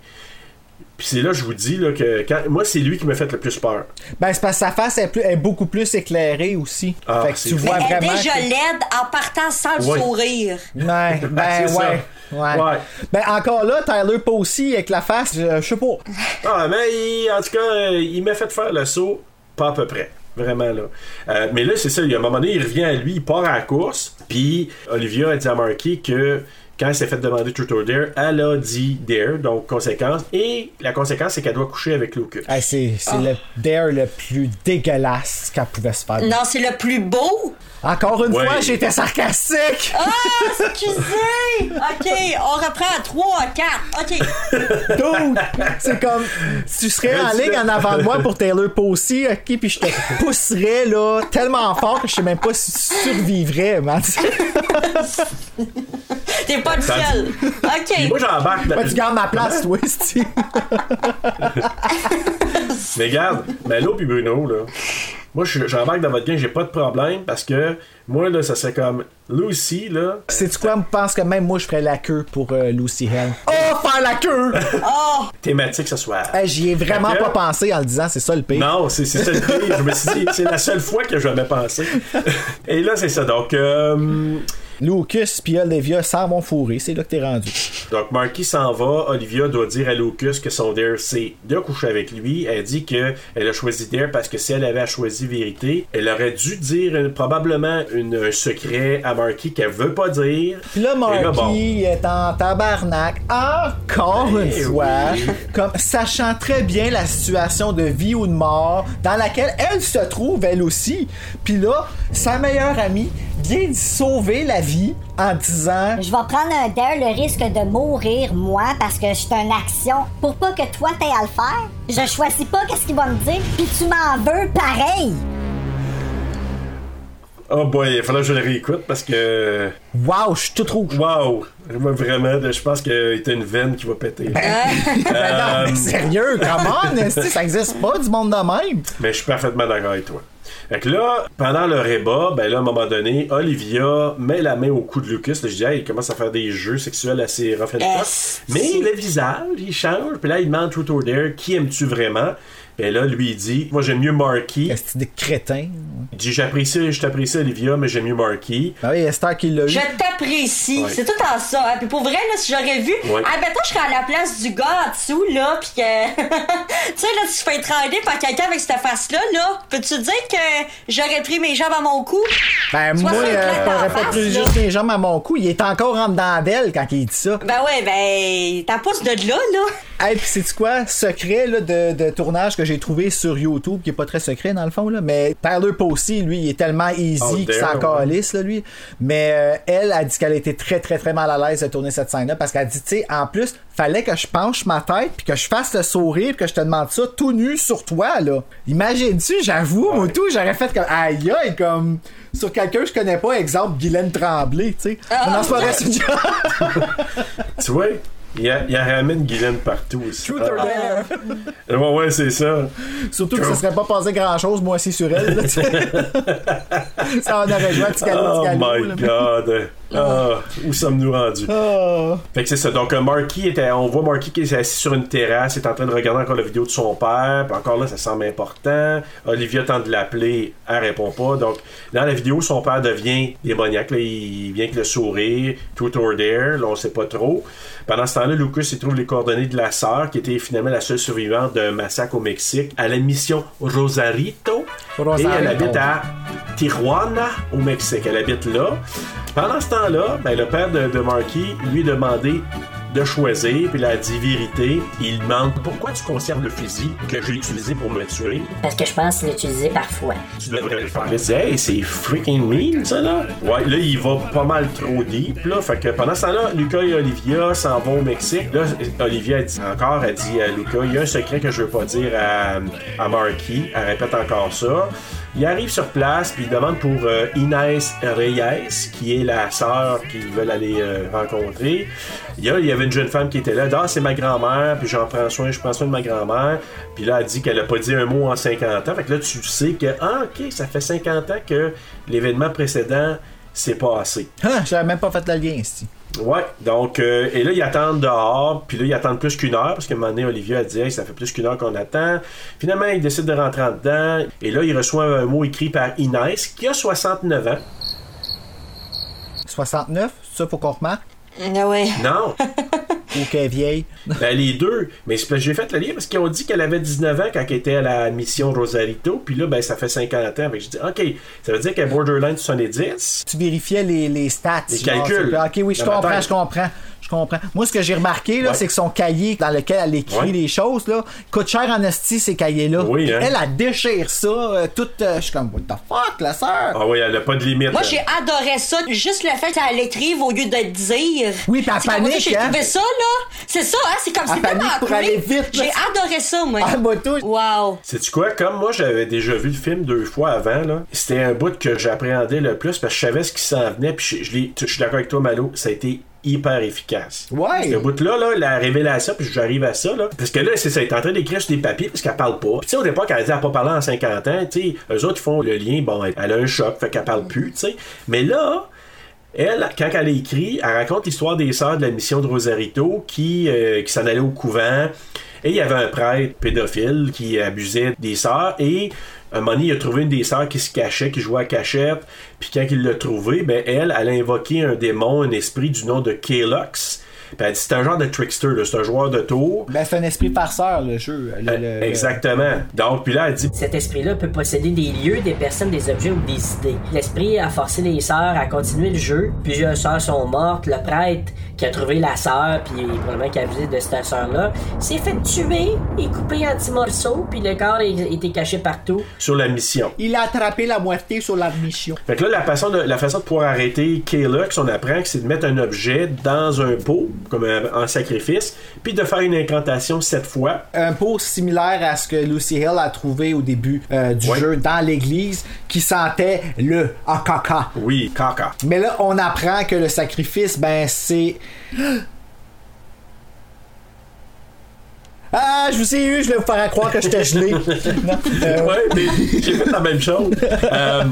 [SPEAKER 7] Puis c'est là, je vous dis, là, que quand- moi, c'est lui qui m'a fait le plus peur.
[SPEAKER 6] Ben, c'est parce que sa face est, plus, est beaucoup plus éclairée aussi.
[SPEAKER 7] Ah,
[SPEAKER 6] fait que
[SPEAKER 7] c'est
[SPEAKER 6] tu
[SPEAKER 7] fou.
[SPEAKER 6] vois
[SPEAKER 7] Mais
[SPEAKER 8] Elle est
[SPEAKER 6] vraiment.
[SPEAKER 8] déjà
[SPEAKER 6] que-
[SPEAKER 8] laide en partant sans
[SPEAKER 6] Ouais.
[SPEAKER 8] le sourire.
[SPEAKER 6] Ouais,
[SPEAKER 7] [LAUGHS]
[SPEAKER 6] ben
[SPEAKER 7] C'est ça.
[SPEAKER 6] ouais, ouais.
[SPEAKER 7] Ouais.
[SPEAKER 6] Ben encore là, Tyler Posey avec la face, euh, je sais pas.
[SPEAKER 7] Ah, mais il- en tout cas, euh, il m'a fait faire le saut, pas à peu près. Vraiment, là. Euh, mais là, c'est ça, il y a un moment donné, il revient à lui, il part à la course, puis Olivia a dit à Marky que quand elle s'est fait demander Truth or Dare, elle a dit Dare, donc conséquence. Et la conséquence, c'est qu'elle doit coucher avec Lucas.
[SPEAKER 6] Hey, c'est c'est
[SPEAKER 7] Ah.
[SPEAKER 6] le dare le plus dégueulasse qu'elle pouvait se faire.
[SPEAKER 8] Non, c'est le plus beau.
[SPEAKER 6] Encore une
[SPEAKER 7] Ouais.
[SPEAKER 6] fois, j'étais sarcastique.
[SPEAKER 8] Ah, excusez! OK, on reprend à 3, 4. OK.
[SPEAKER 6] Dude, c'est comme si tu serais en ligne en avant de moi pour Taylor Posey, ok, puis je te pousserais là tellement fort que je sais même pas si tu survivrais, man. [LAUGHS]
[SPEAKER 8] T'es pas le
[SPEAKER 6] Tandis-
[SPEAKER 8] seul. OK.
[SPEAKER 7] Moi, j'embarque.
[SPEAKER 6] Ouais, tu gardes ma place, [LAUGHS] toi, si tu-
[SPEAKER 7] [LAUGHS] Mais regarde, Malo puis Bruno, là. Moi, je- j'embarque dans votre gang, j'ai pas de problème, parce que moi, là, ça serait comme Lucy, là.
[SPEAKER 6] Sais-tu quoi, je pense que même moi je ferais la queue pour euh, Lucy Hale. Oh, faire la queue!
[SPEAKER 8] Oh!
[SPEAKER 7] Thématique ce soir.
[SPEAKER 6] Hey, J'y ai vraiment
[SPEAKER 7] Fait que-
[SPEAKER 6] pas pensé en le disant, c'est ça le pire.
[SPEAKER 7] Non, c'est c'est
[SPEAKER 6] [LAUGHS]
[SPEAKER 7] ça le pire. Je me suis dit, c'est la seule fois que j'avais pensé. Et là, c'est ça. Donc, euh,
[SPEAKER 6] Lucas pis Olivia s'en vont fourrer, c'est là que t'es rendu.
[SPEAKER 7] donc Marky s'en va. Olivia doit dire à Lucas que son dare, c'est de coucher avec lui. Elle dit que elle a choisi dare parce que si elle avait choisi vérité, elle aurait dû dire euh, probablement une, un secret à Marky qu'elle veut pas dire.
[SPEAKER 6] Pis là,
[SPEAKER 7] Et là, bon.
[SPEAKER 6] Marky est en tabarnak encore
[SPEAKER 7] Eh
[SPEAKER 6] une fois,
[SPEAKER 7] oui.
[SPEAKER 6] comme sachant très bien la situation de vie ou de mort dans laquelle elle se trouve elle aussi. Puis là, sa meilleure amie vient d'y sauver la vie en disant
[SPEAKER 14] Je vais prendre un dare le risque de mourir, moi, parce que je suis une action. Pour pas que toi t'aies à le faire, je choisis pas qu'est-ce qu'il va me dire, puis tu m'en veux pareil.
[SPEAKER 7] Oh boy, il fallait que je le réécoute parce que.
[SPEAKER 6] Wow, je suis tout rouge.
[SPEAKER 7] Wow! Moi, Vraiment, là, je pense qu'il y a une veine qui va péter.
[SPEAKER 6] [LAUGHS] Ben non,
[SPEAKER 7] Euh,
[SPEAKER 8] [LAUGHS]
[SPEAKER 6] mais sérieux, comment, ça existe pas du monde de même?
[SPEAKER 7] Mais Ben, je suis parfaitement d'accord avec toi. Fait que là, pendant le rébat, ben là, à un moment donné, Olivia met la main au cou de Lucas. Là, je dis, hey, il commence à faire des jeux sexuels assez rough and tough. Mais le visage, il change. Puis là, il demande Truth or Dare, qui aimes-tu vraiment? Et là, lui, il dit, moi, j'aime mieux Marky.
[SPEAKER 6] C'est des crétins.
[SPEAKER 7] Il dit, j'apprécie, je t'apprécie, Olivia, mais j'aime mieux Marky.
[SPEAKER 6] Ben oui, Esther qui l'a eu.
[SPEAKER 8] Je t'apprécie.
[SPEAKER 7] Ouais.
[SPEAKER 8] C'est tout en ça. hein. Puis pour vrai, là, si j'aurais vu,
[SPEAKER 7] Ouais.
[SPEAKER 8] ah, ben, toi, je serais à la place du gars en dessous, là, pis que, [LAUGHS] tu sais, là, tu te fais étrangler par quelqu'un avec cette face-là, là. Peux-tu dire que j'aurais pris mes jambes à mon cou?
[SPEAKER 6] Ben
[SPEAKER 8] Soit
[SPEAKER 6] moi,
[SPEAKER 8] ça, une claque
[SPEAKER 6] euh,
[SPEAKER 8] dans la
[SPEAKER 6] t'aurais pas
[SPEAKER 8] face,
[SPEAKER 6] pris
[SPEAKER 8] là.
[SPEAKER 6] juste les jambes à mon cou. Il est encore en dedans d'elle quand il dit ça.
[SPEAKER 8] Ben ouais, ben, t'en pousses de là, là.
[SPEAKER 6] Hey, pis c'est quoi? Secret là, de, de tournage que j'ai trouvé sur YouTube, qui est pas très secret dans le fond, là, mais Tyler Posey, lui, il est tellement easy
[SPEAKER 7] Oh,
[SPEAKER 6] qu'il s'en
[SPEAKER 7] damn,
[SPEAKER 6] calisse, là, lui. Mais euh, elle a dit qu'elle était très, très, très mal à l'aise de tourner cette scène-là parce qu'elle dit, tu sais, en plus, fallait que je penche ma tête puis que je fasse le sourire puis que je te demande ça tout nu sur toi, là. Imagine-tu, j'avoue, moi, tout, j'aurais fait comme, aïe, aïe, comme, sur quelqu'un que je connais pas, exemple, Guylaine Tremblay, tu sais.
[SPEAKER 8] Ah,
[SPEAKER 6] non, c'est pas vrai,
[SPEAKER 8] ouais.
[SPEAKER 6] c'est une joke.
[SPEAKER 7] Tu vois, il, y il y ramène Guylaine partout aussi.
[SPEAKER 6] Truth or dare.
[SPEAKER 7] Ah. Ouais, ouais, c'est ça.
[SPEAKER 6] Surtout que ça serait pas passé grand chose, moi aussi, sur elle. là,
[SPEAKER 7] [LAUGHS]
[SPEAKER 6] tu sais. ça en aurait joué à Ticalo,
[SPEAKER 7] Oh
[SPEAKER 6] Ticalo,
[SPEAKER 7] my
[SPEAKER 6] là.
[SPEAKER 7] god! Ah, où sommes-nous rendus?
[SPEAKER 6] Ah.
[SPEAKER 7] Fait que c'est ça. Donc, euh, Marky était, on voit Marky qui est assis sur une terrasse, il est en train de regarder encore la vidéo de son père. Puis encore là, ça semble important. Olivia tente de l'appeler, elle répond pas. Donc, dans la vidéo, son père devient démoniaque. Là, il vient avec le sourire, tout or dare, là, on sait pas trop. Pendant ce temps-là, Lucas, il trouve les coordonnées de la sœur, qui était finalement la seule survivante d'un massacre au Mexique, à la mission Rosarito.
[SPEAKER 6] Rosarito.
[SPEAKER 7] Et elle habite à Tijuana, au Mexique. Elle habite là. Pendant ce temps-là, ben, le père de, de Marky lui demandait de choisir, puis là, elle dit vérité. Il demande pourquoi tu conserves le fusil que j'ai utilisé pour me tuer.
[SPEAKER 11] Parce que je pense l'utiliser parfois.
[SPEAKER 7] Tu devrais le faire. Elle dit, hey, c'est freaking mean, ça, là. Ouais, là, il va pas mal trop deep, là. Fait que pendant ce temps-là, Lucas et Olivia s'en vont au Mexique. Là, Olivia, elle dit encore, elle dit à Lucas, il y a un secret que je veux pas dire à, à Marky. Elle répète encore ça. Il arrive sur place, puis il demande pour euh, Inès Reyes, qui est la sœur qu'ils veulent aller euh, rencontrer. Il y, a- il y avait une jeune femme qui était là. Elle dit, Ah, c'est ma grand-mère, puis j'en prends soin, je prends soin de ma grand-mère. Puis là, elle dit qu'elle a pas dit un mot en 50 ans. Fait que là, tu sais que, ah, OK, ça fait 50 ans que l'événement précédent s'est passé.
[SPEAKER 6] Ah, J'avais même pas fait le lien ici.
[SPEAKER 7] Ouais, donc, euh, et là, ils attendent dehors, puis là, ils attendent plus qu'une heure, parce qu'à un moment donné, Olivia a dit, Hey, ça fait plus qu'une heure qu'on attend. Finalement, ils décident de rentrer en dedans, et là, il reçoit un mot écrit par Inès, qui a 69 ans.
[SPEAKER 6] 69, ça faut qu'on remarque.
[SPEAKER 8] Ah ouais.
[SPEAKER 7] Non!
[SPEAKER 6] Ou qu'elle est vieille.
[SPEAKER 7] Ben, les deux. Mais c'est parce que j'ai fait le lien parce qu'ils ont dit qu'elle avait 19 ans quand elle était à la mission Rosarito. Puis là, ben, ça fait 50 ans. Fait que j'ai dit, OK, ça veut dire qu'elle est borderline 70.
[SPEAKER 6] Tu vérifiais les, les stats.
[SPEAKER 7] Les
[SPEAKER 6] genre,
[SPEAKER 7] calculs.
[SPEAKER 6] c'est- Ok, oui, je
[SPEAKER 7] Dans ma
[SPEAKER 6] comprends,
[SPEAKER 7] tête.
[SPEAKER 6] je comprends. Je comprends. Moi, ce que j'ai remarqué, là,
[SPEAKER 7] Ouais.
[SPEAKER 6] c'est que son cahier dans lequel elle écrit
[SPEAKER 7] Ouais.
[SPEAKER 6] les choses, là, coûte cher en esti, ces cahiers-là.
[SPEAKER 7] Oui, hein.
[SPEAKER 6] Elle, elle déchire ça, euh, tout. euh, je suis comme, what the fuck, la sœur?
[SPEAKER 7] Ah oui, elle a pas de limite.
[SPEAKER 8] Moi,
[SPEAKER 7] là.
[SPEAKER 8] j'ai adoré ça. Juste le fait qu'elle l'écrive au lieu de le dire.
[SPEAKER 6] Oui, puis elle
[SPEAKER 8] C'est comme
[SPEAKER 6] panique,
[SPEAKER 8] ça, J'ai
[SPEAKER 6] hein?
[SPEAKER 8] trouvé ça, là. C'est ça, hein? C'est comme
[SPEAKER 6] Elle
[SPEAKER 8] si c'était
[SPEAKER 6] panique
[SPEAKER 8] pas
[SPEAKER 6] pour
[SPEAKER 8] cool.
[SPEAKER 6] aller vite, là.
[SPEAKER 8] J'ai adoré ça, moi.
[SPEAKER 6] Ah, moi, tout.
[SPEAKER 8] Wow.
[SPEAKER 7] Sais-tu quoi? Comme moi, j'avais déjà vu le film deux fois avant, là, c'était un bout que j'appréhendais le plus parce que je savais ce qui s'en venait. Puis je, je l'ai- je suis d'accord avec toi, Malo, ça a été hyper efficace.
[SPEAKER 6] Ouais.
[SPEAKER 7] Ce bout-là, là, la révélation, puis j'arrive à ça, là. Parce que là, c'est ça, elle est en train d'écrire sur des papiers parce qu'elle parle pas. Puis tu sais, au départ, quand elle dit elle a pas parlé en 50 ans, tu sais, eux autres, ils font le lien, bon, elle a un choc, fait qu'elle parle plus, tu sais. Mais là, elle, quand elle écrit, elle raconte l'histoire des sœurs de la mission de Rosarito qui, euh, qui s'en allait au couvent. Et il y avait un prêtre pédophile qui abusait des sœurs. Et un moment donné, il a trouvé une des sœurs qui se cachait, qui jouait à cachette. Puis quand il l'a trouvée, ben, elle, elle a invoqué un démon, un esprit du nom de Kalox. Puis elle dit c'est un genre de trickster, là, c'est un joueur de tour.
[SPEAKER 6] Ben, c'est un esprit farceur, le jeu. Le- le-
[SPEAKER 7] Eh, Exactement. Donc, puis là, elle dit
[SPEAKER 12] Cet esprit-là peut posséder des lieux, des personnes, des objets ou des idées. L'esprit a forcé les sœurs à continuer le jeu. Plusieurs sœurs sont mortes. Le prêtre qui a trouvé la sœur, puis probablement qui a abusé de cette sœur-là, s'est fait tuer et coupé en petits morceaux, puis le corps a été caché partout.
[SPEAKER 7] sur la mission.
[SPEAKER 6] Il a attrapé la moitié sur la mission.
[SPEAKER 7] Fait que là, la façon de, la façon de pouvoir arrêter Kalox, on apprend que c'est de mettre un objet dans un pot, comme un- en sacrifice, puis de faire une incantation sept fois.
[SPEAKER 6] un pot similaire à ce que Lucy Hill a trouvé au début euh, du jeu dans l'église qui sentait le akaka.
[SPEAKER 7] Oui, caca.
[SPEAKER 6] Mais là, on apprend que le sacrifice, ben, c'est. [GASPS] Ah, je vous ai eu, je vais vous faire croire que j'étais gelé.
[SPEAKER 7] [LAUGHS]
[SPEAKER 6] Non, euh,
[SPEAKER 7] Ouais,
[SPEAKER 6] [LAUGHS]
[SPEAKER 7] mais j'ai fait la même chose. Euh,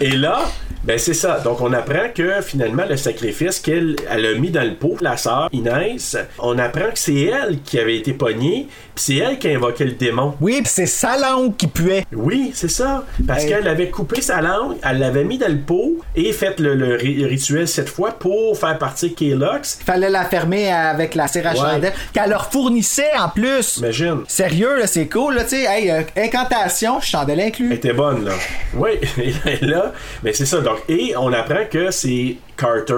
[SPEAKER 7] et là, ben c'est ça. Donc on apprend que finalement le sacrifice qu'elle elle a mis dans le pot, la sœur Inès, on apprend que c'est elle qui avait été pognée, puis c'est elle qui a invoqué le démon.
[SPEAKER 6] Oui, puis c'est sa langue qui puait.
[SPEAKER 7] Oui, c'est ça. Parce
[SPEAKER 6] Hey.
[SPEAKER 7] qu'elle avait coupé sa langue, elle l'avait mis dans le pot et fait le, le ri- rituel cette fois pour faire partir Kalox.
[SPEAKER 6] Fallait la fermer avec la cire à
[SPEAKER 7] Ouais.
[SPEAKER 6] chandelle qu'elle leur fournissait en plus.
[SPEAKER 7] Imagine.
[SPEAKER 6] Sérieux, là, c'est cool, là, tu sais, hey, euh, incantation, chandelle inclus.
[SPEAKER 7] Elle était bonne, là. Oui, [LAUGHS] et là, mais c'est ça. Donc, et on apprend que c'est Carter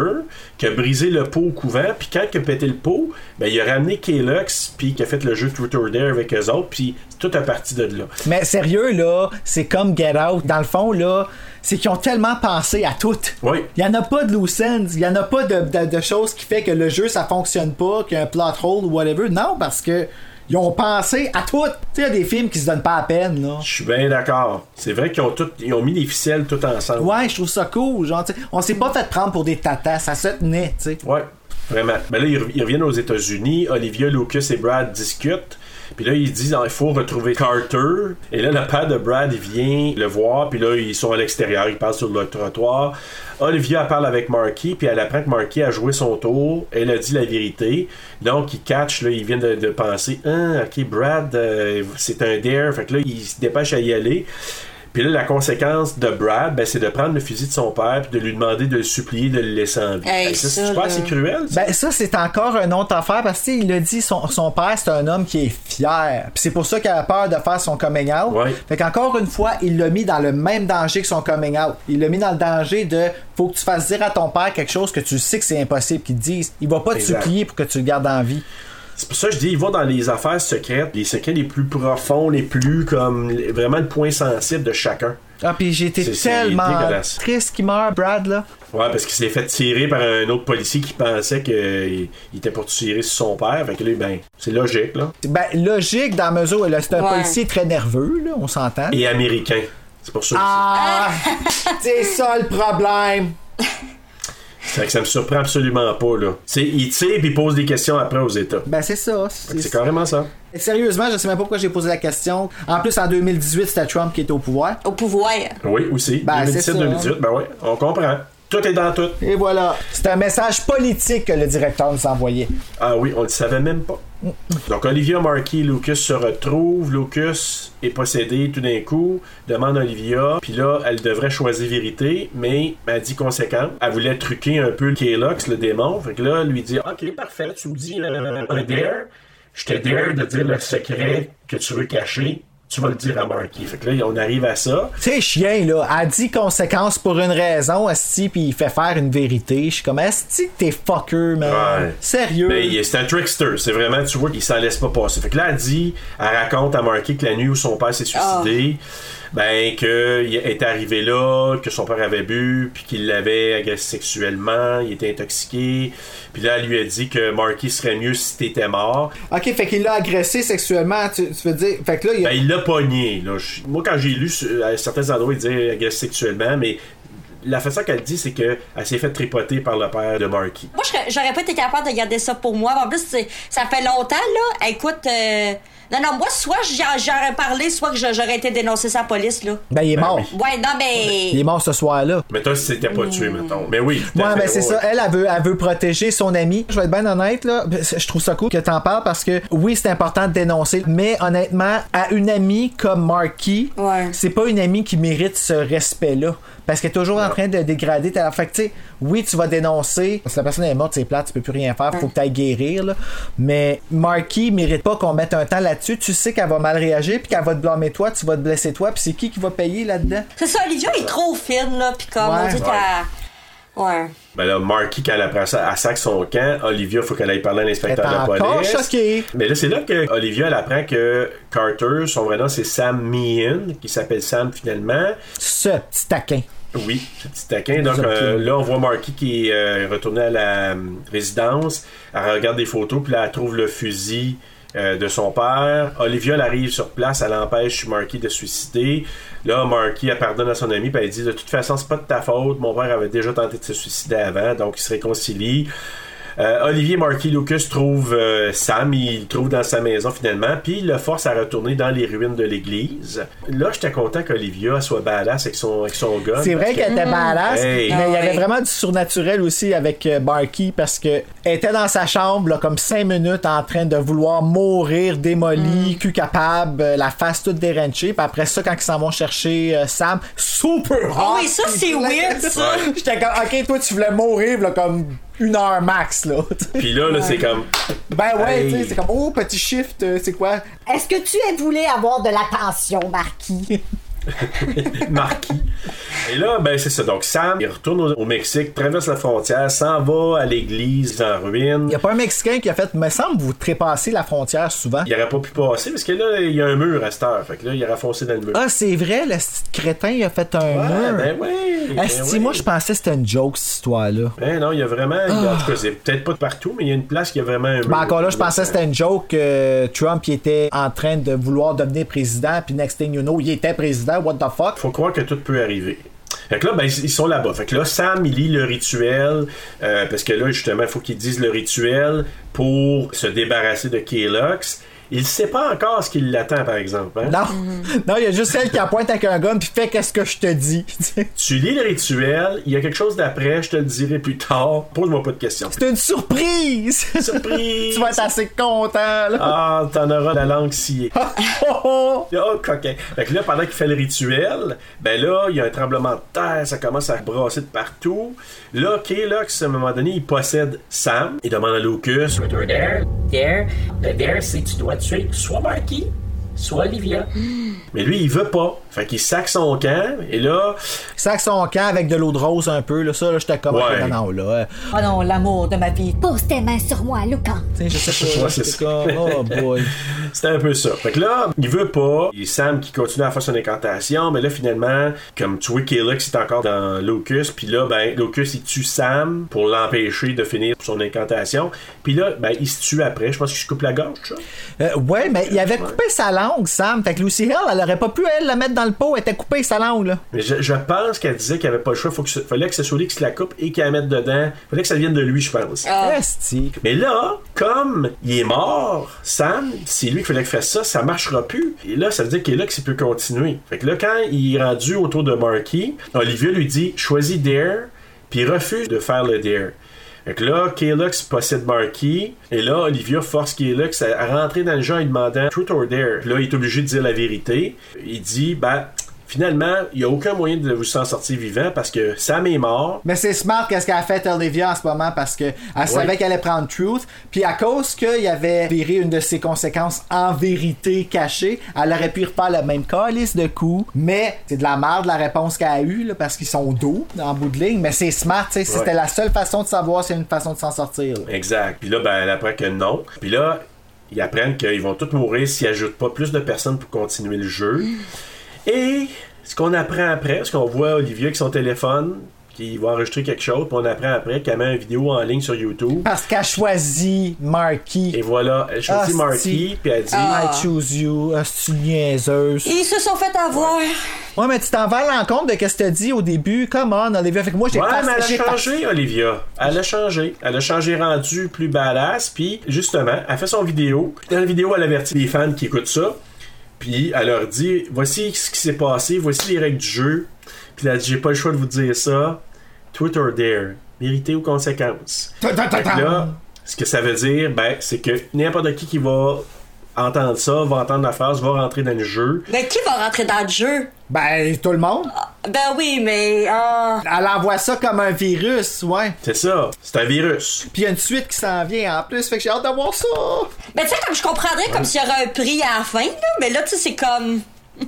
[SPEAKER 7] qui a brisé le pot au couvent, puis quand il a pété le pot, ben, il a ramené Kalox, puis qui a fait le jeu Truth or Dare avec eux autres, puis tout a parti de là.
[SPEAKER 6] Mais sérieux, là, c'est comme Get Out. Dans le fond, là, c'est qu'ils ont tellement pensé à tout.
[SPEAKER 7] Oui.
[SPEAKER 6] Il n'y en a pas de loose ends, il n'y en a pas de, de- de choses qui fait que le jeu, ça fonctionne pas, qu'il y a un plot hole ou whatever. Non, parce que ils ont pensé à tout. Tu sais, il y a des films qui se donnent pas à peine, là.
[SPEAKER 7] Je suis bien d'accord. C'est vrai qu'ils ont, tout- ils ont mis les ficelles tout ensemble.
[SPEAKER 6] Ouais, je trouve ça cool. Genre, tu sais, on s'est pas fait prendre pour des tatas, ça se tenait, tu sais.
[SPEAKER 7] Ouais, vraiment. Mais là, ils, re- ils reviennent aux États-Unis. Olivia, Lucas et Brad discutent. Puis là, ils disent, Ah, il faut retrouver Carter. Et là, le père de Brad, il vient le voir. Puis là, ils sont à l'extérieur. Ils passent sur le trottoir. Olivia, elle parle avec Marky. Puis elle apprend que Marky a joué son tour. Elle a dit la vérité. Donc, ils catch, là, ils viennent de, hein, de penser, ah, OK, Brad, euh, c'est un dare. Fait que là, ils se dépêchent à y aller. Puis là, la conséquence de Brad, ben, c'est de prendre le fusil de son père puis de lui demander de le supplier de le laisser en vie.
[SPEAKER 8] Hey,
[SPEAKER 7] Hey, ça,
[SPEAKER 8] ça,
[SPEAKER 7] tu crois
[SPEAKER 8] là.
[SPEAKER 7] que c'est cruel? ça?
[SPEAKER 6] Ben ça, c'est encore une autre affaire parce qu'il a dit, son, son père, c'est un homme qui est fier. Puis c'est pour ça qu'il a peur de faire son coming out. Fait qu'encore une fois, il l'a mis dans le même danger que son coming out. Il l'a mis dans le danger de faut que tu fasses dire à ton père quelque chose que tu sais que c'est impossible qu'il te dise. Il va pas te
[SPEAKER 7] Exact.
[SPEAKER 6] supplier pour que tu le gardes en vie.
[SPEAKER 7] C'est pour ça que je dis, il va dans les affaires secrètes, les secrets les plus profonds, les plus comme vraiment le point sensible de chacun.
[SPEAKER 6] Ah, puis j'ai été
[SPEAKER 7] C'est- c'est
[SPEAKER 6] tellement
[SPEAKER 7] dégueulasse.
[SPEAKER 6] triste qu'il meurt, Brad, là.
[SPEAKER 7] Ouais, parce qu'il s'est fait tirer par un autre policier qui pensait qu'il était pour tirer sur son père. Fait que là, ben, c'est logique, là.
[SPEAKER 6] Ben, logique dans la mesure où là, c'est un
[SPEAKER 7] Ouais.
[SPEAKER 6] policier très nerveux, là, on s'entend.
[SPEAKER 7] Et américain. C'est pour ça que
[SPEAKER 6] Ah! [LAUGHS] c'est ça le problème!
[SPEAKER 7] Fait que ça me surprend absolument pas, là. C'est, il tire puis il pose des questions après aux États.
[SPEAKER 6] Ben, c'est ça.
[SPEAKER 7] Fait que C'est carrément ça.
[SPEAKER 6] Sérieusement, je sais même pas pourquoi j'ai posé la question. En plus, en 2018, c'était Trump qui était au pouvoir.
[SPEAKER 8] Au pouvoir.
[SPEAKER 7] Oui, aussi.
[SPEAKER 6] Ben, c'est ça,
[SPEAKER 7] 2017-2018,
[SPEAKER 6] hein.
[SPEAKER 7] ben ouais, on comprend. Tout est dans tout.
[SPEAKER 6] Et voilà. C'est un message politique que le directeur nous envoyait.
[SPEAKER 7] Ah oui, on le savait même pas. Donc Olivia, Marky et Lucas se retrouvent. Lucas est possédé tout d'un coup, demande à Olivia, puis là, elle devrait choisir vérité, mais elle dit conséquent. Elle voulait truquer un peu Kelox, le démon. Fait que là, elle lui dit Ok, parfait, tu me dis euh, un dare. Je te dare de dire le secret que tu veux cacher. Tu vas le dire à Marky. Fait que là, on arrive à ça.
[SPEAKER 6] C'est chien, là. A dit conséquence pour une raison, Asti, puis il fait faire une vérité. Je suis comme, Asti, que t'es fucker, man.
[SPEAKER 7] Ouais.
[SPEAKER 6] Sérieux.
[SPEAKER 7] Mais il- c'est un trickster. C'est vraiment, tu vois, qu'il s'en laisse pas passer. Fait que là, elle dit, elle raconte à Marky que la nuit où son père s'est suicidé,
[SPEAKER 6] Ah.
[SPEAKER 7] ben, qu'il est arrivé là, que son père avait bu, puis qu'il l'avait agressé sexuellement, il était intoxiqué. Puis là, elle lui a dit que Marky serait mieux si t'étais mort.
[SPEAKER 6] Ok, fait qu'il l'a agressé sexuellement, tu, tu veux dire. Fait que là, il a-
[SPEAKER 7] Ben, il l'a pogné, là. Je- Moi, quand j'ai lu, sur- à certains endroits, il disait agressé sexuellement, mais la façon qu'elle dit, c'est qu'elle s'est fait tripoter par le père de Marky.
[SPEAKER 8] Moi, je serais- j'aurais pas été capable de garder ça pour moi. En plus, c'est- ça fait longtemps, là. Écoute, euh, non, non, moi, soit j'en- j'aurais parlé, soit que je- j'aurais été dénoncé à la police, là.
[SPEAKER 6] Ben, il est mort.
[SPEAKER 8] Ouais, non, mais.
[SPEAKER 6] Il est mort ce soir-là.
[SPEAKER 7] Mais toi, si c'était pas tué, mettons. Mais oui. tout à
[SPEAKER 6] Hmm. Ouais,
[SPEAKER 7] fait,
[SPEAKER 6] ben c'est
[SPEAKER 7] ouais,
[SPEAKER 6] ça. Elle, elle veut, elle veut protéger son ami. Je vais être bien honnête, là. Ben, Je trouve ça cool que t'en parles parce que oui, c'est important de dénoncer. Mais honnêtement, à une amie comme Marky, c'est pas une amie qui mérite ce respect-là. Parce qu'elle est toujours en train de dégrader ta. Fait que, tu sais, oui, tu vas dénoncer. Si la personne est morte, c'est plate, tu peux plus rien faire. Faut que t'ailles guérir, là. Mais Marky mérite pas qu'on mette un temps là-dessus. Tu sais qu'elle va mal réagir, puis qu'elle va te blâmer toi, tu vas te blesser toi, puis c'est qui qui va payer là-dedans?
[SPEAKER 8] C'est ça, Olivia est trop fine, là, pis comme,
[SPEAKER 6] Ouais.
[SPEAKER 8] on dit qu'elle- Ouais.
[SPEAKER 7] Ben là, Marky, quand elle apprend ça, elle sac son camp. Olivia, faut qu'elle aille parler à l'inspecteur
[SPEAKER 6] Elle est
[SPEAKER 7] de police.
[SPEAKER 6] encore choquée.
[SPEAKER 7] Mais là, c'est là que Olivia, elle apprend que Carter, son vrai nom, c'est Sam Meehan, qui s'appelle Sam finalement.
[SPEAKER 6] Ce petit taquin.
[SPEAKER 7] Oui, ce petit taquin. Donc euh, là, on voit Marky qui est euh, retourné à la euh, résidence. Elle regarde des photos, puis là, elle trouve le fusil euh, de son père. Olivia, elle arrive sur place, elle empêche Marky de se suicider. Là, Marky, elle pardonne à son ami, puis elle dit De toute façon, c'est pas de ta faute. Mon père avait déjà tenté de se suicider avant, donc ils se réconcilient. Euh, Olivier Marquis Lucas trouve euh, Sam, il le trouve dans sa maison finalement, puis il le force à retourner dans les ruines de l'église. Là, j'étais content qu'Olivia soit badass avec son, avec son gun.
[SPEAKER 6] C'est
[SPEAKER 7] parce
[SPEAKER 6] vrai
[SPEAKER 7] que-
[SPEAKER 6] qu'elle était
[SPEAKER 8] Hum.
[SPEAKER 6] badass,
[SPEAKER 7] Hey.
[SPEAKER 6] mais
[SPEAKER 8] Ah
[SPEAKER 6] il y avait vraiment du surnaturel aussi avec euh, Barky parce que elle était dans sa chambre là, comme 5 minutes en train de vouloir mourir,
[SPEAKER 8] Hum.
[SPEAKER 6] démolie, cul capable, euh, la face toute déranchée. Puis après ça, quand ils s'en vont chercher euh, Sam, super hot!
[SPEAKER 8] Ah oui, ça, c'est weird, ça. Ouais.
[SPEAKER 6] [LAUGHS] J'étais comme, ok, toi tu voulais mourir là, comme une heure max là. [LAUGHS]
[SPEAKER 7] Puis là, là c'est comme.
[SPEAKER 6] ben ouais,
[SPEAKER 7] Hey.
[SPEAKER 6] tu sais, c'est comme, oh, petit shift, euh, c'est quoi?
[SPEAKER 15] Est-ce que tu as voulu avoir de l'attention, Marquis?
[SPEAKER 7] Marquis. Et là, ben c'est ça. Donc Sam, il retourne au, au Mexique, traverse la frontière, s'en va à l'église en ruine.
[SPEAKER 6] Y a pas un Mexicain qui a fait, me semble, vous trépassez la frontière souvent.
[SPEAKER 7] Il aurait pas pu passer parce que là, il y a un mur à cette heure. Fait que là, il aurait foncé dans le mur.
[SPEAKER 6] Ah, c'est vrai, le petit crétin il a fait un mur.
[SPEAKER 7] ben oui, ben
[SPEAKER 6] Asti,
[SPEAKER 7] oui.
[SPEAKER 6] Eh, moi, je pensais que c'était une joke, cette histoire-là.
[SPEAKER 7] Ben non, il y a vraiment.
[SPEAKER 6] Ah.
[SPEAKER 7] En tout cas, c'est peut-être pas de partout, mais il y a une place qui a vraiment un mur.
[SPEAKER 6] Ben encore là, je pensais que c'était une joke que Trump il était en train de vouloir devenir président, puis next thing you know, il était président, what the fuck?
[SPEAKER 7] Faut croire que tout peut arriver. Fait que là, ben, ils sont là-bas. Fait que là, Sam, il lit le rituel, euh, parce que là, justement, il faut qu'ils disent le rituel pour se débarrasser de Kelox. Il ne sait pas encore ce qui l'attend, par exemple. hein.
[SPEAKER 6] Non, non, il y a juste celle qui appointe avec un gun puis fait qu'est-ce que je te
[SPEAKER 7] [LAUGHS]
[SPEAKER 6] dis.
[SPEAKER 7] Tu lis le rituel, il y a quelque chose d'après, je te le dirai plus tard. Pose-moi pas de questions.
[SPEAKER 6] C'est une surprise! [LAUGHS]
[SPEAKER 7] Surprise!
[SPEAKER 6] tu vas être assez content, là.
[SPEAKER 7] Ah, t'en auras la langue sciée.
[SPEAKER 6] Ah, [LAUGHS]
[SPEAKER 7] oh, coquin. Fait que là, pendant qu'il fait le rituel, ben là, il y a un tremblement de terre, ça commence à brasser de partout. Là, Kelox, à un moment donné, il possède Sam. Il demande à Lucas.
[SPEAKER 13] Dare, dare. Le dare, c'est tu dois tuer soit Marky, soit Olivia.
[SPEAKER 7] Mais lui, il veut pas. Fait qu'il sac son camp, et là.
[SPEAKER 6] Sac son camp avec de l'eau de rose un peu, là, ça, là, je te commande. Non,
[SPEAKER 7] Ouais.
[SPEAKER 6] Ah non, là.
[SPEAKER 15] Oh non, l'amour de ma vie.
[SPEAKER 14] Pose tes mains sur moi, Lucan.
[SPEAKER 6] Tu sais, je sais pas.
[SPEAKER 7] Ouais,
[SPEAKER 6] c'est
[SPEAKER 7] c'est
[SPEAKER 6] comme, oh boy.
[SPEAKER 7] C'était un peu ça. Fait que là, il veut pas. Il Sam qui continue à faire son incantation, mais là, finalement, comme tu vois Kalex est encore dans Locus, puis là, ben, Locus, il tue Sam pour l'empêcher de finir son incantation. Puis là, ben, il se tue après. Je pense qu'il se coupe la gorge, ça.
[SPEAKER 6] Euh, ouais, mais il avait coupé sa langue, Sam. Fait que Lucy Hill, elle aurait pas pu, elle, la mettre dans le pot. Elle était coupée sa langue, là.
[SPEAKER 7] Mais je, je pense qu'elle disait qu'il n'y avait pas le choix. Faut que, ce- fallait que ce soit lui qui se la coupe et qu'il la mette dedans. Fallait que ça vienne de lui, je
[SPEAKER 6] Ah,
[SPEAKER 7] pense.
[SPEAKER 6] Esti.
[SPEAKER 7] Mais là, comme il est mort, Sam, c'est lui qu'il fallait que fasse ça, ça marchera plus. Et là, ça veut dire qu'il est là que ça peut continuer. Fait que là, quand il est rendu autour de Marky, Olivia lui dit choisis Dare, puis il refuse de faire le Dare. Fait que là, Kalex possède Marky, et là, Olivia force Kalex à à rentrer dans le jeu en lui demandant Truth or Dare. Puis là, il est obligé de dire la vérité. Il dit, ben, finalement, il n'y a aucun moyen de vous en sortir vivant parce que Sam est mort,
[SPEAKER 6] Mais c'est smart qu'est-ce qu'elle a fait Olivia en ce moment parce que elle savait qu'elle allait prendre Truth. Puis à cause qu'il y avait viré une de ses conséquences en vérité cachée, elle aurait pu refaire le même calice de coups. Mais c'est de la merde la réponse qu'elle a eue là, parce qu'ils sont dos en bout de ligne. Mais c'est smart, tu sais. C'était
[SPEAKER 7] Ouais.
[SPEAKER 6] la seule façon de savoir c'est une façon de s'en sortir. là.
[SPEAKER 7] Exact. Puis là, ben, elle apprend que non. Puis là, ils apprennent qu'ils vont tous mourir s'ils n'ajoutent pas plus de personnes pour continuer le jeu. Et ce qu'on apprend après, parce qu'on voit Olivia avec son téléphone, qui va enregistrer quelque chose, puis on apprend après qu'elle met une vidéo en ligne sur YouTube.
[SPEAKER 6] Parce qu'elle choisit Marky.
[SPEAKER 7] Et voilà, elle choisit
[SPEAKER 6] Ah,
[SPEAKER 7] Marky,
[SPEAKER 6] si. Ah,
[SPEAKER 7] puis elle dit
[SPEAKER 6] I choose you, hostie niaiseuse.
[SPEAKER 8] Ils se sont fait avoir.
[SPEAKER 6] Ouais, mais tu t'en vas à l'encontre de ce que tu dit au début. Come on, Olivia. Fait que moi, j'ai
[SPEAKER 7] Ouais,
[SPEAKER 6] pas-
[SPEAKER 7] mais
[SPEAKER 6] j'ai
[SPEAKER 7] elle a
[SPEAKER 6] pas-
[SPEAKER 7] changé, Olivia. Elle a changé. Elle a changé rendu plus badass. Puis, justement, elle fait son vidéo. Dans la vidéo, elle avertit les fans qui écoutent ça. Puis, elle leur dit Voici ce qui s'est passé, voici les règles du jeu. Puis, elle a dit J'ai pas le choix de vous dire ça. Twitter Dare. Vérité aux conséquences.
[SPEAKER 6] Ta- ta- ta-
[SPEAKER 7] Fait que
[SPEAKER 6] ta.
[SPEAKER 7] là, ce que ça veut dire, ben, c'est que n'importe qui qui va entendre ça, va entendre la phrase, va rentrer dans le jeu.
[SPEAKER 8] Ben, qui va rentrer dans le jeu?
[SPEAKER 6] Ben, tout le monde.
[SPEAKER 8] Ben oui, mais. ah.
[SPEAKER 6] Elle envoie ça comme un virus, ouais.
[SPEAKER 7] C'est ça. C'est un virus.
[SPEAKER 6] Puis il y a une suite qui s'en vient en plus, fait que j'ai hâte d'avoir ça.
[SPEAKER 8] Ben, tu sais, comme je comprendrais, comme s'il y aurait un prix à la fin, là, mais là, tu sais, c'est comme. [LAUGHS]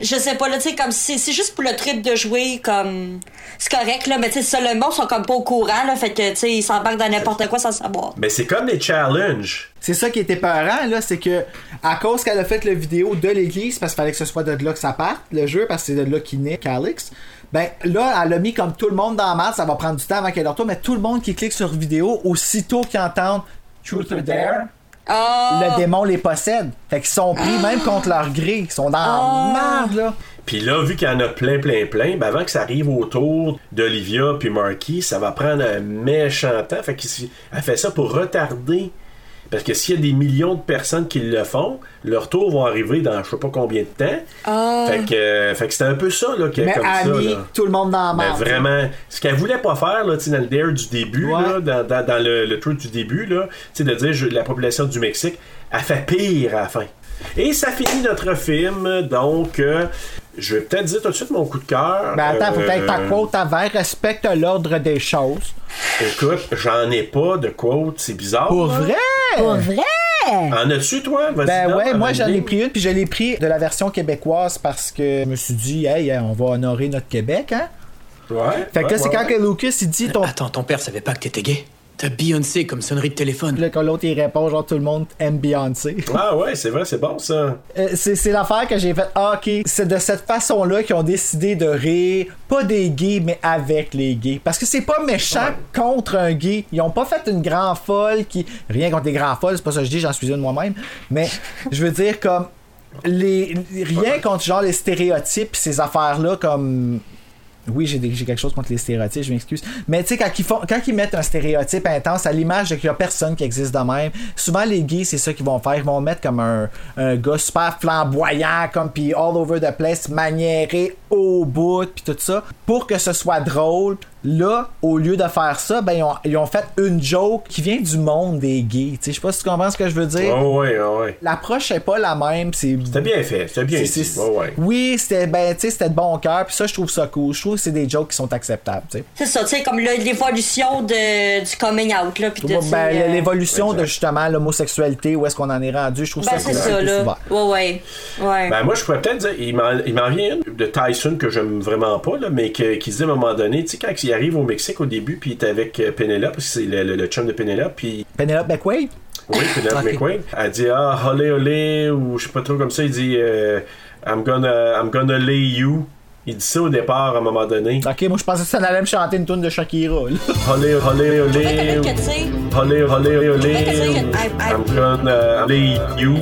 [SPEAKER 8] Je sais pas, là, tu sais, comme c'est c'est juste pour le trip de jouer, comme. C'est correct, là, mais tu sais, ça, le monde sont comme pas au courant, là, fait que, tu sais, ils s'embarquent dans n'importe quoi sans savoir.
[SPEAKER 7] Mais c'est comme les challenges.
[SPEAKER 6] C'est ça qui était peurant, là, c'est que à cause qu'elle a fait la vidéo de l'église, parce qu'il fallait que ce soit de là que ça parte, le jeu, parce que c'est de là qu'il naît Calix, ben là, elle a mis comme tout le monde dans la masse, ça va prendre du temps avant qu'elle retourne, mais tout le monde qui clique sur vidéo, aussitôt qu'ils entendent Truth or Dare, le démon les possède. Fait qu'ils sont pris même contre leur gré, ils sont dans la merde, là.
[SPEAKER 7] Puis là, vu qu'il y en a plein, plein, plein, ben avant que ça arrive autour d'Olivia puis Marky, ça va prendre un méchant temps. Fait qu'elle fait ça pour retarder. Parce que s'il y a des millions de personnes qui le font, leur tour va arriver dans je sais pas combien de temps. Fait que, euh, fait que c'était un peu ça, là, que,
[SPEAKER 6] Mais
[SPEAKER 7] comme
[SPEAKER 6] elle
[SPEAKER 7] ça.
[SPEAKER 6] a mis
[SPEAKER 7] là.
[SPEAKER 6] tout le monde dans la
[SPEAKER 7] Mais
[SPEAKER 6] merde.
[SPEAKER 7] Ben, vraiment, ce qu'elle voulait pas faire là, tu sais, dans le dare du début, là, dans, dans- dans le, le truc du début, là, tu sais, de dire je- la population du Mexique, elle fait pire à la fin. Et ça finit notre film, donc euh, je vais peut-être dire tout de suite mon coup de cœur.
[SPEAKER 6] Ben attends, faut
[SPEAKER 7] Euh,
[SPEAKER 6] peut-être ta quote avant, respecte l'ordre des choses.
[SPEAKER 7] Écoute, j'en ai pas de quote, c'est bizarre.
[SPEAKER 6] Pour
[SPEAKER 7] là.
[SPEAKER 6] vrai? Pour vrai?
[SPEAKER 7] En as-tu, toi? Vas-y,
[SPEAKER 6] Ben
[SPEAKER 7] donne,
[SPEAKER 6] ouais,
[SPEAKER 7] en
[SPEAKER 6] moi
[SPEAKER 7] une
[SPEAKER 6] j'en ai
[SPEAKER 7] ligne.
[SPEAKER 6] pris une, puis je l'ai pris de la version québécoise parce que je me suis dit, hey, hein, on va honorer notre Québec, hein?
[SPEAKER 7] Ouais.
[SPEAKER 6] Fait que là,
[SPEAKER 16] ouais,
[SPEAKER 6] c'est quand
[SPEAKER 16] ouais.
[SPEAKER 6] que Lucas il dit ton. [LAUGHS]
[SPEAKER 16] Attends, ton père savait pas que t'étais gay T'as Beyoncé comme sonnerie de téléphone.
[SPEAKER 6] Puis là, quand l'autre il répond, genre tout le monde aime Beyoncé.
[SPEAKER 7] Ah ouais, c'est vrai, c'est bon ça.
[SPEAKER 6] Euh, c'est c'est l'affaire que j'ai faite. Ah, ok, c'est de cette façon-là qu'ils ont décidé de rire, pas des gays, mais avec les gays. Parce que c'est pas méchant contre un gay. Ils ont pas fait une grande folle qui. Rien contre les grands folles, c'est pas ça que je dis, j'en suis une moi-même. Mais je veux dire, comme. Les, rien contre genre les stéréotypes pis ces affaires-là, comme. Oui, j'ai j'ai quelque chose contre les stéréotypes, je m'excuse. Mais tu sais, quand, ils font- quand ils mettent un stéréotype intense à l'image de qu'il y a personne qui existe de même, souvent les gays, c'est ça qu'ils vont faire. Ils vont mettre comme un, un gars super flamboyant, comme puis all over the place, maniéré au bout, puis tout ça, pour que ce soit drôle. Là, au lieu de faire ça, ben, ils ont, ils ont fait une joke qui vient du monde des gays. Tu sais, je sais pas si tu comprends ce que je veux dire.
[SPEAKER 7] Ah ouais, ah ouais.
[SPEAKER 6] L'approche est pas la même. C'est
[SPEAKER 7] C'était bien fait, c'était bien
[SPEAKER 6] C'est-
[SPEAKER 7] dit.
[SPEAKER 6] c'est-
[SPEAKER 7] Ouais, ouais.
[SPEAKER 6] Oui, c'était ben, tu sais, c'était de bon cœur, puis ça, je trouve ça cool. Je trouve que c'est des jokes qui sont acceptables. tu sais.
[SPEAKER 8] C'est ça, tu sais, comme le- l'évolution de- du coming out, là, puis de...
[SPEAKER 6] Ben,
[SPEAKER 8] tu sais, euh,
[SPEAKER 6] L'évolution de justement l'homosexualité, où est-ce qu'on en est rendu, je trouve
[SPEAKER 8] Ben,
[SPEAKER 6] ça
[SPEAKER 8] c'est
[SPEAKER 6] cool,
[SPEAKER 8] ça,
[SPEAKER 6] un peu
[SPEAKER 8] là.
[SPEAKER 6] souvent.
[SPEAKER 8] Ouais, ouais. Ouais.
[SPEAKER 7] Ben moi, je pourrais peut-être dire, il m'en il m'en vient une de Tyson que j'aime vraiment pas, là, mais que- qui se dit à un moment donné, tu sais, quand il arrive au Mexique au début, puis il est avec euh, Penelope, parce que c'est le, le- le chum de Penelope, puis
[SPEAKER 6] Penelope McQuaid?
[SPEAKER 7] oui,
[SPEAKER 6] [LAUGHS]
[SPEAKER 7] Penelope McQuaid, elle dit ah, olé olé, ou je sais pas trop comme ça, il dit euh, I'm gonna I'm gonna lay you. Il dit ça au départ à un moment donné.
[SPEAKER 6] Ok, moi je pensais que ça allait me chanter une tune de Shakira. là.
[SPEAKER 7] Olé olé olé.
[SPEAKER 8] Que, tu sais,
[SPEAKER 7] Olé olé olé.
[SPEAKER 8] que c'est que- I- I-
[SPEAKER 7] I'm gonna lay
[SPEAKER 8] [LAUGHS]
[SPEAKER 7] you.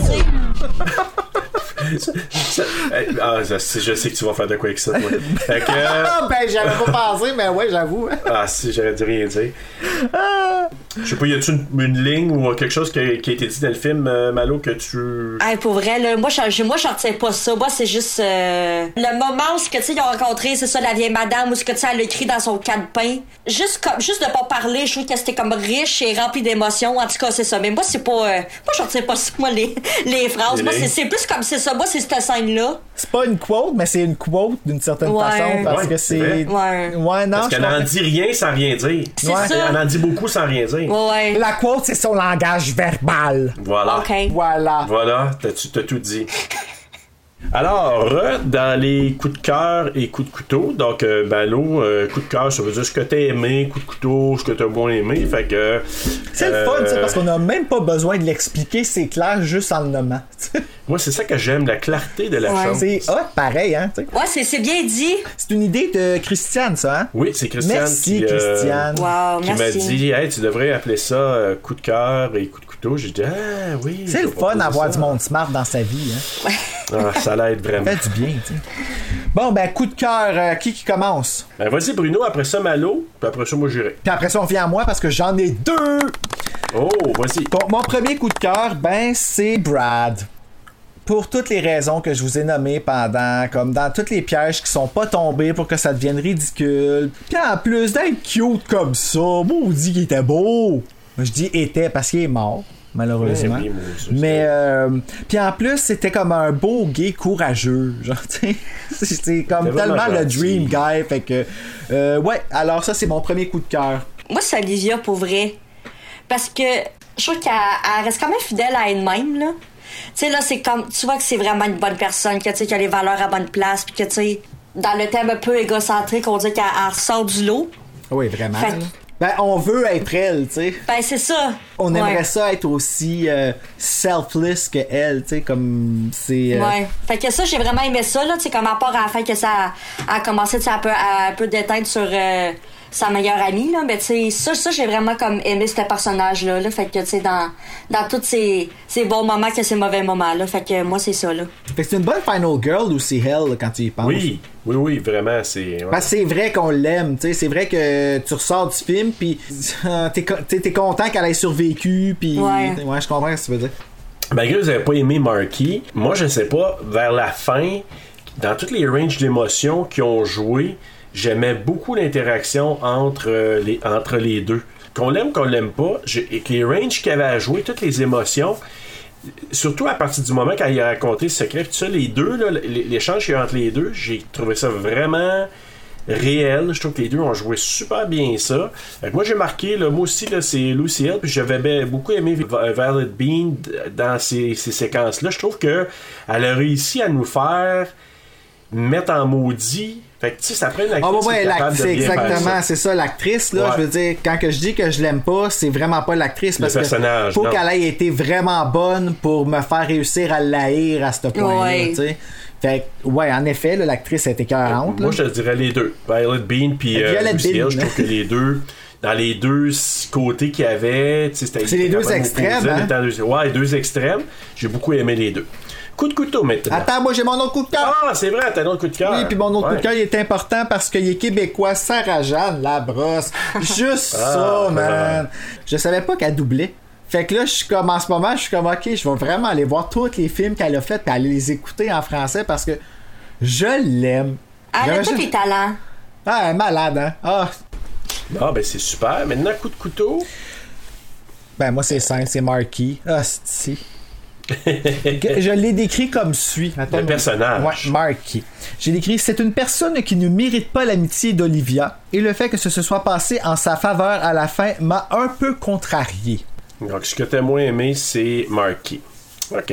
[SPEAKER 7] Ça- euh, ah, ça- je sais que tu vas faire de quoi avec ça.
[SPEAKER 6] [LAUGHS]
[SPEAKER 7] toi. Fait que, euh,
[SPEAKER 6] Ah, ben, j'avais pas pensé, mais ouais, j'avoue. hein.
[SPEAKER 7] Ah si, j'aurais dû rien dire. Je sais pas, y a-tu une, une ligne ou quelque chose qui a, qui a été dit dans le film, euh, Malo, que tu...
[SPEAKER 8] Hey, pour vrai, là, moi, je moi, je retiens pas ça. Moi, c'est juste euh, le moment où ce que, tu sais, ils ont rencontré, c'est ça, la vieille madame, ou ce que, tu sais, elle a écrit dans son calepin. Juste comme, juste de pas parler, je trouve que c'était comme riche et rempli d'émotions. En tout cas, c'est ça. Mais moi, c'est pas, euh, moi, je retiens pas ça, moi, les, les phrases.
[SPEAKER 6] Les
[SPEAKER 8] Moi, c'est
[SPEAKER 6] lignes.
[SPEAKER 8] c'est plus comme, c'est ça. Moi, c'est cette scène-là.
[SPEAKER 6] C'est pas une quote, mais c'est une quote d'une certaine
[SPEAKER 8] Ouais.
[SPEAKER 6] façon, parce
[SPEAKER 7] Ouais,
[SPEAKER 6] que
[SPEAKER 7] c'est
[SPEAKER 6] c'est.
[SPEAKER 8] Ouais.
[SPEAKER 6] Ouais, Ah, non,
[SPEAKER 7] Parce
[SPEAKER 6] je
[SPEAKER 7] qu'elle en
[SPEAKER 6] comprends.
[SPEAKER 7] dit rien sans rien dire.
[SPEAKER 6] C'est Ouais. ça.
[SPEAKER 7] Elle en dit beaucoup sans rien dire.
[SPEAKER 6] La quote, c'est son langage verbal.
[SPEAKER 7] Voilà.
[SPEAKER 6] Voilà.
[SPEAKER 7] Voilà, t'as- tu t'as tout dit. Alors, euh, dans les coups de cœur et coups de couteau, donc euh, Malo, euh, coup de cœur, ça veut dire ce que t'as aimé, coup de couteau, ce que t'as moins aimé, fait que...
[SPEAKER 6] C'est le fun, tu
[SPEAKER 7] euh,
[SPEAKER 6] sais, parce qu'on a même pas besoin de l'expliquer, c'est clair juste en le nommant.
[SPEAKER 7] Moi, c'est ça que j'aime, la clarté de la chose.
[SPEAKER 6] C'est hot, pareil, hein, tu sais.
[SPEAKER 8] Ouais, c'est, c'est bien dit.
[SPEAKER 6] C'est une idée de Christiane, ça, hein?
[SPEAKER 7] Oui, c'est Christiane
[SPEAKER 6] Merci,
[SPEAKER 7] qui, euh,
[SPEAKER 6] Christiane. Wow,
[SPEAKER 7] qui m'a
[SPEAKER 6] merci.
[SPEAKER 7] dit Hey, tu devrais appeler ça euh, coup de cœur et coup de couteau. J'ai dit Ah oui.
[SPEAKER 6] C'est
[SPEAKER 7] je
[SPEAKER 6] le
[SPEAKER 7] vais
[SPEAKER 6] fun
[SPEAKER 7] proposer
[SPEAKER 6] d'avoir
[SPEAKER 7] ça.
[SPEAKER 6] du monde smart dans sa vie, hein?
[SPEAKER 7] Ah, ça l'aide vraiment.
[SPEAKER 6] Fait du bien, tu sais. Bon, ben, coup de cœur, euh, qui qui commence?
[SPEAKER 7] Ben, vas-y, Bruno, après ça, Malo, puis après ça, moi, j'irai.
[SPEAKER 6] Puis après ça, on vient à moi parce que j'en ai deux!
[SPEAKER 7] Oh, vas-y.
[SPEAKER 6] Bon, mon premier coup de cœur, ben, c'est Brad. Pour toutes les raisons que je vous ai nommées pendant, comme dans toutes les pièges qui sont pas tombés pour que ça devienne ridicule. Puis en plus d'être cute comme ça, maudit qu'il était beau! Je dis était parce qu'il est mort, malheureusement.
[SPEAKER 7] Eh Oui, oui, moi aussi.
[SPEAKER 6] Mais euh, puis en plus, c'était comme un beau gay courageux, [LAUGHS] genre tu sais, c'était comme
[SPEAKER 7] C'était vraiment
[SPEAKER 6] tellement le
[SPEAKER 7] gentil.
[SPEAKER 6] dream guy fait que euh, ouais, alors ça c'est mon premier coup de cœur.
[SPEAKER 8] Moi, c'est Olivia pour vrai. Parce que je trouve qu'elle elle reste quand même fidèle à elle-même, là. Tu sais, là, c'est comme. Tu vois que c'est vraiment une bonne personne, que tu sais, qu'elle a les valeurs à bonne place, puis que tu sais, dans le thème un peu égocentrique, on dit qu'elle elle ressort du lot.
[SPEAKER 6] Ah Oui, vraiment.
[SPEAKER 8] Fait que-
[SPEAKER 6] là. Ben on veut être elle, tu sais.
[SPEAKER 8] Ben, c'est ça.
[SPEAKER 6] On
[SPEAKER 8] Ouais.
[SPEAKER 6] aimerait ça être aussi euh, selfless que elle, tu sais comme c'est euh,
[SPEAKER 8] Ouais. Fait que ça, j'ai vraiment aimé ça, là, tu sais, comme rapport à la fin que ça a, a commencé, tu sais, un peu, à, un peu déteindre sur euh, sa meilleure amie, là. Mais tu sais, ça, ça j'ai vraiment comme aimé ce personnage-là, là. Fait que, tu sais, dans, dans tous ces, ces bons moments que ces mauvais moments, là. Fait que moi, c'est ça, là.
[SPEAKER 6] fait que c'est une bonne final girl aussi elle là, quand tu y penses.
[SPEAKER 7] Oui, oui, oui, vraiment, c'est. ouais.
[SPEAKER 6] Parce que c'est vrai qu'on l'aime, tu sais, c'est vrai que tu ressors du film, puis [LAUGHS] euh, t'es co- t'es t'es content qu'elle ait survécu, puis
[SPEAKER 7] Ouais.
[SPEAKER 6] ouais, je comprends ce que tu veux dire.
[SPEAKER 7] Malgré que vous n'avez pas aimé Marky, moi, je sais pas, vers la fin, dans toutes les ranges d'émotions qui ont joué, j'aimais beaucoup l'interaction entre, euh, les, entre les deux. Qu'on l'aime, qu'on l'aime pas, j'ai- et que les ranges qu'il avait à jouer, toutes les émotions, surtout à partir du moment quand il a raconté le secret, tout ça, les deux, là, l- l'échange qu'il y a eu entre les deux, j'ai trouvé ça vraiment réel. Je trouve que les deux ont joué super bien ça. Fait que moi, j'ai marqué, le moi aussi, là, c'est Lucy Hill, puis j'avais ben- beaucoup aimé Vi- Violet Bean d- dans ces, ces séquences-là. Je trouve que elle a réussi à nous faire mettre en maudit. Fait que, tu sais, ça prend une
[SPEAKER 6] Ah
[SPEAKER 7] actrice
[SPEAKER 6] ouais,
[SPEAKER 7] qui
[SPEAKER 6] ouais,
[SPEAKER 7] est capable
[SPEAKER 6] l'ac-
[SPEAKER 7] de
[SPEAKER 6] c'est
[SPEAKER 7] bien faire ça.
[SPEAKER 6] exactement, c'est ça l'actrice là,
[SPEAKER 7] Ouais.
[SPEAKER 6] je veux dire quand que je dis que je l'aime pas, c'est vraiment pas l'actrice
[SPEAKER 7] Le
[SPEAKER 6] parce que
[SPEAKER 7] personnage,
[SPEAKER 6] faut
[SPEAKER 7] non.
[SPEAKER 6] qu'elle ait été vraiment bonne pour me faire réussir à l'haïr à ce point-là,
[SPEAKER 7] Ouais.
[SPEAKER 6] tu sais. Fait que, ouais, en effet, là, l'actrice était écœurante. là.
[SPEAKER 7] Moi, je te dirais les deux. Violet Bean puis euh,
[SPEAKER 6] Violet
[SPEAKER 7] Lucy
[SPEAKER 6] Bean.
[SPEAKER 7] Hill, je trouve que les deux, dans les deux s- côtés qu'il y avait, tu sais, c'était
[SPEAKER 6] C'est les
[SPEAKER 7] c'était
[SPEAKER 6] deux
[SPEAKER 7] quand même
[SPEAKER 6] extrêmes,
[SPEAKER 7] opposé,
[SPEAKER 6] hein?
[SPEAKER 7] mais dans les deux- ouais, les deux extrêmes. J'ai beaucoup aimé les deux. Coup de couteau maintenant.
[SPEAKER 6] Attends, moi j'ai mon autre coup de cœur.
[SPEAKER 7] Ah, c'est vrai, t'as un autre coup de cœur.
[SPEAKER 6] Oui, puis mon autre coup de
[SPEAKER 7] Ouais.
[SPEAKER 6] cœur, il est important parce qu'il est québécois, Sarah-Jeanne Labrosse. Juste
[SPEAKER 7] Ah,
[SPEAKER 6] ça, man. Je savais pas qu'elle doublait. Fait que là, je suis comme, en ce moment, je suis comme, ok, je vais vraiment aller voir tous les films qu'elle a fait puis aller les écouter en français parce que je l'aime.
[SPEAKER 8] Elle a
[SPEAKER 6] J'imagine-
[SPEAKER 8] tous les talents.
[SPEAKER 6] Ah, elle est malade, hein. Ah.
[SPEAKER 7] Ah, ben c'est super. Maintenant, coup de couteau.
[SPEAKER 6] Ben, moi, c'est simple, c'est Marquis. Ah,
[SPEAKER 7] [LAUGHS]
[SPEAKER 6] si. je l'ai décrit comme suit. Attends,
[SPEAKER 7] Le personnage.
[SPEAKER 6] Ouais, Marky. J'ai décrit c'est une personne qui ne mérite pas l'amitié d'Olivia et le fait que ce se soit passé en sa faveur à la fin m'a un peu contrarié.
[SPEAKER 7] Donc, ce que t'as moins aimé, c'est Marky. OK.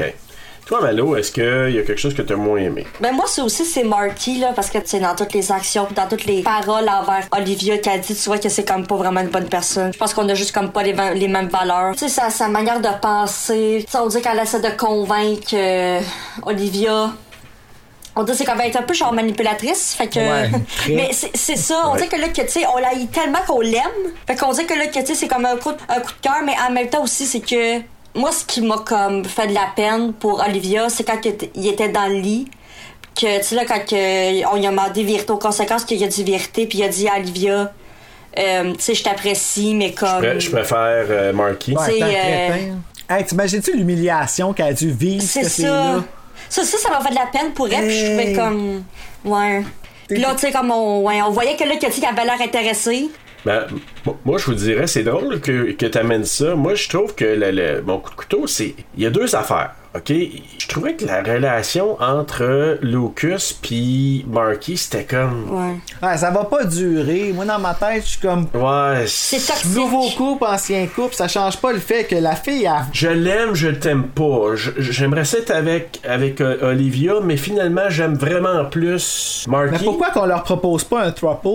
[SPEAKER 7] Toi, Malo, est-ce qu'il y a quelque chose que t'as moins aimé?
[SPEAKER 8] Ben moi, ça aussi, c'est Marty, là, parce que, tu sais, dans toutes les actions, dans toutes les paroles envers Olivia qu'elle dit, tu vois que c'est comme pas vraiment une bonne personne. Je pense qu'on a juste comme pas les, va- les mêmes valeurs. Tu sais, sa, sa manière de penser, tu sais, on dit qu'elle essaie de convaincre euh, Olivia. On dit que c'est comme elle est un peu genre manipulatrice, fait que... [LAUGHS]
[SPEAKER 14] Ouais, très.
[SPEAKER 8] Mais c'est c'est ça, on
[SPEAKER 14] Ouais.
[SPEAKER 8] dit que là, que, tu sais, on la hait tellement qu'on l'aime, fait qu'on dit que là, que, tu sais, c'est comme un coup, de- un coup de cœur, mais en même temps aussi, c'est que... Moi, ce qui m'a comme fait de la peine pour Olivia, c'est quand il était- il était dans le lit, que tu sais là quand que, on lui a demandé vérité aux conséquences qu'il y a dit vérité puis il a dit à Olivia euh, tu sais je t'apprécie mais comme
[SPEAKER 7] Pré- Je préfère euh, Marky.
[SPEAKER 8] Ouais, C'est, attends, euh, crétin.
[SPEAKER 6] Hey, t'imagines-tu l'humiliation qu'elle a dû vivre,
[SPEAKER 8] c'est
[SPEAKER 6] cette
[SPEAKER 8] ça.
[SPEAKER 6] fille-là?
[SPEAKER 8] ça ça ça m'a fait de la peine pour elle puis je trouvais comme ouais puis là tu sais comme on, ouais, on voyait que là Cathy avait l'air intéressée
[SPEAKER 7] Ben, m- moi, je vous dirais, c'est drôle que, que tu amènes ça. Moi, je trouve que le- le- mon coup de couteau, c'est. Il y a deux affaires. OK? Je trouvais que la relation entre Lucas puis Marky, c'était comme.
[SPEAKER 8] Ouais.
[SPEAKER 6] Ah, ça va pas durer. Moi, dans ma tête, je suis comme.
[SPEAKER 7] Ouais.
[SPEAKER 6] Nouveau couple, ancien couple, ça change pas le fait que la fille a.
[SPEAKER 7] Je l'aime, je t'aime pas. Je- J'aimerais ça être avec, avec euh, Olivia, mais finalement, j'aime vraiment plus Marky.
[SPEAKER 6] Mais pourquoi qu'on leur propose pas un
[SPEAKER 7] [LAUGHS]
[SPEAKER 6] throuple?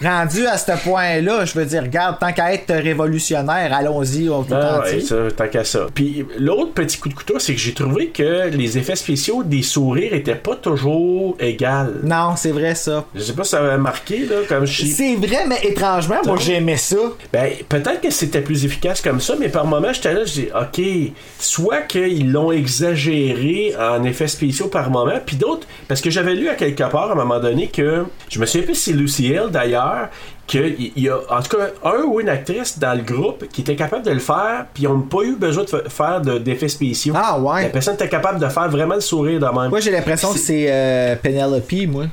[SPEAKER 6] Rendu à ce point-là, je veux dire, regarde, tant qu'à être révolutionnaire, allons-y, on vous
[SPEAKER 7] Ah, ouais,
[SPEAKER 6] tente.
[SPEAKER 7] ça, tant qu'à ça. Puis l'autre petit coup de couteau, c'est que j'ai trouvé que les effets spéciaux des sourires étaient pas toujours égales.
[SPEAKER 6] Non, c'est vrai ça.
[SPEAKER 7] Je sais pas si ça avait marqué, là, comme je suis-
[SPEAKER 6] C'est vrai, mais étrangement, moi j'aimais ça.
[SPEAKER 7] Ben, peut-être que c'était plus efficace comme ça, mais par moments, j'étais là, je dis, OK, soit qu'ils l'ont exagéré en effets spéciaux par moment, puis d'autres, parce que j'avais lu à quelque part à un moment donné que, je me souviens plus si c'est Lucy Hale d'ailleurs, qu'il y a en tout cas un ou une actrice dans le groupe qui était capable de le faire, puis ils n'ont pas eu besoin de fa- faire de- d'effets spéciaux.
[SPEAKER 6] Ah ouais?
[SPEAKER 7] La personne était capable de faire vraiment le sourire de même.
[SPEAKER 6] Moi j'ai l'impression que c'est euh, Penelope, moi.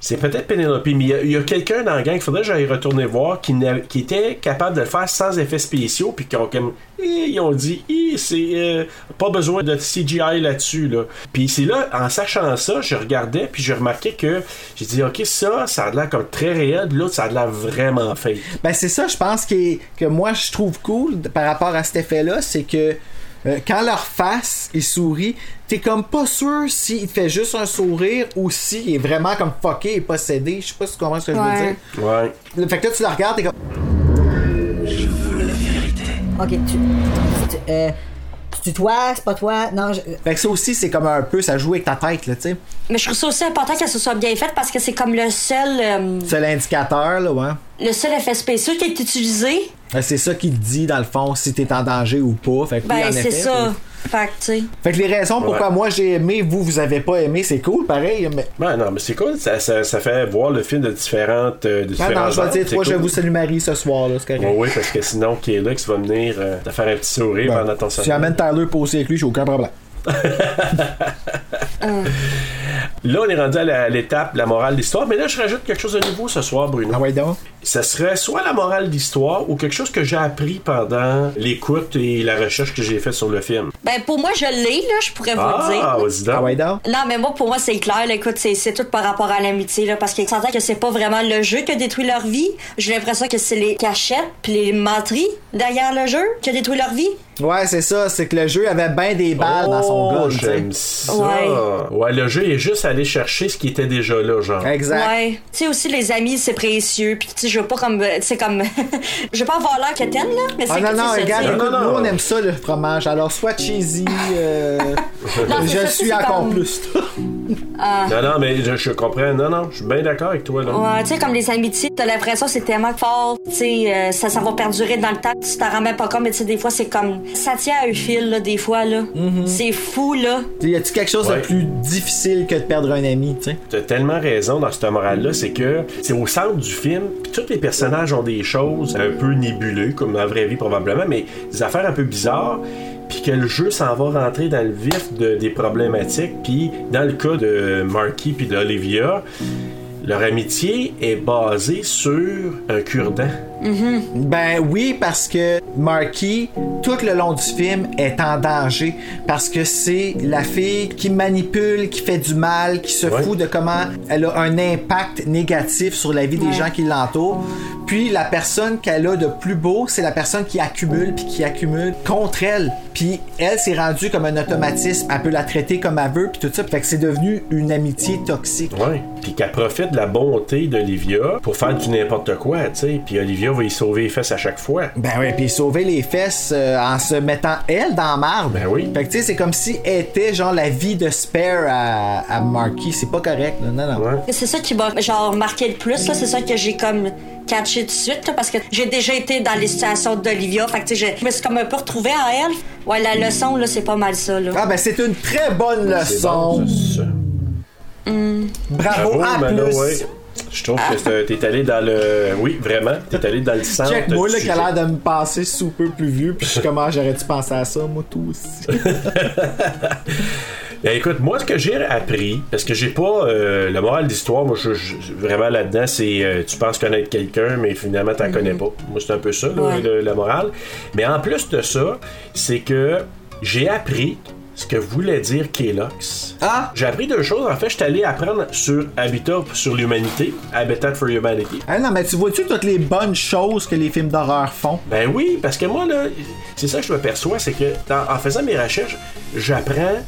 [SPEAKER 7] C'est peut-être Penelope, mais il y a- il y a, quelqu'un dans la gang qu'il faudrait que j'aille retourner voir qui, n'a- qui était capable de le faire sans effets spéciaux, puis qui ont comme- Hi, ils ont dit, Hi, c'est euh, pas besoin de CGI là-dessus. Là. Puis c'est là, en sachant ça, je regardais, puis je remarquais que j'ai dit, ok, ça, ça a l'air comme très réel, puis l'autre, ça a l'air vraiment fake.
[SPEAKER 6] Ben c'est ça, je pense que, que moi je trouve cool de- par rapport à cet effet-là, c'est que euh, quand leur face il sourit, t'es comme pas sûr s'il fait juste un sourire ou s'il est vraiment comme fucké et possédé. Je sais pas si tu comprends ce que je veux
[SPEAKER 7] Ouais.
[SPEAKER 6] dire.
[SPEAKER 7] Ouais.
[SPEAKER 6] Le fait que là, tu la regardes, t'es comme.
[SPEAKER 15] Ok, tu. tu euh, tu toi, c'est pas toi. Non, je. euh,
[SPEAKER 6] Fait que ça aussi, c'est comme un peu, ça joue avec ta tête, là, tu sais.
[SPEAKER 8] mais je trouve ça aussi important que ce soit bien fait parce que c'est comme le seul euh,
[SPEAKER 6] C'est l'indicateur, là, ouais.
[SPEAKER 8] le seul effet spécial qui est utilisé
[SPEAKER 6] Euh, C'est ça qui te dit, dans le fond, si t'es en danger ou pas. Fait que, oui,
[SPEAKER 8] ben
[SPEAKER 6] en
[SPEAKER 8] c'est
[SPEAKER 6] effet,
[SPEAKER 8] ça
[SPEAKER 6] oui.
[SPEAKER 8] fait que tu sais
[SPEAKER 6] Fait que les raisons pourquoi
[SPEAKER 7] Ouais.
[SPEAKER 6] moi j'ai aimé, vous, vous avez pas aimé, c'est cool, pareil. Mais...
[SPEAKER 7] Ben non, mais c'est cool, ça, ça, ça fait voir le film de différentes. euh, de
[SPEAKER 6] Ah
[SPEAKER 7] différents
[SPEAKER 6] non, je vais
[SPEAKER 7] genres,
[SPEAKER 6] dire,
[SPEAKER 7] c'est
[SPEAKER 6] toi, je
[SPEAKER 7] cool.
[SPEAKER 6] vous salue Marie ce soir, là, c'est
[SPEAKER 7] Ouais,
[SPEAKER 6] correct.
[SPEAKER 7] oui, parce que sinon, qui est là, qui va venir euh, te faire un petit sourire pendant ton
[SPEAKER 6] Si
[SPEAKER 7] sommeil.
[SPEAKER 6] j'amène Tyler poser avec lui, j'ai aucun problème.
[SPEAKER 7] Là, on est rendu à la- à l'étape, la morale d'histoire, mais là, je rajoute quelque chose de nouveau ce soir, Bruno. Ah
[SPEAKER 6] ouais, donc?
[SPEAKER 7] Ça serait soit la morale d'histoire ou quelque chose que j'ai appris pendant l'écoute et la recherche que j'ai faite sur le film.
[SPEAKER 8] ben pour moi je l'ai là je pourrais vous le dire
[SPEAKER 7] Ah, vas-y donc.
[SPEAKER 8] Non, mais moi, pour moi, c'est clair. là. écoute, c'est, c'est tout par rapport à l'amitié, là, parce qu'ils sentent que c'est pas vraiment le jeu qui a détruit leur vie. J'ai l'impression que c'est les cachettes puis les menteries derrière le jeu qui a détruit leur vie.
[SPEAKER 6] Ouais, c'est ça, c'est que le jeu avait bien des balles dans son
[SPEAKER 7] Oh,
[SPEAKER 6] gun, tu sais.
[SPEAKER 7] j'aime ça.
[SPEAKER 8] Ouais.
[SPEAKER 7] Ouais, le jeu est juste allé chercher ce qui était déjà là, genre.
[SPEAKER 8] Ouais. Tu sais, aussi, les amis, c'est précieux. Puis, tu sais, je veux pas comme. euh, Tu sais, comme. [LAUGHS] je veux pas avoir l'air quétaine, là. Mais c'est
[SPEAKER 6] Ah non,
[SPEAKER 8] que, tu
[SPEAKER 6] non,
[SPEAKER 8] sais, ça
[SPEAKER 6] regarde,
[SPEAKER 8] dit- [LAUGHS]
[SPEAKER 6] écoute, nous on aime ça le fromage. Alors, soit cheesy, euh,
[SPEAKER 8] Non, c'est
[SPEAKER 6] je
[SPEAKER 8] ça,
[SPEAKER 6] suis
[SPEAKER 8] c'est
[SPEAKER 6] encore
[SPEAKER 8] comme-
[SPEAKER 6] plus.
[SPEAKER 8] Ah.
[SPEAKER 7] Non, non, mais je, je comprends. Non, non, je suis bien d'accord avec toi, là.
[SPEAKER 8] Ouais, tu sais, comme les amitiés, t'as l'impression que c'est tellement fort, tu sais, euh, ça, ça va perdurer dans le temps, tu t'en rends même pas compte, mais tu sais, des fois, c'est comme, ça tient à un fil, là, des fois, là. C'est fou, là.
[SPEAKER 6] Y a-tu quelque chose
[SPEAKER 7] Ouais.
[SPEAKER 6] de plus difficile que de perdre un ami, tu sais?
[SPEAKER 7] T'as tellement raison dans cette morale-là, c'est que c'est au centre du film, puis tous les personnages ont des choses un peu nébuleuses, comme dans la vraie vie probablement, mais des affaires un peu bizarres, puis que le jeu s'en va rentrer dans le vif de- des problématiques, puis dans le cas de Marky puis d'Olivia, leur amitié est basée sur un cure-dent.
[SPEAKER 6] Ben oui, parce que Marky, tout le long du film, est en danger. Parce que c'est la fille qui manipule, qui fait du mal, qui se fout de comment elle a un impact négatif sur la vie des gens qui l'entourent. Puis la personne qu'elle a de plus beau, c'est la personne qui accumule, puis qui accumule contre elle. Puis elle s'est rendue comme un automatisme. Elle peut la traiter comme elle veut, puis tout ça. Fait que c'est devenu une amitié toxique.
[SPEAKER 7] Ouais. Puis qu'elle profite de la bonté d'Olivia pour faire du n'importe quoi, tu sais. Puis Olivia va y sauver les fesses à chaque fois.
[SPEAKER 6] Ben oui, puis sauver les fesses euh, en se mettant elle dans la marde. Ben
[SPEAKER 7] oui.
[SPEAKER 6] Fait que tu sais, c'est comme si elle était genre la vie de Spare à, à Marky. C'est pas correct, là. non, non.
[SPEAKER 8] C'est ça qui m'a genre marqué le plus, là. C'est ça que j'ai comme catché tout de suite, là, parce que j'ai déjà été dans les situations d'Olivia. Fait que, tu sais, je- je me suis comme un peu retrouvée en elle. Ouais, la leçon, là, c'est pas mal ça, là.
[SPEAKER 6] Ah ben c'est une très bonne
[SPEAKER 7] C'est
[SPEAKER 6] leçon.
[SPEAKER 7] bon, ça, ça.
[SPEAKER 8] Hmm.
[SPEAKER 6] Bravo, à
[SPEAKER 7] Manon,
[SPEAKER 6] Ah, oh, plus.
[SPEAKER 7] ouais. Je trouve que c'est- t'es allé dans le. Oui, vraiment, t'es allé dans le centre.
[SPEAKER 6] Check moi
[SPEAKER 7] du
[SPEAKER 6] là qui a
[SPEAKER 7] sujet.
[SPEAKER 6] l'air de me passer sous peu plus vieux, puis je suis comment j'aurais dû penser à ça, moi tout aussi. [LAUGHS]
[SPEAKER 7] Ben, écoute, moi, ce que j'ai appris, parce que j'ai pas euh, le moral d'histoire, moi, je, je- vraiment là-dedans, c'est euh, tu penses connaître quelqu'un, mais finalement, t'en
[SPEAKER 6] Mhm.
[SPEAKER 7] connais pas. Moi, c'est un peu ça, là,
[SPEAKER 3] Ouais.
[SPEAKER 7] le- la morale. Mais en plus de ça, c'est que j'ai appris ce que voulait dire Kelox.
[SPEAKER 6] Ah!
[SPEAKER 7] J'ai appris deux choses. En fait, je suis allé apprendre sur Habitat sur l'humanité, Habitat for Humanity.
[SPEAKER 6] Ah non, mais tu vois-tu toutes les bonnes choses que les films d'horreur font?
[SPEAKER 7] Ben oui, parce que moi, là, c'est ça que je me perçois, c'est que dans- en faisant mes recherches, j'apprends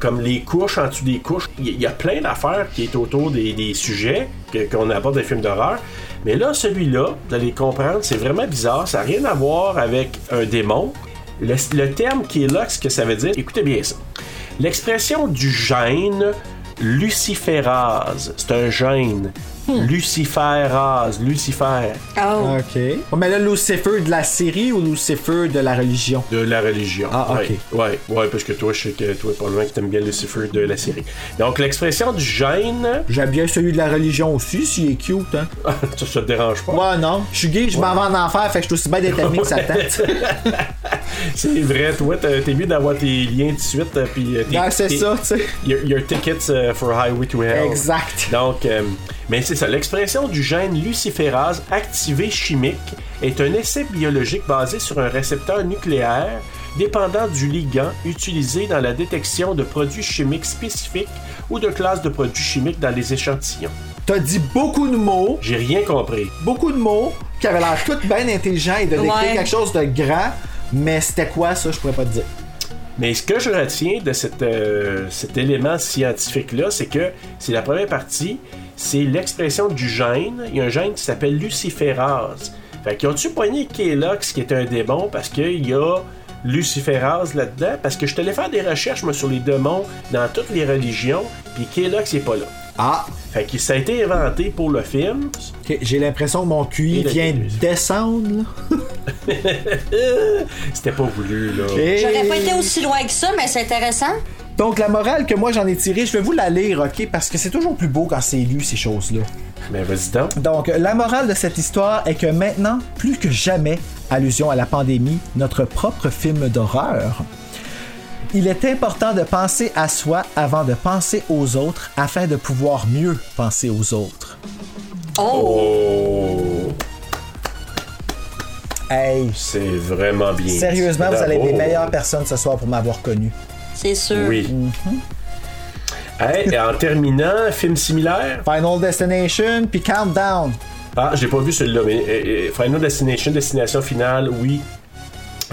[SPEAKER 7] comme les couches en dessous des couches. Il y- il y, a plein d'affaires qui est autour des, des sujets que- qu'on aborde des films d'horreur. Mais là, celui-là, vous allez comprendre, c'est vraiment bizarre. Ça n'a rien à voir avec un démon. Le, le terme qui est là, ce que ça veut dire, écoutez bien ça. L'expression du gène luciférase, c'est un gène. Luciférase, Lucifer.
[SPEAKER 8] Oh.
[SPEAKER 6] Ok. Oh, mais là, Lucifer de la série ou Lucifer de la religion?
[SPEAKER 7] De la religion.
[SPEAKER 6] Ah, ok.
[SPEAKER 7] Ouais, ouais, ouais, parce que toi, je sais que toi, probablement que t'aimes bien Lucifer de la série. Donc, l'expression du gène, [LAUGHS]
[SPEAKER 6] J'aime bien celui de la religion aussi, s'il est cute, hein.
[SPEAKER 7] ça, ça te dérange pas.
[SPEAKER 6] Ouais, non. Je suis gay, je m'en vais en enfer, fait que je suis aussi bien déterminé que ça tente.
[SPEAKER 7] [LAUGHS] C'est vrai, toi, t'as- t'es mieux d'avoir tes liens tout de suite, euh, puis euh, tes-
[SPEAKER 6] Ah, c'est
[SPEAKER 7] tes-
[SPEAKER 6] ça, tu sais.
[SPEAKER 7] Your, your tickets euh, for Highway to Hell.
[SPEAKER 6] Exact.
[SPEAKER 7] Donc, euh, mais c'est ça. L'expression du gène luciférase activé chimique est un essai biologique basé sur un récepteur nucléaire dépendant du ligand utilisé dans la détection de produits chimiques spécifiques ou de classes de produits chimiques dans les échantillons.
[SPEAKER 6] T'as dit beaucoup de mots,
[SPEAKER 7] J'ai rien compris.
[SPEAKER 6] beaucoup de mots qui avaient l'air tout bien intelligents et de décrire
[SPEAKER 7] Ouais.
[SPEAKER 6] quelque chose de grand, mais c'était quoi ça, je pourrais pas te dire.
[SPEAKER 7] Mais ce que je retiens de cette, euh, cet élément scientifique-là, c'est que c'est la première partie, c'est l'expression du gène. Il y a un gène qui s'appelle luciférase. Fait qu'ils ont-tu poigné Kelox, qui est un démon, parce qu'il y a luciférase là-dedans? Parce que je suis allé faire des recherches, moi, sur les démons dans toutes les religions, puis Kelox n'est pas là.
[SPEAKER 6] Ah!
[SPEAKER 7] Fait que ça a été inventé pour le film.
[SPEAKER 6] Ok, J'ai l'impression que mon QI
[SPEAKER 7] Et le
[SPEAKER 6] vient de descendre. là.
[SPEAKER 7] Euh, C'était pas voulu, là.
[SPEAKER 8] J'aurais pas été aussi loin que ça, mais c'est intéressant.
[SPEAKER 6] Donc la morale que moi j'en ai tirée, je vais vous la lire, ok? Parce que c'est toujours plus beau quand c'est lu ces choses-là.
[SPEAKER 7] Mais vas-y donc.
[SPEAKER 6] Donc, la morale de cette histoire est que maintenant, plus que jamais, allusion à la pandémie, notre propre film d'horreur, il est important de penser à soi avant de penser aux autres afin de pouvoir mieux penser aux autres.
[SPEAKER 7] Oh!
[SPEAKER 6] Hey!
[SPEAKER 7] C'est vraiment bien.
[SPEAKER 6] Sérieusement, vous allez être les
[SPEAKER 7] Bravo.
[SPEAKER 6] meilleures personnes ce soir pour m'avoir connu.
[SPEAKER 8] C'est sûr.
[SPEAKER 7] Oui.
[SPEAKER 8] Mm-hmm.
[SPEAKER 7] Hey, et en terminant, film similaire.
[SPEAKER 6] Final Destination, puis Countdown.
[SPEAKER 7] Ah, je l'ai pas vu celui-là, mais euh, euh, Final Destination, Destination Finale, oui.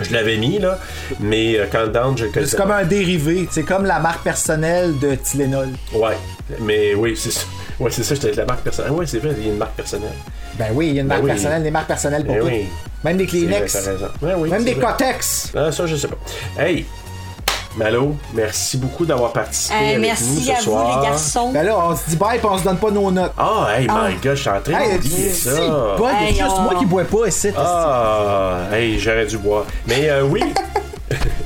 [SPEAKER 7] Je l'avais mis, là. Mais euh, Countdown, je le connaissais.
[SPEAKER 6] C'est comme un dérivé, c'est comme la marque personnelle de Tylenol.
[SPEAKER 7] Ouais. Mais oui, c'est ça. Ouais, c'est ça, j'étais avec la marque personnelle. Ouais, c'est vrai, il y a une marque personnelle.
[SPEAKER 6] Ben oui, il y a une
[SPEAKER 7] Ben
[SPEAKER 6] marque
[SPEAKER 7] oui.
[SPEAKER 6] personnelle, des marques personnelles pour
[SPEAKER 7] Ben
[SPEAKER 6] tout.
[SPEAKER 7] oui.
[SPEAKER 6] Même des
[SPEAKER 7] C'est vrai,
[SPEAKER 6] Kleenex.
[SPEAKER 7] t'as raison. Ouais, oui,
[SPEAKER 6] Même
[SPEAKER 7] c'est
[SPEAKER 6] des
[SPEAKER 7] vrai.
[SPEAKER 6] Kotex.
[SPEAKER 7] Ah, ça, je sais pas. Hey! Malo, merci beaucoup d'avoir participé.
[SPEAKER 8] Euh,
[SPEAKER 7] avec
[SPEAKER 8] merci
[SPEAKER 7] nous ce
[SPEAKER 8] à vous,
[SPEAKER 7] soir.
[SPEAKER 8] les garçons.
[SPEAKER 6] Ben là, on se dit bye puis on se donne pas nos notes.
[SPEAKER 7] Ah, hey,
[SPEAKER 6] Ah.
[SPEAKER 7] my god, je suis en train
[SPEAKER 6] Hey,
[SPEAKER 7] d'oublier
[SPEAKER 6] si,
[SPEAKER 7] ça.
[SPEAKER 6] pas des Hey, choses, on- moi qui bois pas ici.
[SPEAKER 7] Ah, hey, j'aurais dû boire. Mais euh,
[SPEAKER 6] [LAUGHS]
[SPEAKER 7] oui,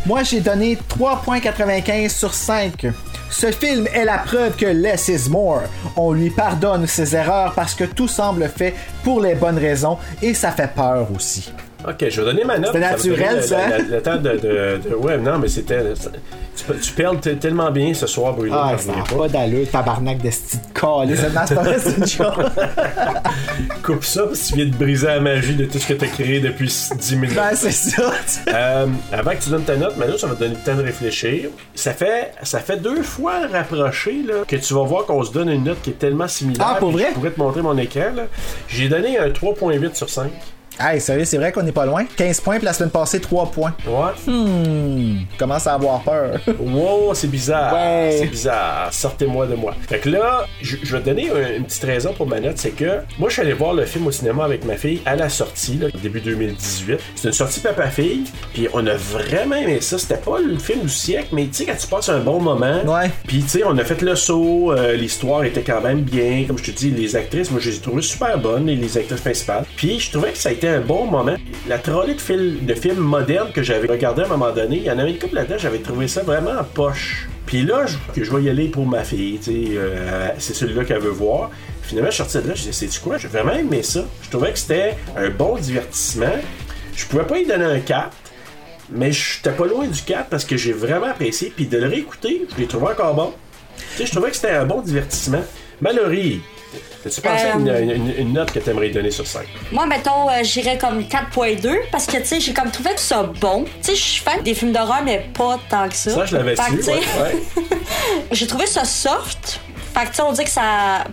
[SPEAKER 6] Moi, j'ai donné 3.95 sur 5. Ce film est la preuve que less is more. On lui pardonne ses erreurs parce que tout semble fait pour les bonnes raisons et ça fait peur aussi.
[SPEAKER 7] ok, je vais donner ma note.
[SPEAKER 6] C'était
[SPEAKER 7] va
[SPEAKER 6] naturel,
[SPEAKER 7] donner le-
[SPEAKER 6] ça,
[SPEAKER 7] le-
[SPEAKER 6] hein?
[SPEAKER 7] Le, le temps de, de- de- Ouais, non, mais c'était. ça- Tu, peux- tu perles t- tellement bien ce soir, Bruno.
[SPEAKER 6] Ah,
[SPEAKER 7] j'en
[SPEAKER 6] ça
[SPEAKER 7] reviens
[SPEAKER 6] n'a pas d'allure, tabarnak de style calé. C'est non, c'est pas vrai, c'est une joke.
[SPEAKER 7] [LAUGHS] Coupe ça parce que tu viens de briser la magie de tout ce que t'as créé depuis 10 minutes.
[SPEAKER 6] [LAUGHS] Ben, c'est ça.
[SPEAKER 7] Euh, avant que tu donnes ta note, Manu, ça va te donner le temps de réfléchir. Ça fait, ça fait deux fois rapproché là, que tu vas voir qu'on se donne une note qui est tellement similaire.
[SPEAKER 6] Ah, pour
[SPEAKER 7] puis
[SPEAKER 6] vrai?
[SPEAKER 7] Je pourrais te montrer mon écran. là. J'ai donné un 3.8 sur 5.
[SPEAKER 6] Hey, sérieux, c'est vrai qu'on n'est pas loin. 15 points, puis la semaine passée, 3 points.
[SPEAKER 7] Ouais.
[SPEAKER 6] Hmm, commence à avoir peur.
[SPEAKER 7] Wow, Oh, c'est bizarre.
[SPEAKER 6] Ouais.
[SPEAKER 7] C'est bizarre. Sortez-moi de moi. Fait que là, je, je vais te donner un- une petite raison pour ma note, c'est que moi, je suis allé voir le film au cinéma avec ma fille à la sortie, là, début 2018. C'est une sortie papa-fille, puis on a vraiment aimé ça. C'était pas le film du siècle, mais tu sais, quand tu passes un bon moment, puis tu sais, on a fait le saut, euh, l'histoire était quand même bien. Comme je te dis, les actrices, moi, je les ai trouvées super bonnes, les, les actrices principales. Puis je trouvais que ça a été un bon moment. La trolley de, fil- de films modernes que j'avais regardé à un moment donné, il y en avait une couple là-dedans, j'avais trouvé ça vraiment poche. Puis là, je, que je vais y aller pour ma fille, tu sais, euh, c'est celui-là qu'elle veut voir. Finalement, je suis sorti de là, je disais, c'est quoi, j'ai vraiment aimé ça. Je trouvais que c'était un bon divertissement. Je pouvais pas y donner un 4, mais j'étais pas loin du 4 parce que j'ai vraiment apprécié. Puis de le réécouter, je l'ai trouvé encore bon. Tu sais, je trouvais que c'était un bon divertissement. Mallory, as-tu pensé à une,
[SPEAKER 8] Euh,
[SPEAKER 7] une- une note que t'aimerais donner sur 5?
[SPEAKER 8] Moi, mettons, euh, j'irais comme 4.2 parce que, tu sais, j'ai comme trouvé que ça bon. Tu sais, je suis fan des films d'horreur, mais pas tant que ça.
[SPEAKER 7] Ça, je l'avais
[SPEAKER 8] Fait que,
[SPEAKER 7] su.
[SPEAKER 8] tu sais,
[SPEAKER 7] ouais, ouais.
[SPEAKER 8] J'ai trouvé ça soft. Fait que, tu sais, on dit que ça,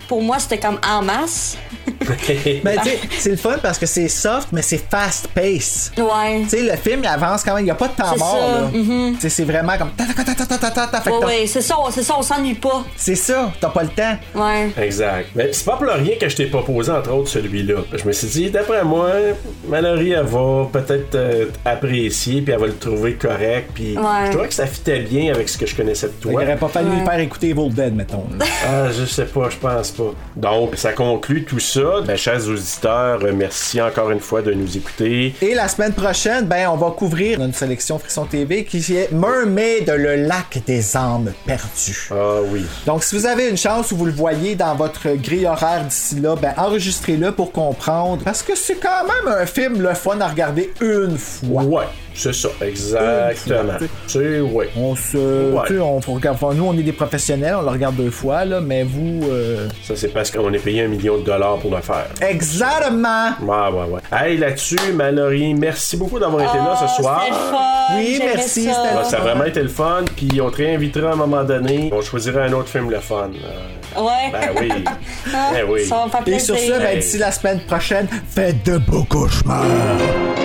[SPEAKER 8] pour moi, c'était comme en masse.
[SPEAKER 6] [LAUGHS] Mais Ben, tu sais, c'est le fun parce que c'est soft, mais c'est fast pace.
[SPEAKER 8] Ouais.
[SPEAKER 6] Tu sais, le film, il avance quand même. Il n'y a pas de temps
[SPEAKER 8] C'est
[SPEAKER 6] mort,
[SPEAKER 8] ça,
[SPEAKER 6] là.
[SPEAKER 8] mhm.
[SPEAKER 6] Tu sais, c'est vraiment comme. ta, ta, ta, ta, ta, ta, ta, ta, fait que
[SPEAKER 8] Ouais,
[SPEAKER 6] t'as-
[SPEAKER 8] ouais, c'est ça, on- c'est ça, on s'ennuie pas.
[SPEAKER 6] C'est ça, t'as pas le temps.
[SPEAKER 8] Ouais.
[SPEAKER 7] [LAUGHS] Exact. Mais c'est pas pour rien que je t'ai proposé, entre autres, celui-là. Je me suis dit, d'après moi, Mallory, elle va peut-être euh, apprécier, puis elle va le trouver correct. Puis
[SPEAKER 6] Ouais.
[SPEAKER 7] je trouvais que ça fitait bien avec ce que je connaissais de
[SPEAKER 6] Il
[SPEAKER 7] toi.
[SPEAKER 6] aurait pas fallu lui faire écouter Evil Dead, mettons. là.
[SPEAKER 7] Ah, je sais pas, je pense pas. Donc, ça conclut tout ça. Ben, chers auditeurs, euh, merci encore une fois de nous écouter.
[SPEAKER 6] Et la semaine prochaine, ben, on va couvrir notre sélection Frisson TV qui est Mermaid, le lac des âmes perdues.
[SPEAKER 7] Ah oui.
[SPEAKER 6] Donc, si vous avez une chance ou vous le voyez dans votre grille horaire d'ici là, ben, enregistrez-le pour comprendre. Parce que c'est quand même un film le fun à regarder une fois.
[SPEAKER 7] Ouais, c'est ça, exactement. C'est, ouais.
[SPEAKER 6] On se.
[SPEAKER 7] Ouais.
[SPEAKER 6] tu sais, on, on regarde- enfin, nous, on est des professionnels, on le regarde deux fois, là, mais vous. euh,
[SPEAKER 7] Ça, c'est parce qu'on est payé un million de dollars pour le faire.
[SPEAKER 6] Exactement!
[SPEAKER 7] Ouais, ouais, ouais. Hey, là-dessus, Mallory, merci beaucoup d'avoir été là
[SPEAKER 8] Ah, Oh,
[SPEAKER 7] ce soir.
[SPEAKER 6] oui, merci, c'était
[SPEAKER 7] Ouais, ça a
[SPEAKER 6] le
[SPEAKER 7] vraiment été le fun, puis on te réinvitera à un moment donné. On choisira un autre film le fun. Euh,
[SPEAKER 8] Ouais.
[SPEAKER 7] Ben oui. ben oui.
[SPEAKER 8] Ah,
[SPEAKER 6] Et sur ce, ben, d'ici la semaine prochaine, faites de beaux cauchemars!